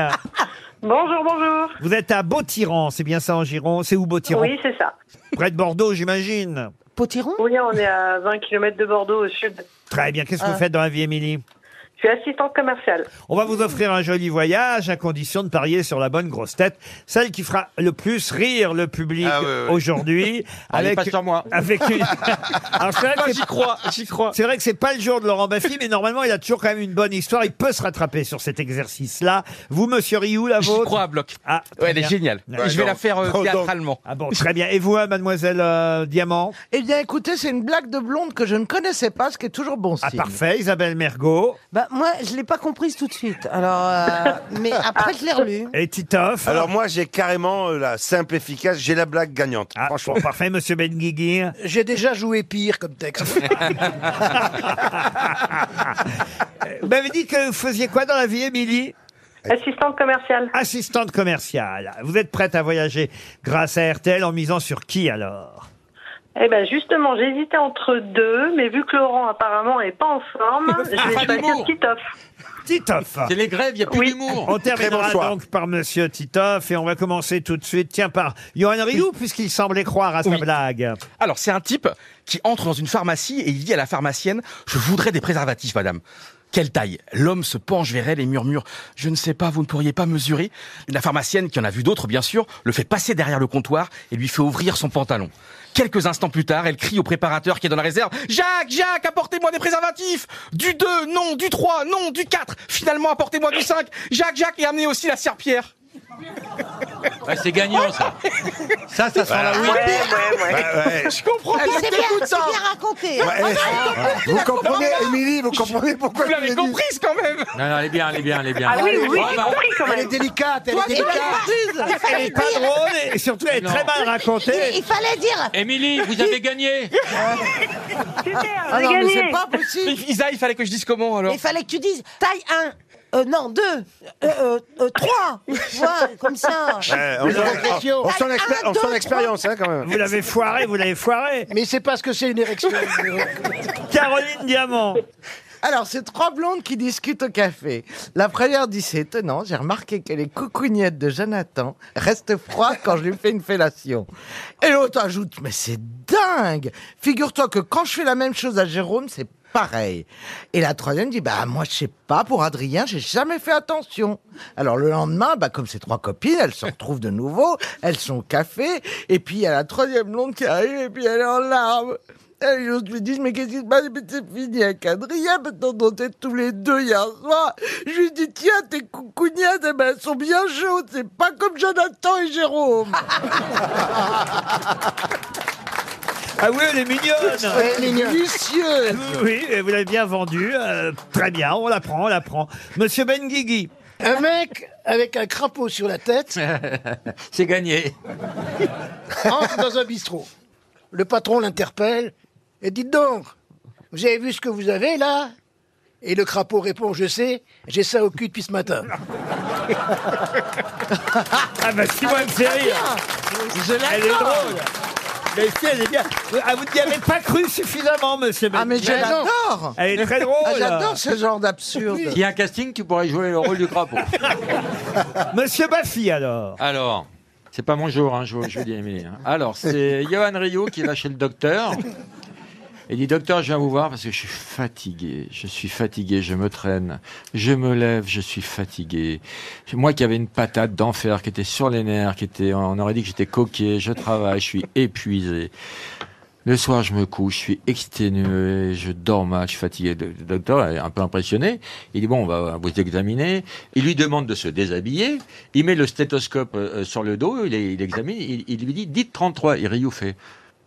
Speaker 13: Bonjour, bonjour.
Speaker 2: Vous êtes à Beautiran, c'est bien ça en Gironde C'est où Beautiran
Speaker 13: Oui, c'est ça.
Speaker 2: Près de Bordeaux, j'imagine.
Speaker 13: Potiron Oui, on est à 20 km de Bordeaux au sud.
Speaker 2: Très bien. Qu'est-ce que
Speaker 13: Ah.
Speaker 2: vous faites dans la vie, Émilie
Speaker 13: Je suis assistante commerciale.
Speaker 2: On va vous offrir un joli voyage à condition de parier sur la bonne grosse tête, celle qui fera le plus rire le public
Speaker 7: Ah,
Speaker 2: aujourd'hui.
Speaker 7: [laughs] Allez, pas sur moi.
Speaker 2: Avec
Speaker 7: [laughs]
Speaker 2: une... Alors, c'est vrai que
Speaker 7: Moi,
Speaker 2: c'est-
Speaker 7: j'y crois, j'y crois.
Speaker 2: C'est vrai que c'est pas le jour de Laurent Baffy, mais normalement, il a toujours quand même une bonne histoire. Il peut se rattraper sur cet exercice-là. Vous, monsieur Rioux, la vôtre
Speaker 5: crois à bloc.
Speaker 2: Ah,
Speaker 5: Ouais,
Speaker 2: très
Speaker 5: elle est
Speaker 2: bien.
Speaker 5: géniale.
Speaker 2: Ouais,
Speaker 5: je vais
Speaker 2: non.
Speaker 5: la faire euh,
Speaker 2: Non, non.
Speaker 5: théâtralement.
Speaker 2: Ah
Speaker 5: [laughs]
Speaker 2: bon, très bien. Et vous, hein, mademoiselle euh, Diamant
Speaker 6: Eh bien, écoutez, c'est une blague de blonde que je ne connaissais pas, ce qui est toujours bon signe.
Speaker 2: Ah, Parfait, Isabelle Mergot.
Speaker 4: Bah, moi, je l'ai pas comprise tout de suite.
Speaker 2: [laughs]
Speaker 4: Alors, euh, mais après,
Speaker 13: Ah.
Speaker 4: je l'ai relue.
Speaker 2: Et Titoff
Speaker 8: Alors moi, j'ai carrément euh, la simple efficace, j'ai la blague gagnante.
Speaker 2: Franchement. Ah, Parfait, monsieur Ben Benguigui.
Speaker 9: J'ai déjà joué pire comme texte.
Speaker 2: Vous m'avez dit que vous faisiez quoi dans la vie, Émilie
Speaker 13: Assistante commerciale.
Speaker 2: Assistante commerciale. Vous êtes prête à voyager grâce à RTL en misant sur qui alors
Speaker 13: Eh ben justement, j'hésitais entre deux, mais vu que Laurent apparemment est pas en forme, je vais choisir Titoff.
Speaker 2: Titoff.
Speaker 7: C'est les grèves, il n'y a plus d'humour.
Speaker 2: On terminera donc par Monsieur Titoff et on va commencer tout de suite, tiens, par Johan Rioux, puisqu'il semblait croire à sa blague.
Speaker 5: Alors, c'est un type qui entre dans une pharmacie et il dit à la pharmacienne Je voudrais des préservatifs, madame. Quelle taille L'homme se penche vers elle et murmure Je ne sais pas, vous ne pourriez pas mesurer. La pharmacienne, qui en a vu d'autres, bien sûr, le fait passer derrière le comptoir et lui fait ouvrir son pantalon. Quelques instants plus tard, elle crie au préparateur qui est dans la réserve Jacques, Jacques, apportez-moi des préservatifs Du 2, non, du 3, non, du 4. Finalement, apportez-moi du 5. Jacques, Jacques, et amenez aussi la serpillère.
Speaker 7: Ouais, c'est gagnant,
Speaker 2: [laughs]
Speaker 7: ça. Ça, ça sent la
Speaker 8: Ouais,
Speaker 7: oui.
Speaker 8: ouais, ouais. Ouais, ouais.
Speaker 5: Je comprends.
Speaker 4: Ah, mais C'est
Speaker 6: Elle
Speaker 4: bien,
Speaker 6: était
Speaker 4: c'est
Speaker 6: dégoûtante.
Speaker 4: bien raconté. hein.
Speaker 8: Ouais,
Speaker 6: Vous comprenez, Émilie, vous comprenez pourquoi
Speaker 5: Vous l'avez comprise quand même
Speaker 7: Non, non, elle est bien, elle est bien, elle est bien.
Speaker 8: Ah
Speaker 6: j'ai compris quand même. Elle est délicate, elle
Speaker 4: Toi,
Speaker 6: est
Speaker 4: tu l'as
Speaker 6: délicate.
Speaker 4: comprise.
Speaker 2: Elle est pas drôle et surtout elle est
Speaker 7: Non.
Speaker 2: très mal
Speaker 4: Il,
Speaker 2: racontée.
Speaker 4: il fallait dire.
Speaker 7: Émilie, vous avez
Speaker 4: [laughs]
Speaker 7: gagné.
Speaker 4: Super,
Speaker 6: Ah non, mais c'est pas possible.
Speaker 5: Isa, il fallait que je dise comment alors
Speaker 4: Il fallait que tu dises taille 1. Euh, non, 2, euh, euh, euh,
Speaker 13: [laughs]
Speaker 4: 3, tu vois, comme ça.
Speaker 8: Ouais, Euh, on sent- on- on sent l'expé- on sent l'expérience, hein, quand même.
Speaker 2: Vous l'avez foiré, vous l'avez foiré.
Speaker 9: Mais c'est parce que c'est une érection.
Speaker 2: [laughs] Caroline Diamant.
Speaker 6: Alors, c'est trois blondes qui discutent au café. La première dit C'est étonnant, j'ai remarqué que les coucougnettes de Jonathan restent froides quand je lui fais une fellation. Et l'autre ajoute Mais c'est dingue Figure-toi que quand je fais la même chose à Jérôme, c'est pareil. Et la troisième dit Bah, moi, je sais pas, pour Adrien, j'ai jamais fait attention. Alors, le lendemain, bah, comme ces trois copines, elles se retrouvent de nouveau, elles sont au café, et puis il y a la troisième blonde qui arrive, et puis elle est en larmes. Et les autres me disent, mais qu'est-ce qui se passe Mais C'est fini avec Adrien, maintenant on était tous les deux hier soir. Je lui dis, tiens, tes coucougnettes, eh ben, elles sont bien chaudes, c'est pas comme Jonathan et Jérôme.
Speaker 2: Ah oui, elle est [laughs] mignonne.
Speaker 6: Elle est Lucieuse.
Speaker 2: Oui, et vous l'avez bien vendue. euh, très bien, on la prend, on la prend. Monsieur Benguigui.
Speaker 9: Un mec avec un crapaud sur la tête
Speaker 7: [laughs] C'est gagné.
Speaker 9: [laughs] entre dans un bistrot. Le patron l'interpelle et dit donc, vous avez vu ce que vous avez là Et le crapaud répond, je sais, j'ai ça au cul depuis ce
Speaker 6: [laughs]
Speaker 9: matin.
Speaker 2: Ah bah si moi me fait rire.
Speaker 9: Je
Speaker 2: Elle est drôle. Mais si, elle est bien. Ah, vous n'y avez pas cru suffisamment, monsieur
Speaker 6: Ah, mais je
Speaker 2: Benguigui.
Speaker 6: l'adore
Speaker 2: Elle est très drôle
Speaker 6: Ah, J'adore ce genre d'absurde
Speaker 9: Eh
Speaker 7: S'il y a un casting, tu pourrais jouer le rôle du crapaud.
Speaker 2: [laughs] Monsieur Baffy, alors.
Speaker 7: Alors, c'est pas mon jour, hein, je, je vais dire, Émilie, hein. Alors, c'est Johan Rio qui va chez le docteur. Il dit, docteur, je viens vous voir parce que je suis fatigué, je suis fatigué, je me traîne, je me lève, je suis fatigué. Moi qui avais une patate d'enfer, qui était sur les nerfs, qui était, on aurait dit que j'étais coquet, je travaille, je suis épuisé. Le soir, je me couche, je suis exténué, je dors mal, je suis fatigué. Le le docteur est un peu impressionné. Il dit, bon, on va vous examiner. Il lui demande de se déshabiller. Il met le stéthoscope euh, euh, sur le dos, il, il examine, il, il lui dit, dites 33. Et Ryu fait,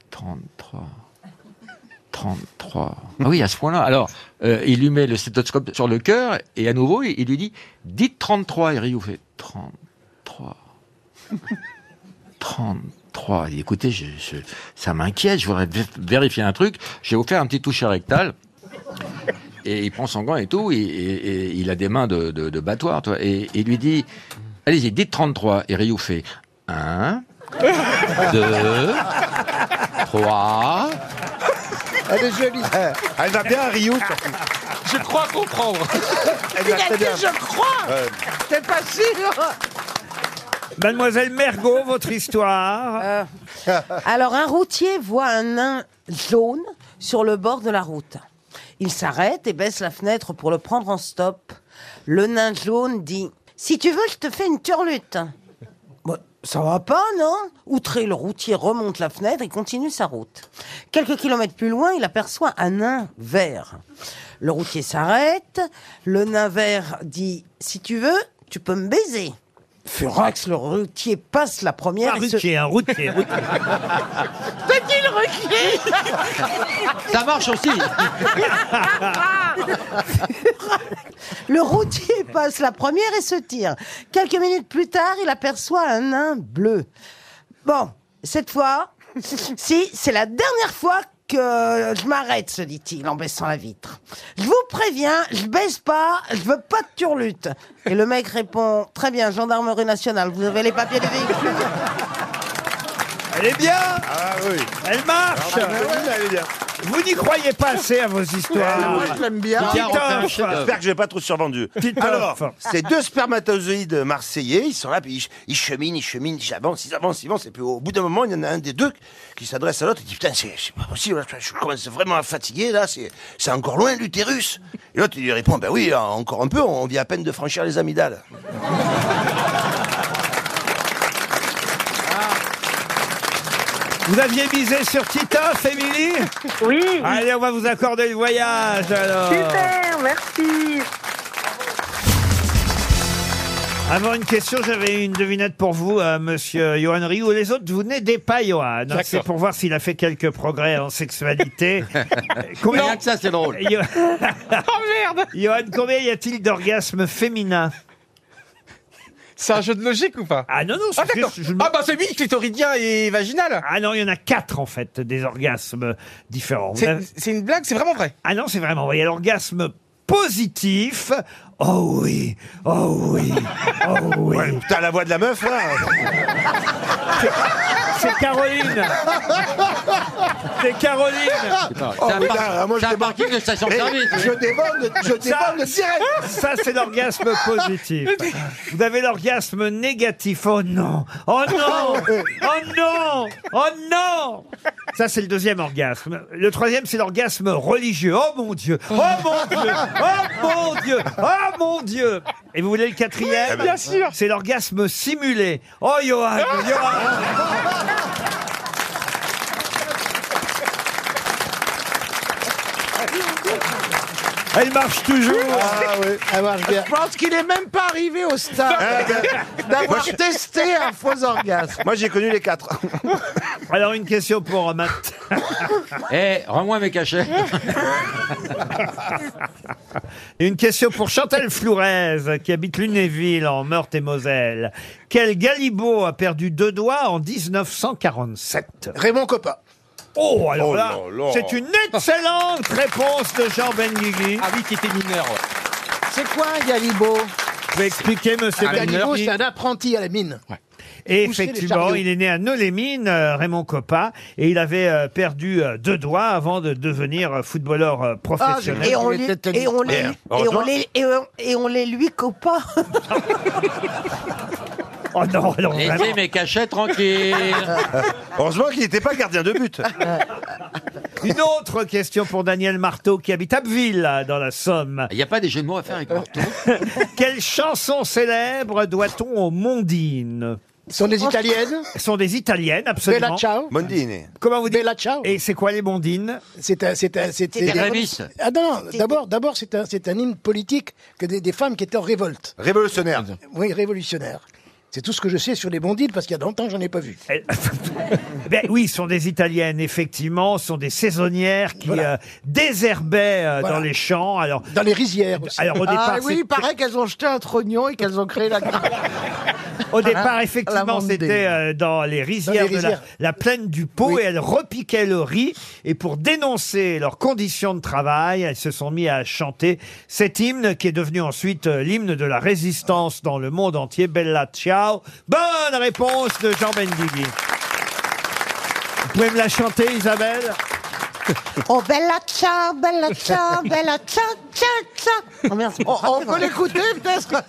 Speaker 7: 33. 33. Ah oui, à ce point-là. Alors, euh, il lui met le stéthoscope sur le cœur et à nouveau, il, il lui dit Dites 33. Et Ryu fait [laughs] 33. 33. Il dit Écoutez, je, je- ça m'inquiète, je voudrais vé- vérifier un truc. J'ai offert un petit toucher rectal. Et il prend son gant et tout, et, et- et il a des mains de, de, de battoir, toi. Et il lui dit Allez-y, dites 33. Et Ryu fait 1, 2, 3.
Speaker 3: Elle est jolie.
Speaker 2: Ah.
Speaker 8: Elle va bien à Rio.
Speaker 7: Je crois comprendre.
Speaker 6: Eh
Speaker 3: Il a dit je crois.
Speaker 6: T'es pas sûr
Speaker 2: Mademoiselle Mergot, votre histoire.
Speaker 8: hein.
Speaker 4: Euh, Alors, un routier voit un nain jaune sur le bord de la route. Il s'arrête et baisse la fenêtre pour le prendre en stop. Le nain jaune dit Si tu veux, je te fais une turlute. Bah, ça va pas, non Outré, le routier remonte la fenêtre et continue sa route. Quelques kilomètres plus loin, il aperçoit un nain vert. Le routier s'arrête. Le nain vert dit Si tu veux, tu peux me baiser. Furax, le routier passe la première.
Speaker 2: Un
Speaker 4: et se-
Speaker 2: routier, un routier,
Speaker 4: [laughs]
Speaker 2: routier.
Speaker 3: Peut-il reculer
Speaker 7: [laughs] Ça marche aussi.
Speaker 4: Le routier [laughs] passe la première et se tire. Quelques minutes plus tard, il aperçoit un nain bleu. Bon, cette fois, [laughs] si, c'est la dernière fois que je m'arrête, se dit-il en baissant la vitre. Je vous préviens, je baisse pas, je veux pas de turlute. Et le mec répond, très bien, gendarmerie nationale, vous avez les papiers du véhicule.
Speaker 2: Elle est bien Elle marche
Speaker 8: Ah, mais oui, elle est bien.
Speaker 2: Vous n'y croyez pas assez à vos histoires.
Speaker 8: Moi, je l'aime bien.
Speaker 2: Titoff.
Speaker 8: J'espère que je n'ai pas trop survendu.
Speaker 2: Titoff.
Speaker 8: Alors, ces deux spermatozoïdes marseillais, ils sont là, puis ils, ils cheminent, ils cheminent, ils avancent, ils avancent, ils avancent. Et puis au bout d'un moment, il y en a un des deux qui s'adresse à l'autre et dit Putain, c'est c'est pas possible, là, je commence vraiment à fatiguer, là, c'est c'est encore loin l'utérus. Et l'autre, il lui répond Ben oui, encore un peu, on vient à peine de franchir les amygdales.
Speaker 2: Vous aviez misé sur Titoff, Émilie
Speaker 5: Oui.
Speaker 2: Allez, on va vous accorder le voyage, alors.
Speaker 5: Super, merci.
Speaker 2: Avant une question, j'avais une devinette pour vous, euh, monsieur Johan Rioux. Les autres, vous n'aidez pas Johan.
Speaker 7: D'accord.
Speaker 2: C'est pour voir s'il a fait quelques progrès
Speaker 7: [laughs]
Speaker 2: en sexualité. Euh, Combien-
Speaker 7: Rien que ça, c'est drôle.
Speaker 5: [laughs]
Speaker 2: Yo-
Speaker 5: Oh,
Speaker 2: Johan, combien y a-t-il d'orgasmes féminins
Speaker 17: C'est un jeu de logique ou pas
Speaker 2: Ah non, non, c'est
Speaker 17: ah, d'accord. Ah bah c'est oui, clitoridien et vaginal.
Speaker 2: Ah non, il y en a quatre en fait, des orgasmes différents.
Speaker 17: C'est- une blague, c'est vraiment vrai.
Speaker 2: Ah non, c'est vraiment vrai. Il y a l'orgasme positif. Oh oui, oh oui, oh oui.
Speaker 8: putain, la voix de la meuf là
Speaker 2: C'est Caroline C'est Caroline
Speaker 8: Oh, putain, moi, je débarque-
Speaker 7: parking de station-service,
Speaker 8: Eh, Je
Speaker 7: oui.
Speaker 8: demande, je demande le direct.
Speaker 2: Ça, c'est l'orgasme positif. Vous avez l'orgasme négatif. Oh non Oh non Oh non Oh non Ça, c'est le deuxième orgasme. Le troisième, c'est l'orgasme religieux. Oh mon Dieu Oh mon Dieu Oh mon Dieu Oh mon Dieu Et vous voulez le quatrième
Speaker 17: bien sûr.
Speaker 2: C'est l'orgasme simulé. Oh, Johan Johan Elle marche toujours
Speaker 6: Ah oui. Je pense qu'il est même pas arrivé
Speaker 9: [laughs]
Speaker 6: au stade d'avoir testé un faux orgasme.
Speaker 8: Moi, j'ai connu les quatre.
Speaker 2: Alors, une question pour euh, Matt.
Speaker 7: Eh, rends-moi mes cachets.
Speaker 2: Une question pour Chantal Flourez, qui habite Lunéville, en Meurthe-et-Moselle. Quel Galibo a perdu deux doigts en 1947
Speaker 18: Raymond Coppa.
Speaker 2: Oh, alors
Speaker 18: Oh
Speaker 2: là,
Speaker 18: là là.
Speaker 2: c'est une excellente réponse de Jean Benguigui.
Speaker 7: Ah oui, qui était mineur.
Speaker 6: C'est quoi un Galibo
Speaker 2: Je vais expliquer, monsieur
Speaker 18: Galibo,
Speaker 2: Benguigui.
Speaker 18: c'est un apprenti à la mine.
Speaker 2: Et
Speaker 16: Pousser les
Speaker 2: effectivement,
Speaker 16: chariots.
Speaker 2: il est né à Nolémine, euh, Raymond Coppa, et il avait euh, perdu euh, deux doigts avant de devenir euh, footballeur
Speaker 18: Ah,
Speaker 2: euh, professionnel.
Speaker 4: et on les, et on les, et on les, et on, et on les lui copains.
Speaker 2: Oh non, non,
Speaker 15: Laissez mes cachets
Speaker 19: [laughs]
Speaker 15: tranquilles.
Speaker 2: Heureusement qu'il n'était pas gardien de but. [laughs] Une autre question pour Daniel Marteau qui habite Abbeville, dans la Somme.
Speaker 15: Il n'y a pas des jeux de mots à faire avec Marteau.
Speaker 2: [laughs] Quelle chanson célèbre doit-on aux Mondines
Speaker 9: sont des Italiennes
Speaker 2: sont des Italiennes, absolument.
Speaker 9: Bella ciao.
Speaker 2: Mondine. Comment vous dites Bella ciao. Et c'est quoi les Mondines
Speaker 9: C'est un, c'est un, c'est
Speaker 2: des
Speaker 9: Ah non, non, d'abord, d'abord, c'est un, c'est un hymne politique que des, des femmes qui étaient en révolte.
Speaker 8: Révolutionnaire.
Speaker 9: Oui, révolutionnaire. C'est tout ce que je sais sur les bondines parce qu'il y a longtemps, j'en ai pas vu.
Speaker 2: Ben oui, ce sont des Italiennes, effectivement, ce sont des saisonnières qui
Speaker 9: Voilà.
Speaker 2: euh, désherbaient euh,
Speaker 9: Voilà.
Speaker 2: dans les champs. Alors,
Speaker 9: dans les rizières aussi.
Speaker 2: Alors au départ,
Speaker 6: ah oui,
Speaker 2: c'est-
Speaker 6: il paraît qu'elles ont jeté un trognon et qu'elles ont créé
Speaker 2: [laughs]
Speaker 6: la.
Speaker 2: Au départ,
Speaker 6: La
Speaker 2: effectivement,
Speaker 6: Vendée.
Speaker 2: c'était euh, dans les rizières de la,
Speaker 6: rizières.
Speaker 2: la plaine du Pau
Speaker 6: Oui.
Speaker 2: et elles repiquaient le riz. Et pour dénoncer leurs conditions de travail, elles se sont mis à chanter cet hymne qui est devenu ensuite euh, l'hymne de la résistance dans le monde entier. Bella ciao. Bonne réponse de Jean Bendigui. Vous pouvez me la chanter, Isabelle
Speaker 4: Oh bella ciao, bella ciao, bella ciao, ciao, ciao. Oh, merde, c'est pas
Speaker 6: On- on
Speaker 4: grave.
Speaker 6: peut l'écouter peut-être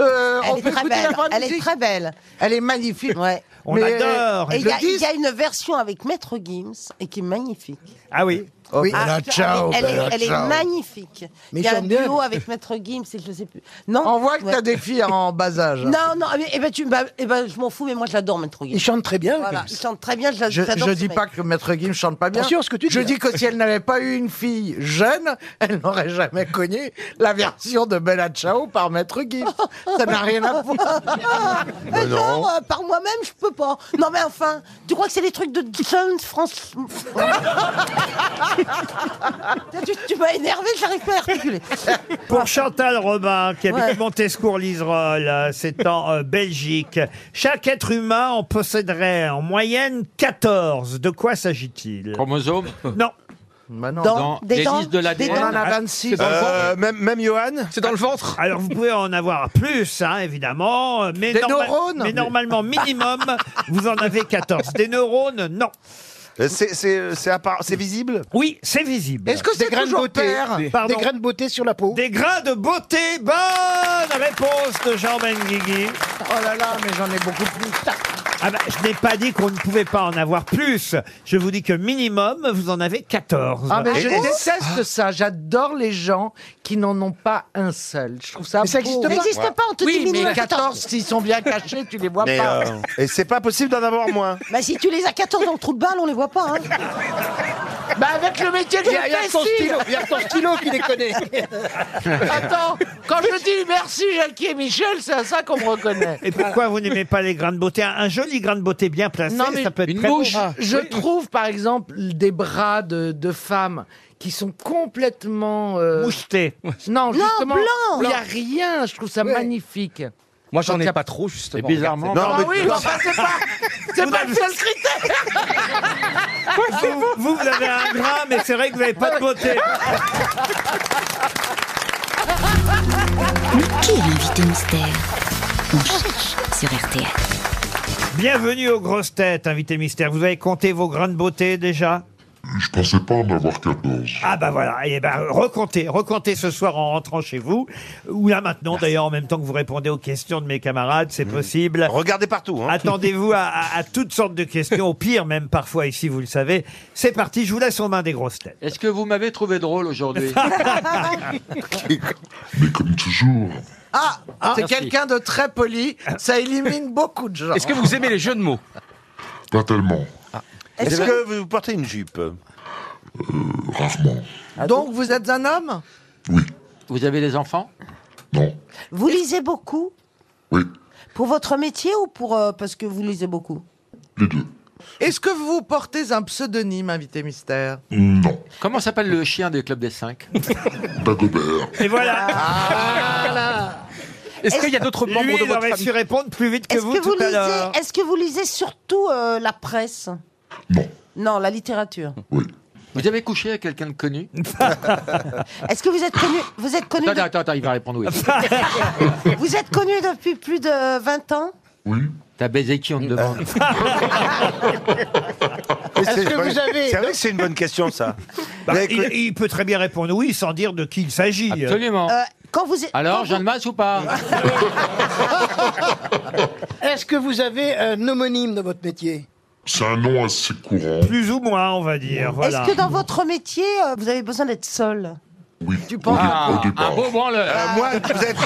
Speaker 6: Euh,
Speaker 4: Elle
Speaker 6: on
Speaker 4: est
Speaker 6: peut
Speaker 4: très
Speaker 6: écouter la
Speaker 4: belle,
Speaker 6: fin de
Speaker 4: elle est
Speaker 6: musique
Speaker 4: très belle.
Speaker 6: Elle est magnifique.
Speaker 4: Ouais.
Speaker 2: On adore.
Speaker 4: Et il y, a-
Speaker 2: Le disque-
Speaker 4: il y a une version avec Maître Gims et qui est magnifique.
Speaker 2: Ah oui.
Speaker 6: Oh,
Speaker 4: Oui. Ah, elle est- elle, est, elle est magnifique.
Speaker 6: Mais
Speaker 4: il y a un
Speaker 6: j'aime bien.
Speaker 4: duo avec Maître Gims et je sais plus. Non.
Speaker 6: On voit que t'as des filles en bas âge. hein.
Speaker 4: Non, non, mais, eh ben, tu, bah, eh ben, je m'en fous, mais moi je l'adore, Maître Gims.
Speaker 6: Il chante très bien,
Speaker 4: Voilà,
Speaker 6: Gims.
Speaker 4: il chante très bien, je l'ad-
Speaker 6: Je,
Speaker 4: j'adore.
Speaker 6: je
Speaker 4: ce
Speaker 6: dis
Speaker 4: mec. [laughs]
Speaker 6: pas que Maître Guim chante pas bien.
Speaker 4: Attention à ce que tu
Speaker 6: je
Speaker 4: dis, hein.
Speaker 6: dis que si elle n'avait pas eu une fille jeune, elle n'aurait jamais connu la version de Bella Ciao par Maître Guim. Ça n'a rien à
Speaker 4: [laughs]
Speaker 6: voir. Oh
Speaker 4: Ah, Mais
Speaker 6: Ben
Speaker 4: non,
Speaker 6: non.
Speaker 4: euh, par moi-même, je peux pas. Non, mais enfin, tu crois que c'est des trucs de Jones
Speaker 6: [laughs]
Speaker 4: France Tu, tu m'as énervé, j'arrive pas à articuler.
Speaker 2: Pour Chantal Robin, qui habite
Speaker 4: Ouais.
Speaker 2: Montescourt-Liserolles, euh, c'est en euh, Belgique. Chaque être humain en posséderait en moyenne 14. De quoi s'agit-il
Speaker 15: Chromosomes
Speaker 2: Bah Non. Ah,
Speaker 15: Dans Des les dents listes de l'ADN. Des dents On en a 26. C'est dans le ventre
Speaker 2: Euh, même, même Johan
Speaker 5: C'est dans le ventre
Speaker 2: Alors vous pouvez en avoir plus, hein, évidemment. euh, Mais
Speaker 6: Des
Speaker 2: norma-
Speaker 6: neurones
Speaker 2: Mais normalement, minimum, vous en avez 14. Des neurones, non. Euh, C'est visible Oui, c'est visible.
Speaker 6: Est-ce que c'est toujours père
Speaker 2: Pardon.
Speaker 9: Des grains de beauté sur la peau.
Speaker 2: Des grains de beauté, bonne réponse de Jean Benguigui.
Speaker 6: Oh là là, mais j'en ai beaucoup plus.
Speaker 2: Ah bah, je n'ai pas dit qu'on ne pouvait pas en avoir plus. Je vous dis que minimum, vous en avez 14.
Speaker 6: Ah, mais je déteste ça. J'adore les gens qui n'en ont pas un seul. Je trouve ça.
Speaker 9: Mais ça existe
Speaker 6: beau.
Speaker 9: pas. Ça existe pas, on te
Speaker 6: oui,
Speaker 9: dit minimum
Speaker 6: mais
Speaker 9: 14.
Speaker 6: 14, s'ils sont bien cachés, tu les vois pas.
Speaker 8: Et c'est pas possible d'en avoir moins.
Speaker 4: Bah, si tu les as 14 dans le trou de balle, on les voit pas. Hein.
Speaker 6: Bah, avec le métier que
Speaker 9: Il y a- il y a
Speaker 6: j'ai
Speaker 9: son
Speaker 6: fait, si.
Speaker 9: stylo, il y a son stylo qui les connaît.
Speaker 4: [laughs]
Speaker 6: [laughs] Attends, quand je dis merci Jackie et Michel, c'est à ça qu'on me reconnaît.
Speaker 2: Et pourquoi vous n'aimez pas les grains de beauté un, un joli grain de beauté bien placé,
Speaker 6: Non, mais
Speaker 2: ça peut être
Speaker 6: une
Speaker 2: très
Speaker 6: mouche.
Speaker 2: beau.
Speaker 6: Je
Speaker 2: Oui.
Speaker 6: trouve par exemple des bras de, de femmes qui sont complètement euh,
Speaker 2: mouchetés.
Speaker 4: Non,
Speaker 6: Non, justement,
Speaker 4: blanc.
Speaker 6: où il n'y a rien. Je trouve ça magnifique.
Speaker 5: Moi, j'en
Speaker 6: Donc, y
Speaker 5: ai
Speaker 6: a-
Speaker 5: pas trop, justement.
Speaker 15: Et bizarrement-
Speaker 5: regarde.
Speaker 6: Ah
Speaker 5: Non, mais-
Speaker 6: oui,
Speaker 5: non.
Speaker 6: bah, bah, c'est pas, c'est pas le seul critère.
Speaker 2: Vous, vous, vous avez un grain, mais c'est vrai que vous n'avez pas de beauté.
Speaker 10: Mais qui est l'invité mystère On cherche sur RTL.
Speaker 2: Bienvenue aux grosses têtes, invité mystère. Vous avez compté vos grains de beauté déjà
Speaker 19: Je pensais pas en avoir 14.
Speaker 2: Ah bah voilà, et ben recomptez, recomptez ce soir en rentrant chez vous, ou là maintenant d'ailleurs en même temps que vous répondez aux questions de mes camarades, c'est possible.
Speaker 8: Mmh. Regardez partout. hein.
Speaker 2: Attendez-vous à, à- à toutes sortes de questions, au pire même parfois ici, vous le savez. C'est parti, je vous laisse en main des grosses têtes.
Speaker 15: Est-ce que vous m'avez trouvé drôle
Speaker 19: [laughs]
Speaker 15: aujourd'hui
Speaker 6: Ah,
Speaker 15: Ah,
Speaker 6: c'est
Speaker 15: merci.
Speaker 6: quelqu'un de très poli. Ça élimine beaucoup de gens.
Speaker 5: Est-ce que vous aimez les jeux de mots Ah.
Speaker 19: Pas tellement.
Speaker 8: Est-ce que vous portez une jupe
Speaker 2: Ah.
Speaker 19: Rarement.
Speaker 6: Ah, Donc vous êtes un homme
Speaker 15: Vous avez des enfants
Speaker 4: Vous lisez beaucoup
Speaker 19: Oui.
Speaker 4: Pour votre métier ou pour euh, parce que vous lisez beaucoup
Speaker 6: Est-ce que vous portez un pseudonyme, invité mystère
Speaker 19: Non.
Speaker 15: Comment s'appelle le chien du club des cinq
Speaker 19: Dagobert.
Speaker 2: Et voilà.
Speaker 5: Est-ce qu'il y a d'autres
Speaker 2: Lui,
Speaker 5: membres de
Speaker 2: il
Speaker 5: votre
Speaker 2: aurait
Speaker 5: famille
Speaker 2: su répondre plus vite que
Speaker 4: Est-ce
Speaker 2: vous
Speaker 4: que, vous
Speaker 2: tout à l'heure.
Speaker 4: lisez Est-ce que vous lisez surtout euh, la presse
Speaker 19: Non.
Speaker 4: Non, la littérature.
Speaker 15: Vous avez couché avec quelqu'un de connu
Speaker 4: Est-ce que vous êtes connu Vous êtes connu,
Speaker 15: Attends, attends, attends, il va répondre oui.
Speaker 4: vous êtes connu depuis plus de 20 ans
Speaker 19: Oui.
Speaker 15: T'as baisé qui on te demande
Speaker 8: C'est
Speaker 2: que
Speaker 8: vrai-
Speaker 2: vous avez-
Speaker 8: c'est vrai que c'est une bonne question, ça.
Speaker 2: [laughs] Bah,
Speaker 8: Mais
Speaker 2: il,
Speaker 8: écoute-
Speaker 2: il peut très bien répondre oui sans dire de qui il s'agit.
Speaker 15: Absolument.
Speaker 4: Euh, quand vous êtes-
Speaker 15: Alors,
Speaker 4: quand
Speaker 15: Jeanne Masse ou
Speaker 6: [laughs]
Speaker 15: pas
Speaker 9: Est-ce que vous avez un homonyme dans votre métier
Speaker 19: C'est un nom assez courant. Mmh.
Speaker 2: Plus ou moins, on va dire.
Speaker 19: voilà.
Speaker 4: Est-ce que dans votre métier, euh, vous avez besoin d'être seul
Speaker 19: Oui.
Speaker 4: Tu penses
Speaker 2: Ah,
Speaker 19: au départ.
Speaker 15: branleur.
Speaker 8: moine, Euh, vous êtes,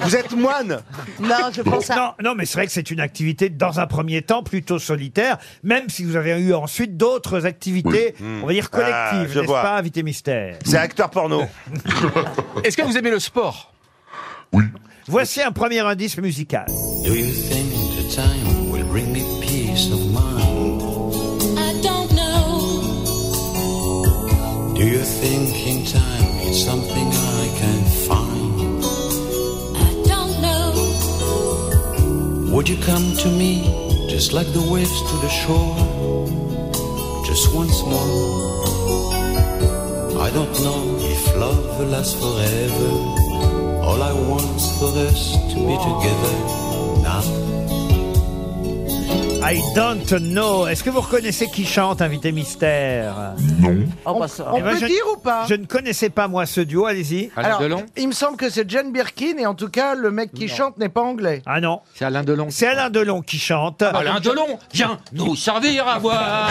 Speaker 8: vous êtes moine.
Speaker 4: Non, je pense à-
Speaker 2: Non, non, mais c'est vrai que c'est une activité, dans un premier temps, plutôt solitaire, même si vous avez eu ensuite d'autres activités, on va dire collectives,
Speaker 8: Ah, je
Speaker 2: n'est-ce
Speaker 8: vois.
Speaker 2: pas, invité mystère
Speaker 8: C'est acteur
Speaker 2: [laughs]
Speaker 8: porno.
Speaker 5: Est-ce que vous aimez le sport
Speaker 2: Voici un premier indice musical.
Speaker 3: Do you think the time will bring me peace of mind?
Speaker 16: I don't know.
Speaker 3: Do you think in time it's something I can find?
Speaker 16: I don't know.
Speaker 3: Would you come to me just like the waves to the shore? Just once more. I don't know if love will last forever. All I want's for us to be together now.
Speaker 2: I don't know. Est-ce que vous reconnaissez qui chante, invité mystère Eh ben,
Speaker 19: Non.
Speaker 15: Oh, bah,
Speaker 6: on peut dire ou pas
Speaker 2: Je ne connaissais pas, moi, ce duo, allez-y.
Speaker 6: Alors, il me semble que c'est Jane Birkin et en tout cas, le mec qui chante n'est pas anglais.
Speaker 2: Ah non.
Speaker 15: C'est Alain Delon. Ah,
Speaker 2: C'est Alain Delon qui chante.
Speaker 15: Alain Delon, viens nous servir à boire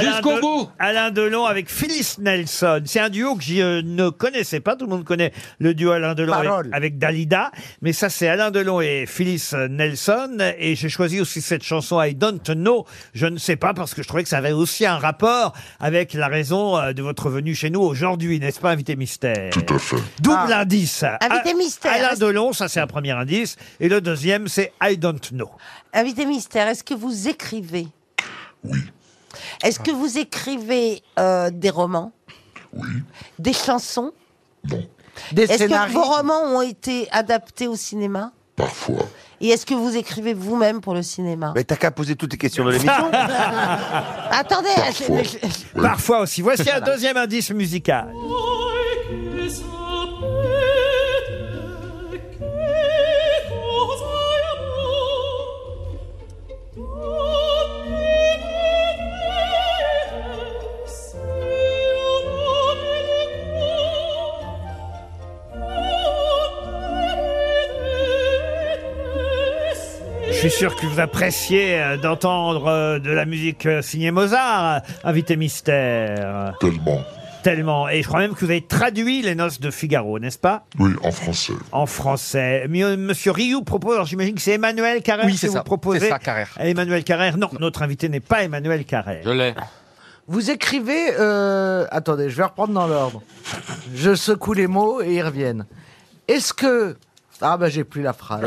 Speaker 15: jusqu'au
Speaker 2: Del-
Speaker 15: bout.
Speaker 2: Alain Delon avec Phyllis Nelson. C'est un duo que je euh, ne connaissais pas. Tout le monde connaît le duo Alain Delon avec,
Speaker 6: Parole.
Speaker 2: avec Dalida. Mais ça, c'est Alain Delon et Phyllis euh, Nelson. Et j'ai choisi aussi cette chanson I Don't Know. Je ne sais pas parce que je trouvais que ça avait aussi un rapport avec la raison euh, de votre venue chez nous aujourd'hui, n'est-ce pas, invité mystère Tout à fait. Double indice.
Speaker 4: Ah. Invité
Speaker 2: A-
Speaker 4: mystère,
Speaker 2: Alain
Speaker 4: est-ce-
Speaker 2: Delon, ça c'est un premier indice. Et le deuxième, c'est I Don't Know.
Speaker 4: Invité mystère, est-ce que vous écrivez Oui. Est-ce que vous écrivez euh, des romans Oui. Des chansons
Speaker 6: Des
Speaker 4: Est-ce que
Speaker 6: scénarios
Speaker 4: vos romans ont été adaptés au cinéma
Speaker 8: Parfois.
Speaker 4: Et est-ce que vous écrivez vous-même pour le cinéma
Speaker 8: Mais t'as qu'à poser toutes les questions de
Speaker 2: [laughs]
Speaker 8: l'émission.
Speaker 4: Attendez, je- je- je-
Speaker 2: Parfois aussi. Voici
Speaker 4: [laughs]
Speaker 2: un deuxième indice musical.
Speaker 3: Ah,
Speaker 2: Je suis sûr que vous appréciez euh, d'entendre euh, de la musique euh, signée Mozart, euh, invité mystère.
Speaker 19: Tellement.
Speaker 2: Tellement. Et je crois même que vous avez traduit les noces de Figaro, n'est-ce pas
Speaker 19: Oui, en français.
Speaker 2: En français. Mio- Monsieur Rioux propose, alors j'imagine que c'est Emmanuel Carrère
Speaker 5: Oui,
Speaker 2: que
Speaker 5: c'est
Speaker 2: vous
Speaker 5: ça.
Speaker 2: proposez.
Speaker 5: C'est ça, Carrère.
Speaker 2: Emmanuel Carrère, non, notre invité n'est pas Emmanuel Carrère.
Speaker 15: Je l'ai.
Speaker 6: Vous écrivez. euh, Attendez, je vais reprendre dans l'ordre. Je secoue les mots et ils reviennent. Est-ce que. Ah, bah, j'ai plus la phrase.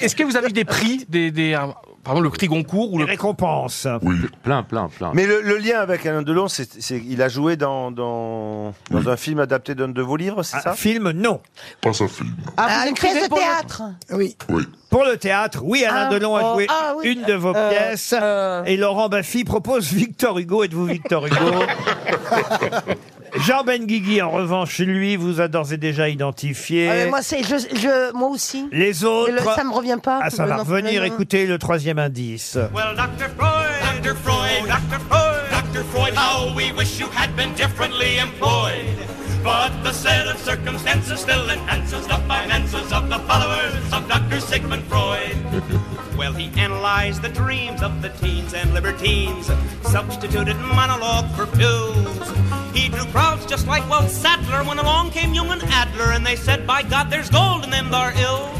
Speaker 5: Est-ce que vous avez eu des prix, des, des, euh, par exemple le prix Goncourt ou le
Speaker 2: récompenses
Speaker 15: Plein, plein, plein.
Speaker 8: Mais le, le lien avec Alain Delon, c'est c'est- il a joué dans, dans, dans un film adapté d'un de vos livres, c'est ça
Speaker 2: film, non.
Speaker 19: Pas un film.
Speaker 4: Ah, une pièce de théâtre
Speaker 9: Oui.
Speaker 2: Pour le théâtre, oui, Alain
Speaker 4: Ah,
Speaker 2: Delon a
Speaker 4: oh,
Speaker 2: joué
Speaker 4: ah oui,
Speaker 2: une de vos
Speaker 4: euh,
Speaker 2: pièces. Et Laurent Baffy propose [laughs] Victor Hugo. Êtes-vous Victor
Speaker 4: [laughs]
Speaker 2: Hugo Jean Benguigui, en revanche, lui, vous a d'ores et déjà identifié.
Speaker 4: Ah, mais moi, c'est, je, je- moi aussi.
Speaker 2: Les autres-
Speaker 4: Et le- ça me revient pas.
Speaker 2: ah, ça
Speaker 4: le
Speaker 2: va
Speaker 4: nom- hein.
Speaker 2: revenir.
Speaker 4: le nom.
Speaker 2: Écoutez le troisième indice.
Speaker 20: Well, Dr. Freud, Dr. Freud, Dr. Freud, Dr. Freud, how we wish you had been differently employed. But the set of circumstances still enhances the finances of the followers of Dr. Sigmund Freud. Well, he analyzed the dreams of the teens and libertines, substituted monologue for pills. He drew crowds just like Walt Sattler when along came Jung and Adler, and they said, by God, there's gold in them thar ills.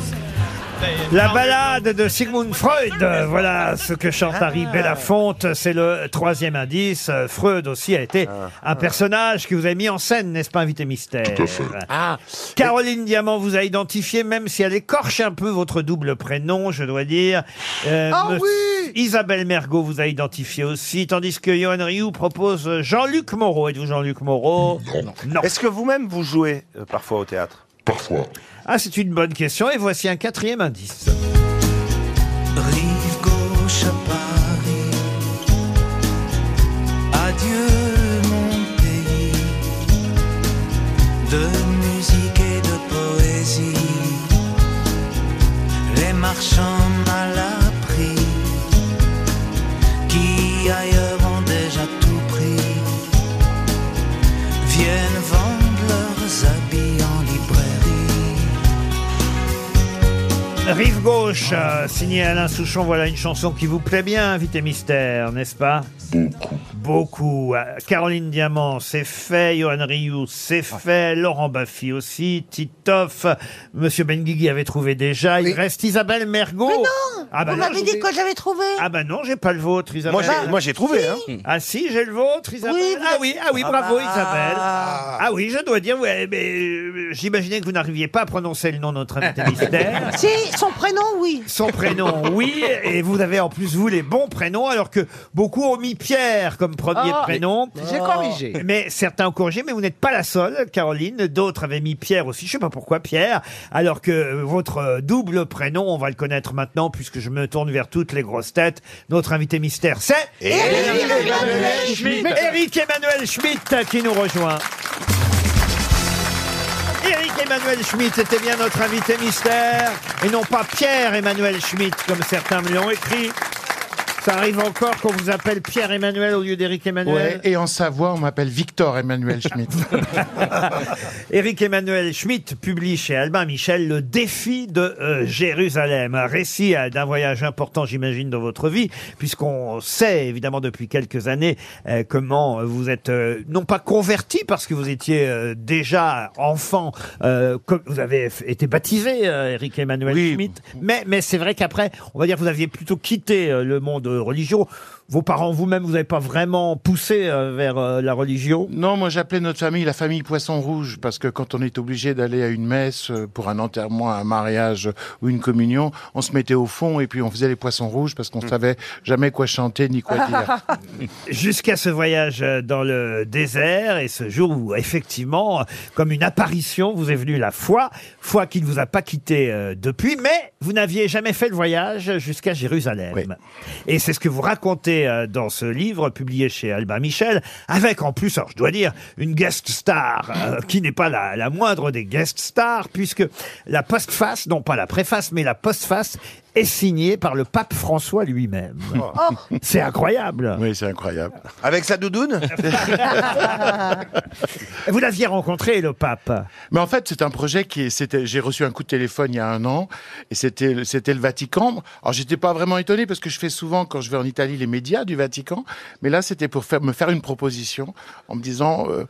Speaker 2: La balade de Sigmund Freud,
Speaker 8: Ah.
Speaker 2: euh, voilà ce que chante Harry Belafonte, c'est le troisième indice. Euh, Freud aussi a été
Speaker 8: Ah.
Speaker 2: un personnage que vous avez mis en scène, n'est-ce pas, invité mystère Ah.
Speaker 19: Tout à fait.
Speaker 2: Caroline Diamant vous a identifié, même si elle écorche un peu votre double prénom, je dois dire. Euh,
Speaker 6: Ah
Speaker 2: me- Isabelle Mergot vous a identifié aussi, tandis que Johan Rioux propose Jean-Luc Moreau. Êtes-vous Jean-Luc Moreau Non.
Speaker 8: Est-ce que vous-même vous jouez euh, parfois au théâtre
Speaker 19: Parfois.
Speaker 2: Ah, c'est une bonne question, et voici un quatrième indice.
Speaker 16: Rive gauche à Paris. Adieu mon pays.
Speaker 3: De musique et de poésie, les marchands
Speaker 2: Rive gauche, euh, signé Alain Souchon, voilà une chanson qui vous plaît bien, invité mystère, n'est-ce pas Beaucoup. Beaucoup. Euh, Caroline Diamant, c'est fait. Johan Rioux, c'est fait. Laurent Baffy aussi. Titoff. Monsieur Benguigui avait trouvé déjà. Il reste Isabelle Mergot. non ah
Speaker 4: Vous
Speaker 2: non,
Speaker 4: m'avez
Speaker 2: je
Speaker 4: dit
Speaker 2: vous ai-
Speaker 4: que j'avais trouvé.
Speaker 2: Ah bah non, j'ai pas le vôtre, Isabelle.
Speaker 8: Moi, j'ai- moi, j'ai trouvé,
Speaker 2: Si.
Speaker 8: hein.
Speaker 2: Ah si, j'ai le vôtre, Isabelle.
Speaker 4: Oui, vous
Speaker 2: ah
Speaker 4: avez-
Speaker 2: oui, ah oui,
Speaker 4: Ah
Speaker 2: bravo,
Speaker 4: bah.
Speaker 2: Isabelle. Ah oui, je dois dire, ouais, mais euh, j'imaginais que vous n'arriviez pas à prononcer le nom de notre invité mystère.
Speaker 4: [laughs] Si, son prénom, oui.
Speaker 2: Son prénom, oui, et vous avez en plus, vous, les bons prénoms, alors que beaucoup ont mis Pierre comme premier
Speaker 6: Ah,
Speaker 2: prénom. Oh.
Speaker 6: mais j'ai corrigé.
Speaker 2: Mais certains ont corrigé, mais vous n'êtes pas la seule, Caroline. D'autres avaient mis Pierre aussi, je sais pas pourquoi Pierre, alors que votre euh, double prénom, on va le connaître maintenant, puisque je me tourne vers toutes les grosses têtes. Notre invité mystère, c'est...
Speaker 16: Emmanuel Schmitt.
Speaker 2: Eric Emmanuel Schmitt qui nous rejoint. Eric Emmanuel Schmitt était bien notre invité mystère et non pas Pierre Emmanuel Schmitt comme certains me l'ont écrit. Ça arrive encore qu'on vous appelle Pierre Emmanuel au lieu d'Eric Emmanuel.
Speaker 21: Ouais, et en Savoie, on m'appelle Victor
Speaker 2: [laughs]
Speaker 21: Emmanuel Schmitt.
Speaker 2: Éric Emmanuel Schmitt publie chez Albin Michel Le défi de euh, Jérusalem, un récit euh, d'un voyage important, j'imagine, dans votre vie, puisqu'on sait évidemment depuis quelques années euh, comment vous êtes euh, non pas converti parce que vous étiez euh, déjà enfant, euh, comme vous avez f- été baptisé, euh, Éric Emmanuel Schmitt, mais mais c'est vrai qu'après, on va dire, vous aviez plutôt quitté euh, le monde religieux. Vos parents, vous-même, vous n'avez pas vraiment poussé euh, vers euh, la religion
Speaker 21: Non, moi j'appelais notre famille la famille Poisson Rouge parce que quand on est obligé d'aller à une messe euh, pour un enterrement, un mariage euh, ou une communion, on se mettait au fond et puis on faisait les Poissons Rouges parce qu'on
Speaker 2: Mm.
Speaker 21: savait jamais quoi chanter ni
Speaker 2: Ah,
Speaker 21: quoi dire.
Speaker 2: [laughs] Jusqu'à ce voyage euh, dans le désert et ce jour où, effectivement, euh, comme une apparition, vous est venue la foi, foi qui ne vous a pas quitté euh, depuis, mais vous n'aviez jamais fait le voyage jusqu'à Jérusalem. Et c'est ce que vous racontez euh, dans ce livre publié chez Albin Michel, avec en plus, alors, je dois dire, une guest star euh, qui n'est pas la, la moindre des guest stars, puisque la postface, non pas la préface, mais la postface est signée par le pape François lui-même. Oh. C'est incroyable.
Speaker 21: Oui, c'est incroyable.
Speaker 8: Avec
Speaker 21: [laughs]
Speaker 8: sa doudoune
Speaker 2: Vous l'aviez rencontré, le pape.
Speaker 21: Mais en fait, c'est un projet qui est- c'était. J'ai reçu un coup de téléphone il y a un an et c'était le- c'était le Vatican. Alors j'étais pas vraiment étonné parce que je fais souvent quand je vais en Italie les médias du Vatican, mais là c'était pour faire, me faire une proposition en me disant. euh,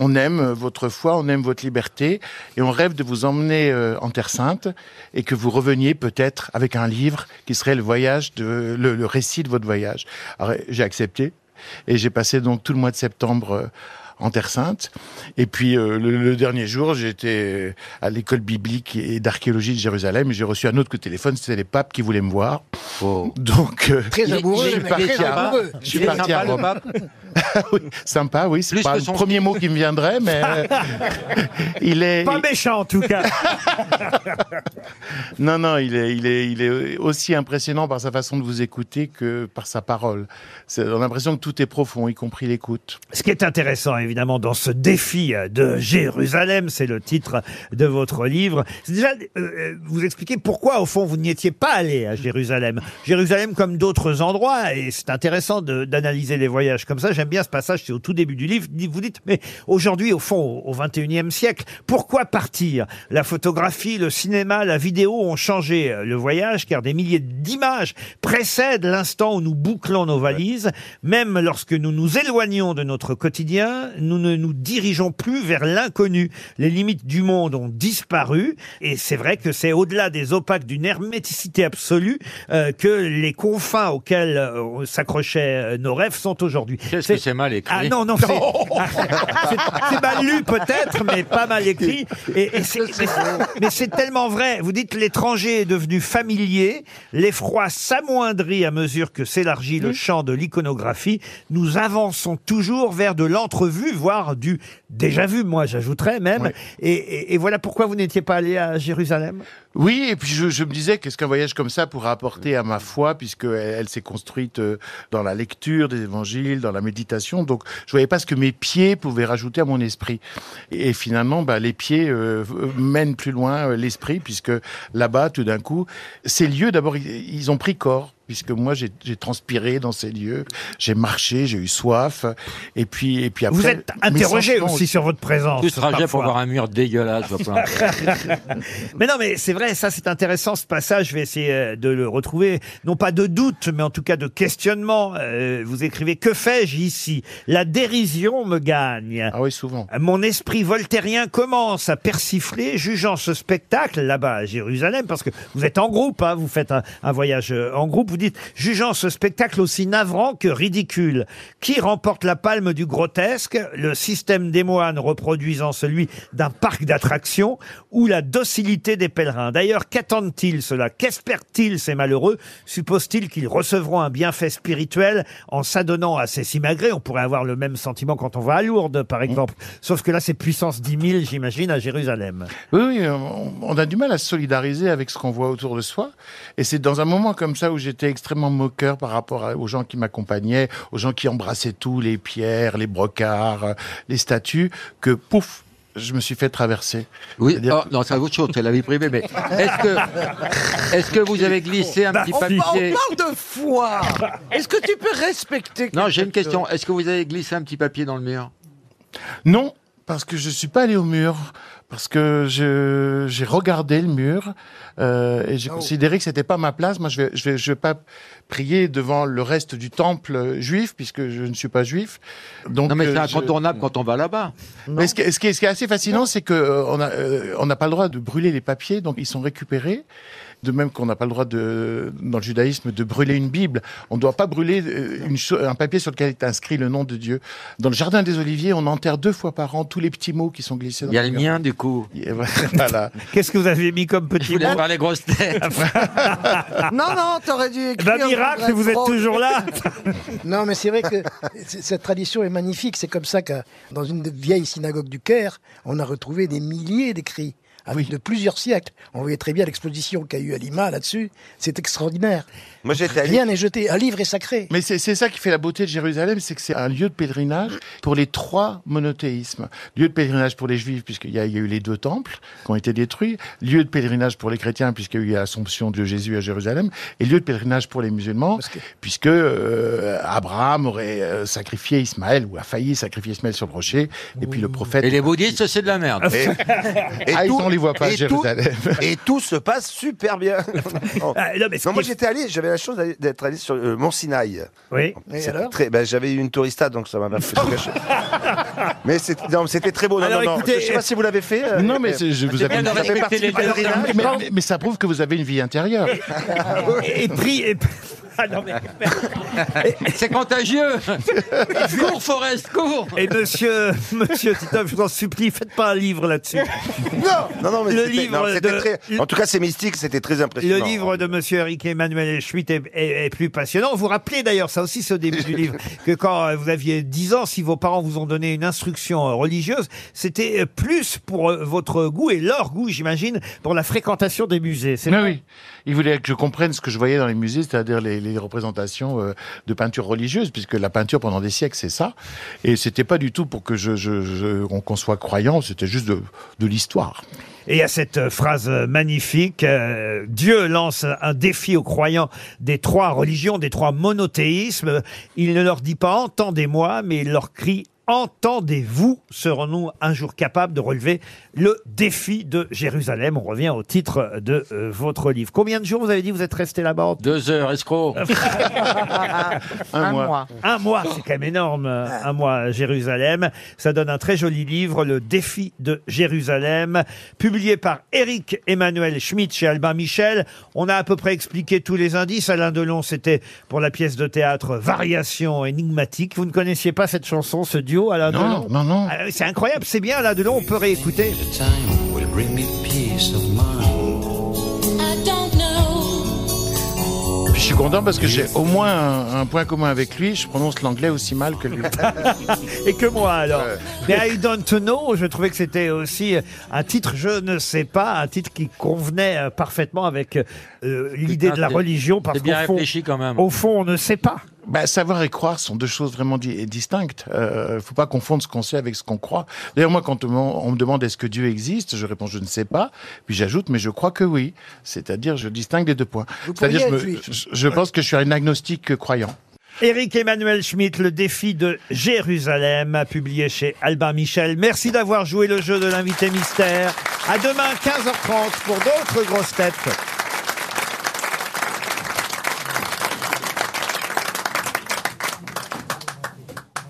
Speaker 21: on aime euh, votre foi, on aime votre liberté, et on rêve de vous emmener euh, en Terre Sainte, et que vous reveniez peut-être avec un livre qui serait le voyage, de, le, le récit de votre voyage. Alors, euh, j'ai accepté, et j'ai passé donc tout le mois de septembre euh, en Terre Sainte. Et puis euh, le, le dernier jour, j'étais euh, à l'école biblique et d'archéologie de Jérusalem et j'ai reçu un autre coup de téléphone, c'était les papes qui voulaient me voir. Donc euh,
Speaker 9: Très amoureux,
Speaker 21: je suis
Speaker 9: le mec,
Speaker 21: parti
Speaker 9: très
Speaker 21: à,
Speaker 9: amoureux.
Speaker 21: je suis
Speaker 9: Il est
Speaker 21: parti à
Speaker 9: sympa, le
Speaker 21: Rome.
Speaker 9: pape.
Speaker 21: oui, sympa, oui, c'est pas le premier mot qui me viendrait, mais
Speaker 9: [laughs]
Speaker 21: euh, il est
Speaker 2: Pas méchant, en tout cas.
Speaker 21: [laughs] non, non, il est, il est, il est aussi impressionnant par sa façon de vous écouter que par sa parole. C'est- On a l'impression que tout est profond, y compris l'écoute.
Speaker 2: Ce qui est intéressant, évidemment, dans ce défi euh, de Jérusalem, c'est le titre de votre livre, c'est déjà euh, euh, vous expliquer pourquoi, au fond, vous n'y étiez pas allé à Jérusalem. Jérusalem comme d'autres endroits, et c'est intéressant de- d'analyser les voyages comme ça. J'aime bien ce passage, c'est au tout début du livre. Vous dites, mais aujourd'hui, au fond, au 21e siècle, pourquoi partir La photographie, le cinéma, la vidéo ont changé euh, le voyage, car des milliers d'images précèdent l'instant où nous bouclons nos valises. Même lorsque nous nous éloignons de notre quotidien, nous ne nous dirigeons plus vers l'inconnu. Les limites du monde ont disparu, et c'est vrai que c'est au-delà des opaques d'une herméticité absolue euh, que les confins auxquels euh, s'accrochaient euh, nos rêves sont aujourd'hui.
Speaker 15: Qu'est-ce que c'est mal écrit [laughs]
Speaker 2: Ah non, non, c'est c'est- c'est mal lu peut-être, mais pas mal écrit. Et, et c'est- mais c'est- mais c'est tellement vrai. Vous dites l'étranger est devenu familier, l'effroi s'amoindrit à mesure que s'élargit le champ de l'iconographie. Nous avançons toujours vers de l'entrevue, voire du déjà vu, moi j'ajouterais même. Et, et- et voilà pourquoi vous n'étiez pas allé à Jérusalem
Speaker 21: Oui, et puis je, je me disais qu'est-ce qu'un voyage comme ça pourra apporter à ma foi, puisque elle, elle s'est construite euh, dans la lecture des évangiles, dans la méditation. Donc, je voyais pas ce que mes pieds pouvaient rajouter à mon esprit. Et, et finalement, bah, les pieds euh, euh, mènent plus loin euh, l'esprit, puisque là-bas, tout d'un coup, ces lieux, d'abord, ils, ils ont pris corps. puisque moi j'ai j'ai transpiré dans ces lieux, j'ai marché, j'ai eu soif, et puis et puis après.
Speaker 2: Vous êtes interrogé
Speaker 21: mes sentiments
Speaker 2: aussi sur votre présence.
Speaker 15: Tout ce trajet pour
Speaker 2: parfois.
Speaker 15: voir un mur dégueulasse. je vois pas.
Speaker 2: mais non, mais c'est vrai, ça c'est intéressant ce passage. Je vais essayer euh, de le retrouver. Non pas de doute, mais en tout cas de questionnement. Euh, vous écrivez que fais-je ici La dérision me gagne.
Speaker 21: Ah oui, souvent.
Speaker 2: Mon esprit voltairien commence à persifler, jugeant ce spectacle là-bas à Jérusalem, parce que vous êtes en groupe, hein, vous faites un, un voyage euh, en groupe. Vous dites jugeant ce spectacle aussi navrant que ridicule. Qui remporte la palme du grotesque Le système des moines reproduisant celui d'un parc d'attractions ou la docilité des pèlerins. D'ailleurs, qu'attendent-ils cela Qu'espèrent-ils ces malheureux Supposent-ils qu'ils recevront un bienfait spirituel en s'adonnant à ces simagrées On pourrait avoir le même sentiment quand on va à Lourdes, par exemple. Sauf que là, c'est puissance 10 000, j'imagine, à Jérusalem.
Speaker 21: Oui, oui, on on a du mal à se solidariser avec ce qu'on voit autour de soi. Et c'est dans un moment comme ça où j'étais extrêmement moqueur par rapport à- aux gens qui m'accompagnaient, aux gens qui embrassaient tout, les pierres, les brocarts, euh, les statues, que pouf, je me suis fait traverser.
Speaker 7: Oui, oh, non, c'est à votre chose, c'est la vie privée, mais est-ce que, est-ce que vous avez glissé un
Speaker 6: Bah,
Speaker 7: petit
Speaker 6: on, on
Speaker 7: papier
Speaker 6: parle de foi. Est-ce que tu peux respecter
Speaker 7: Non, j'ai une
Speaker 6: quelque
Speaker 7: question.
Speaker 6: chose
Speaker 7: Est-ce que vous avez glissé un petit papier dans le mur
Speaker 21: Non, parce que je suis pas allé au mur. Parce que je- j'ai regardé le mur euh, et j'ai considéré que c'était pas ma place. Moi, je vais, je vais, je vais pas prier devant le reste du temple euh, juif puisque je ne suis pas juif. Donc,
Speaker 7: Non, mais
Speaker 21: euh,
Speaker 7: c'est
Speaker 21: je-
Speaker 7: incontournable quand on va là-bas.
Speaker 21: Mais ce, qui, ce qui est, ce qui est assez fascinant, c'est que euh, on a, euh, on n'a pas le droit de brûler les papiers, donc ils sont récupérés. De même qu'on n'a pas le droit de, dans le judaïsme, de brûler une Bible. On ne doit pas brûler euh, une cho- un papier sur lequel est inscrit le nom de Dieu. Dans le jardin des Oliviers, on enterre deux fois par an tous les petits mots qui sont glissés. Dans
Speaker 7: Il y a le
Speaker 21: mur.
Speaker 7: mien, du [laughs] coup.
Speaker 21: Et voilà.
Speaker 2: Qu'est-ce que vous avez mis comme petit
Speaker 7: Je voulais
Speaker 21: mot
Speaker 7: voir les grosses têtes.
Speaker 6: Non, non, t'aurais dû écrire.
Speaker 2: Bah, miracle,
Speaker 6: André
Speaker 2: vous êtes
Speaker 6: Fro-
Speaker 2: toujours là.
Speaker 9: [laughs] Non, mais c'est vrai que c- cette tradition est magnifique. C'est comme ça que dans une des vieilles synagogues du Caire, on a retrouvé des milliers d'écrits avec- de plusieurs siècles. On voyait très bien l'exposition qu'a eu à Lima là-dessus. C'est extraordinaire.
Speaker 8: Moi, j'étais
Speaker 9: Rien n'est jeté. Un livre est sacré.
Speaker 21: Mais c'est c'est ça qui fait la beauté de Jérusalem, c'est que c'est un lieu de pèlerinage pour les trois monothéismes. Lieu de pèlerinage pour les Juifs, puisqu'il y, a il y a eu les deux temples qui ont été détruits. Lieu de pèlerinage pour les chrétiens, puisqu'il y a eu l'Assomption de Jésus à Jérusalem. Et lieu de pèlerinage pour les musulmans, puisque euh, Abraham aurait euh, sacrifié Ismaël, ou a failli sacrifier Ismaël sur le rocher. Et puis le prophète...
Speaker 15: Et les bouddhistes, c'est de la merde.
Speaker 21: Ah, ils, on les voit pas à
Speaker 8: et tout-
Speaker 21: Jérusalem.
Speaker 8: et tout se passe super bien. non. Non, moi j'étais allé, j'avais la chance d'aller- d'être allé sur le Mont Sinaï.
Speaker 2: Oui.
Speaker 8: C'est
Speaker 2: Et alors
Speaker 8: très- ben, j'avais eu une tourista, donc ça m'a fait tout gâcher. Mais c'est- non, c'était très beau. Non,
Speaker 2: Alors,
Speaker 8: non, non.
Speaker 2: écoutez,
Speaker 8: je sais pas si vous l'avez fait.
Speaker 2: [laughs]
Speaker 8: euh,
Speaker 21: Non, mais
Speaker 8: euh,
Speaker 21: c'est- je vous
Speaker 8: j'ai
Speaker 21: avais
Speaker 8: bien de respecter
Speaker 21: partie
Speaker 8: les
Speaker 21: du pèlerinage.
Speaker 8: pèlerins.
Speaker 21: mais, mais- mais ça prouve que vous avez une vie intérieure.
Speaker 2: Et, et pris. Et... [laughs] Ah non, mais.
Speaker 15: [laughs] C'est
Speaker 2: [laughs]
Speaker 15: contagieux. cours, Forest, cours.
Speaker 2: Et monsieur, monsieur Titoff, je vous en supplie, faites pas un livre là-dessus.
Speaker 8: Non, non, non, mais
Speaker 2: Le
Speaker 8: c'était-
Speaker 2: livre
Speaker 8: non, c'était
Speaker 2: de-
Speaker 8: très- En tout cas, c'est mystique, c'était très
Speaker 2: Le
Speaker 8: impressionnant.
Speaker 2: livre de Monsieur Eric Emmanuel Schmitt est, est- est plus passionnant. Vous rappelez d'ailleurs, ça aussi, ce début
Speaker 15: [laughs]
Speaker 2: du livre, que quand euh, vous aviez 10 ans, si vos parents vous ont donné une instruction euh, religieuse, c'était euh, plus pour euh, votre goût et leur goût, j'imagine, pour la fréquentation des musées. C'est
Speaker 21: Mais
Speaker 2: vrai
Speaker 21: oui, il voulait que je comprenne ce que je voyais dans les musées, c'est-à-dire les, les représentations euh, de peinture religieuse, puisque la peinture pendant des siècles c'est ça. Et c'était pas du tout pour que je, je- je- on- qu'on soit croyant, c'était juste de, de l'histoire.
Speaker 2: Et il y a cette euh, phrase euh, magnifique, euh, Dieu lance un défi aux croyants des trois religions, des trois monothéismes. Il ne leur dit pas entendez-moi, mais il leur crie entendez-vous. Serons-nous un jour capables de relever le défi de Jérusalem On revient au titre de euh, votre livre. Combien de jours vous avez dit vous êtes resté là-bas en-
Speaker 15: Deux heures,
Speaker 2: [laughs]
Speaker 15: escroc.
Speaker 2: un,
Speaker 15: mois.
Speaker 2: Un mois, c'est quand même énorme. euh, Un mois à Jérusalem. Ça donne un très joli livre, Le défi de Jérusalem, publié par Eric Emmanuel Schmitt chez Albin Michel. On a à peu près expliqué tous les indices. Alain Delon, c'était pour la pièce de théâtre Variation énigmatique. Vous ne connaissiez pas cette chanson, ce duo, Alain
Speaker 21: Non,
Speaker 2: Delon
Speaker 21: non, non.
Speaker 2: Ah, C'est incroyable, c'est bien, Alain Delon, on peut réécouter.
Speaker 3: Time will bring me peace of mind.
Speaker 16: I don't know.
Speaker 21: Puis je suis content parce que j'ai au moins un, un point commun avec lui, je prononce l'anglais aussi mal que lui.
Speaker 2: [laughs] Et que moi alors. Euh. Mais I Don't Know, je trouvais que c'était aussi euh, un titre, je ne sais pas, un titre qui convenait euh, parfaitement avec euh, l'idée de la
Speaker 15: c'est-
Speaker 2: religion.
Speaker 15: c'est
Speaker 2: Parce
Speaker 15: bien
Speaker 2: qu'au fond-
Speaker 15: réfléchi quand même.
Speaker 2: Au fond, on ne sait pas.
Speaker 21: Bah, savoir et croire sont deux choses vraiment di- distinctes. Euh, faut pas confondre ce qu'on sait avec ce qu'on croit. D'ailleurs, moi, quand on, m'en- on me demande est-ce que Dieu existe, je réponds je ne sais pas. Puis j'ajoute mais je crois que oui. C'est-à-dire je distingue les deux points.
Speaker 2: Vous
Speaker 21: C'est-à-dire je,
Speaker 2: pourriez
Speaker 21: me-
Speaker 2: être juif.
Speaker 21: je- je pense que je suis un agnostique croyant.
Speaker 2: Éric Emmanuel Schmitt, le défi de Jérusalem, a publié chez Albin Michel. Merci d'avoir joué le jeu de l'invité mystère. À demain, 15h30, pour d'autres grosses têtes.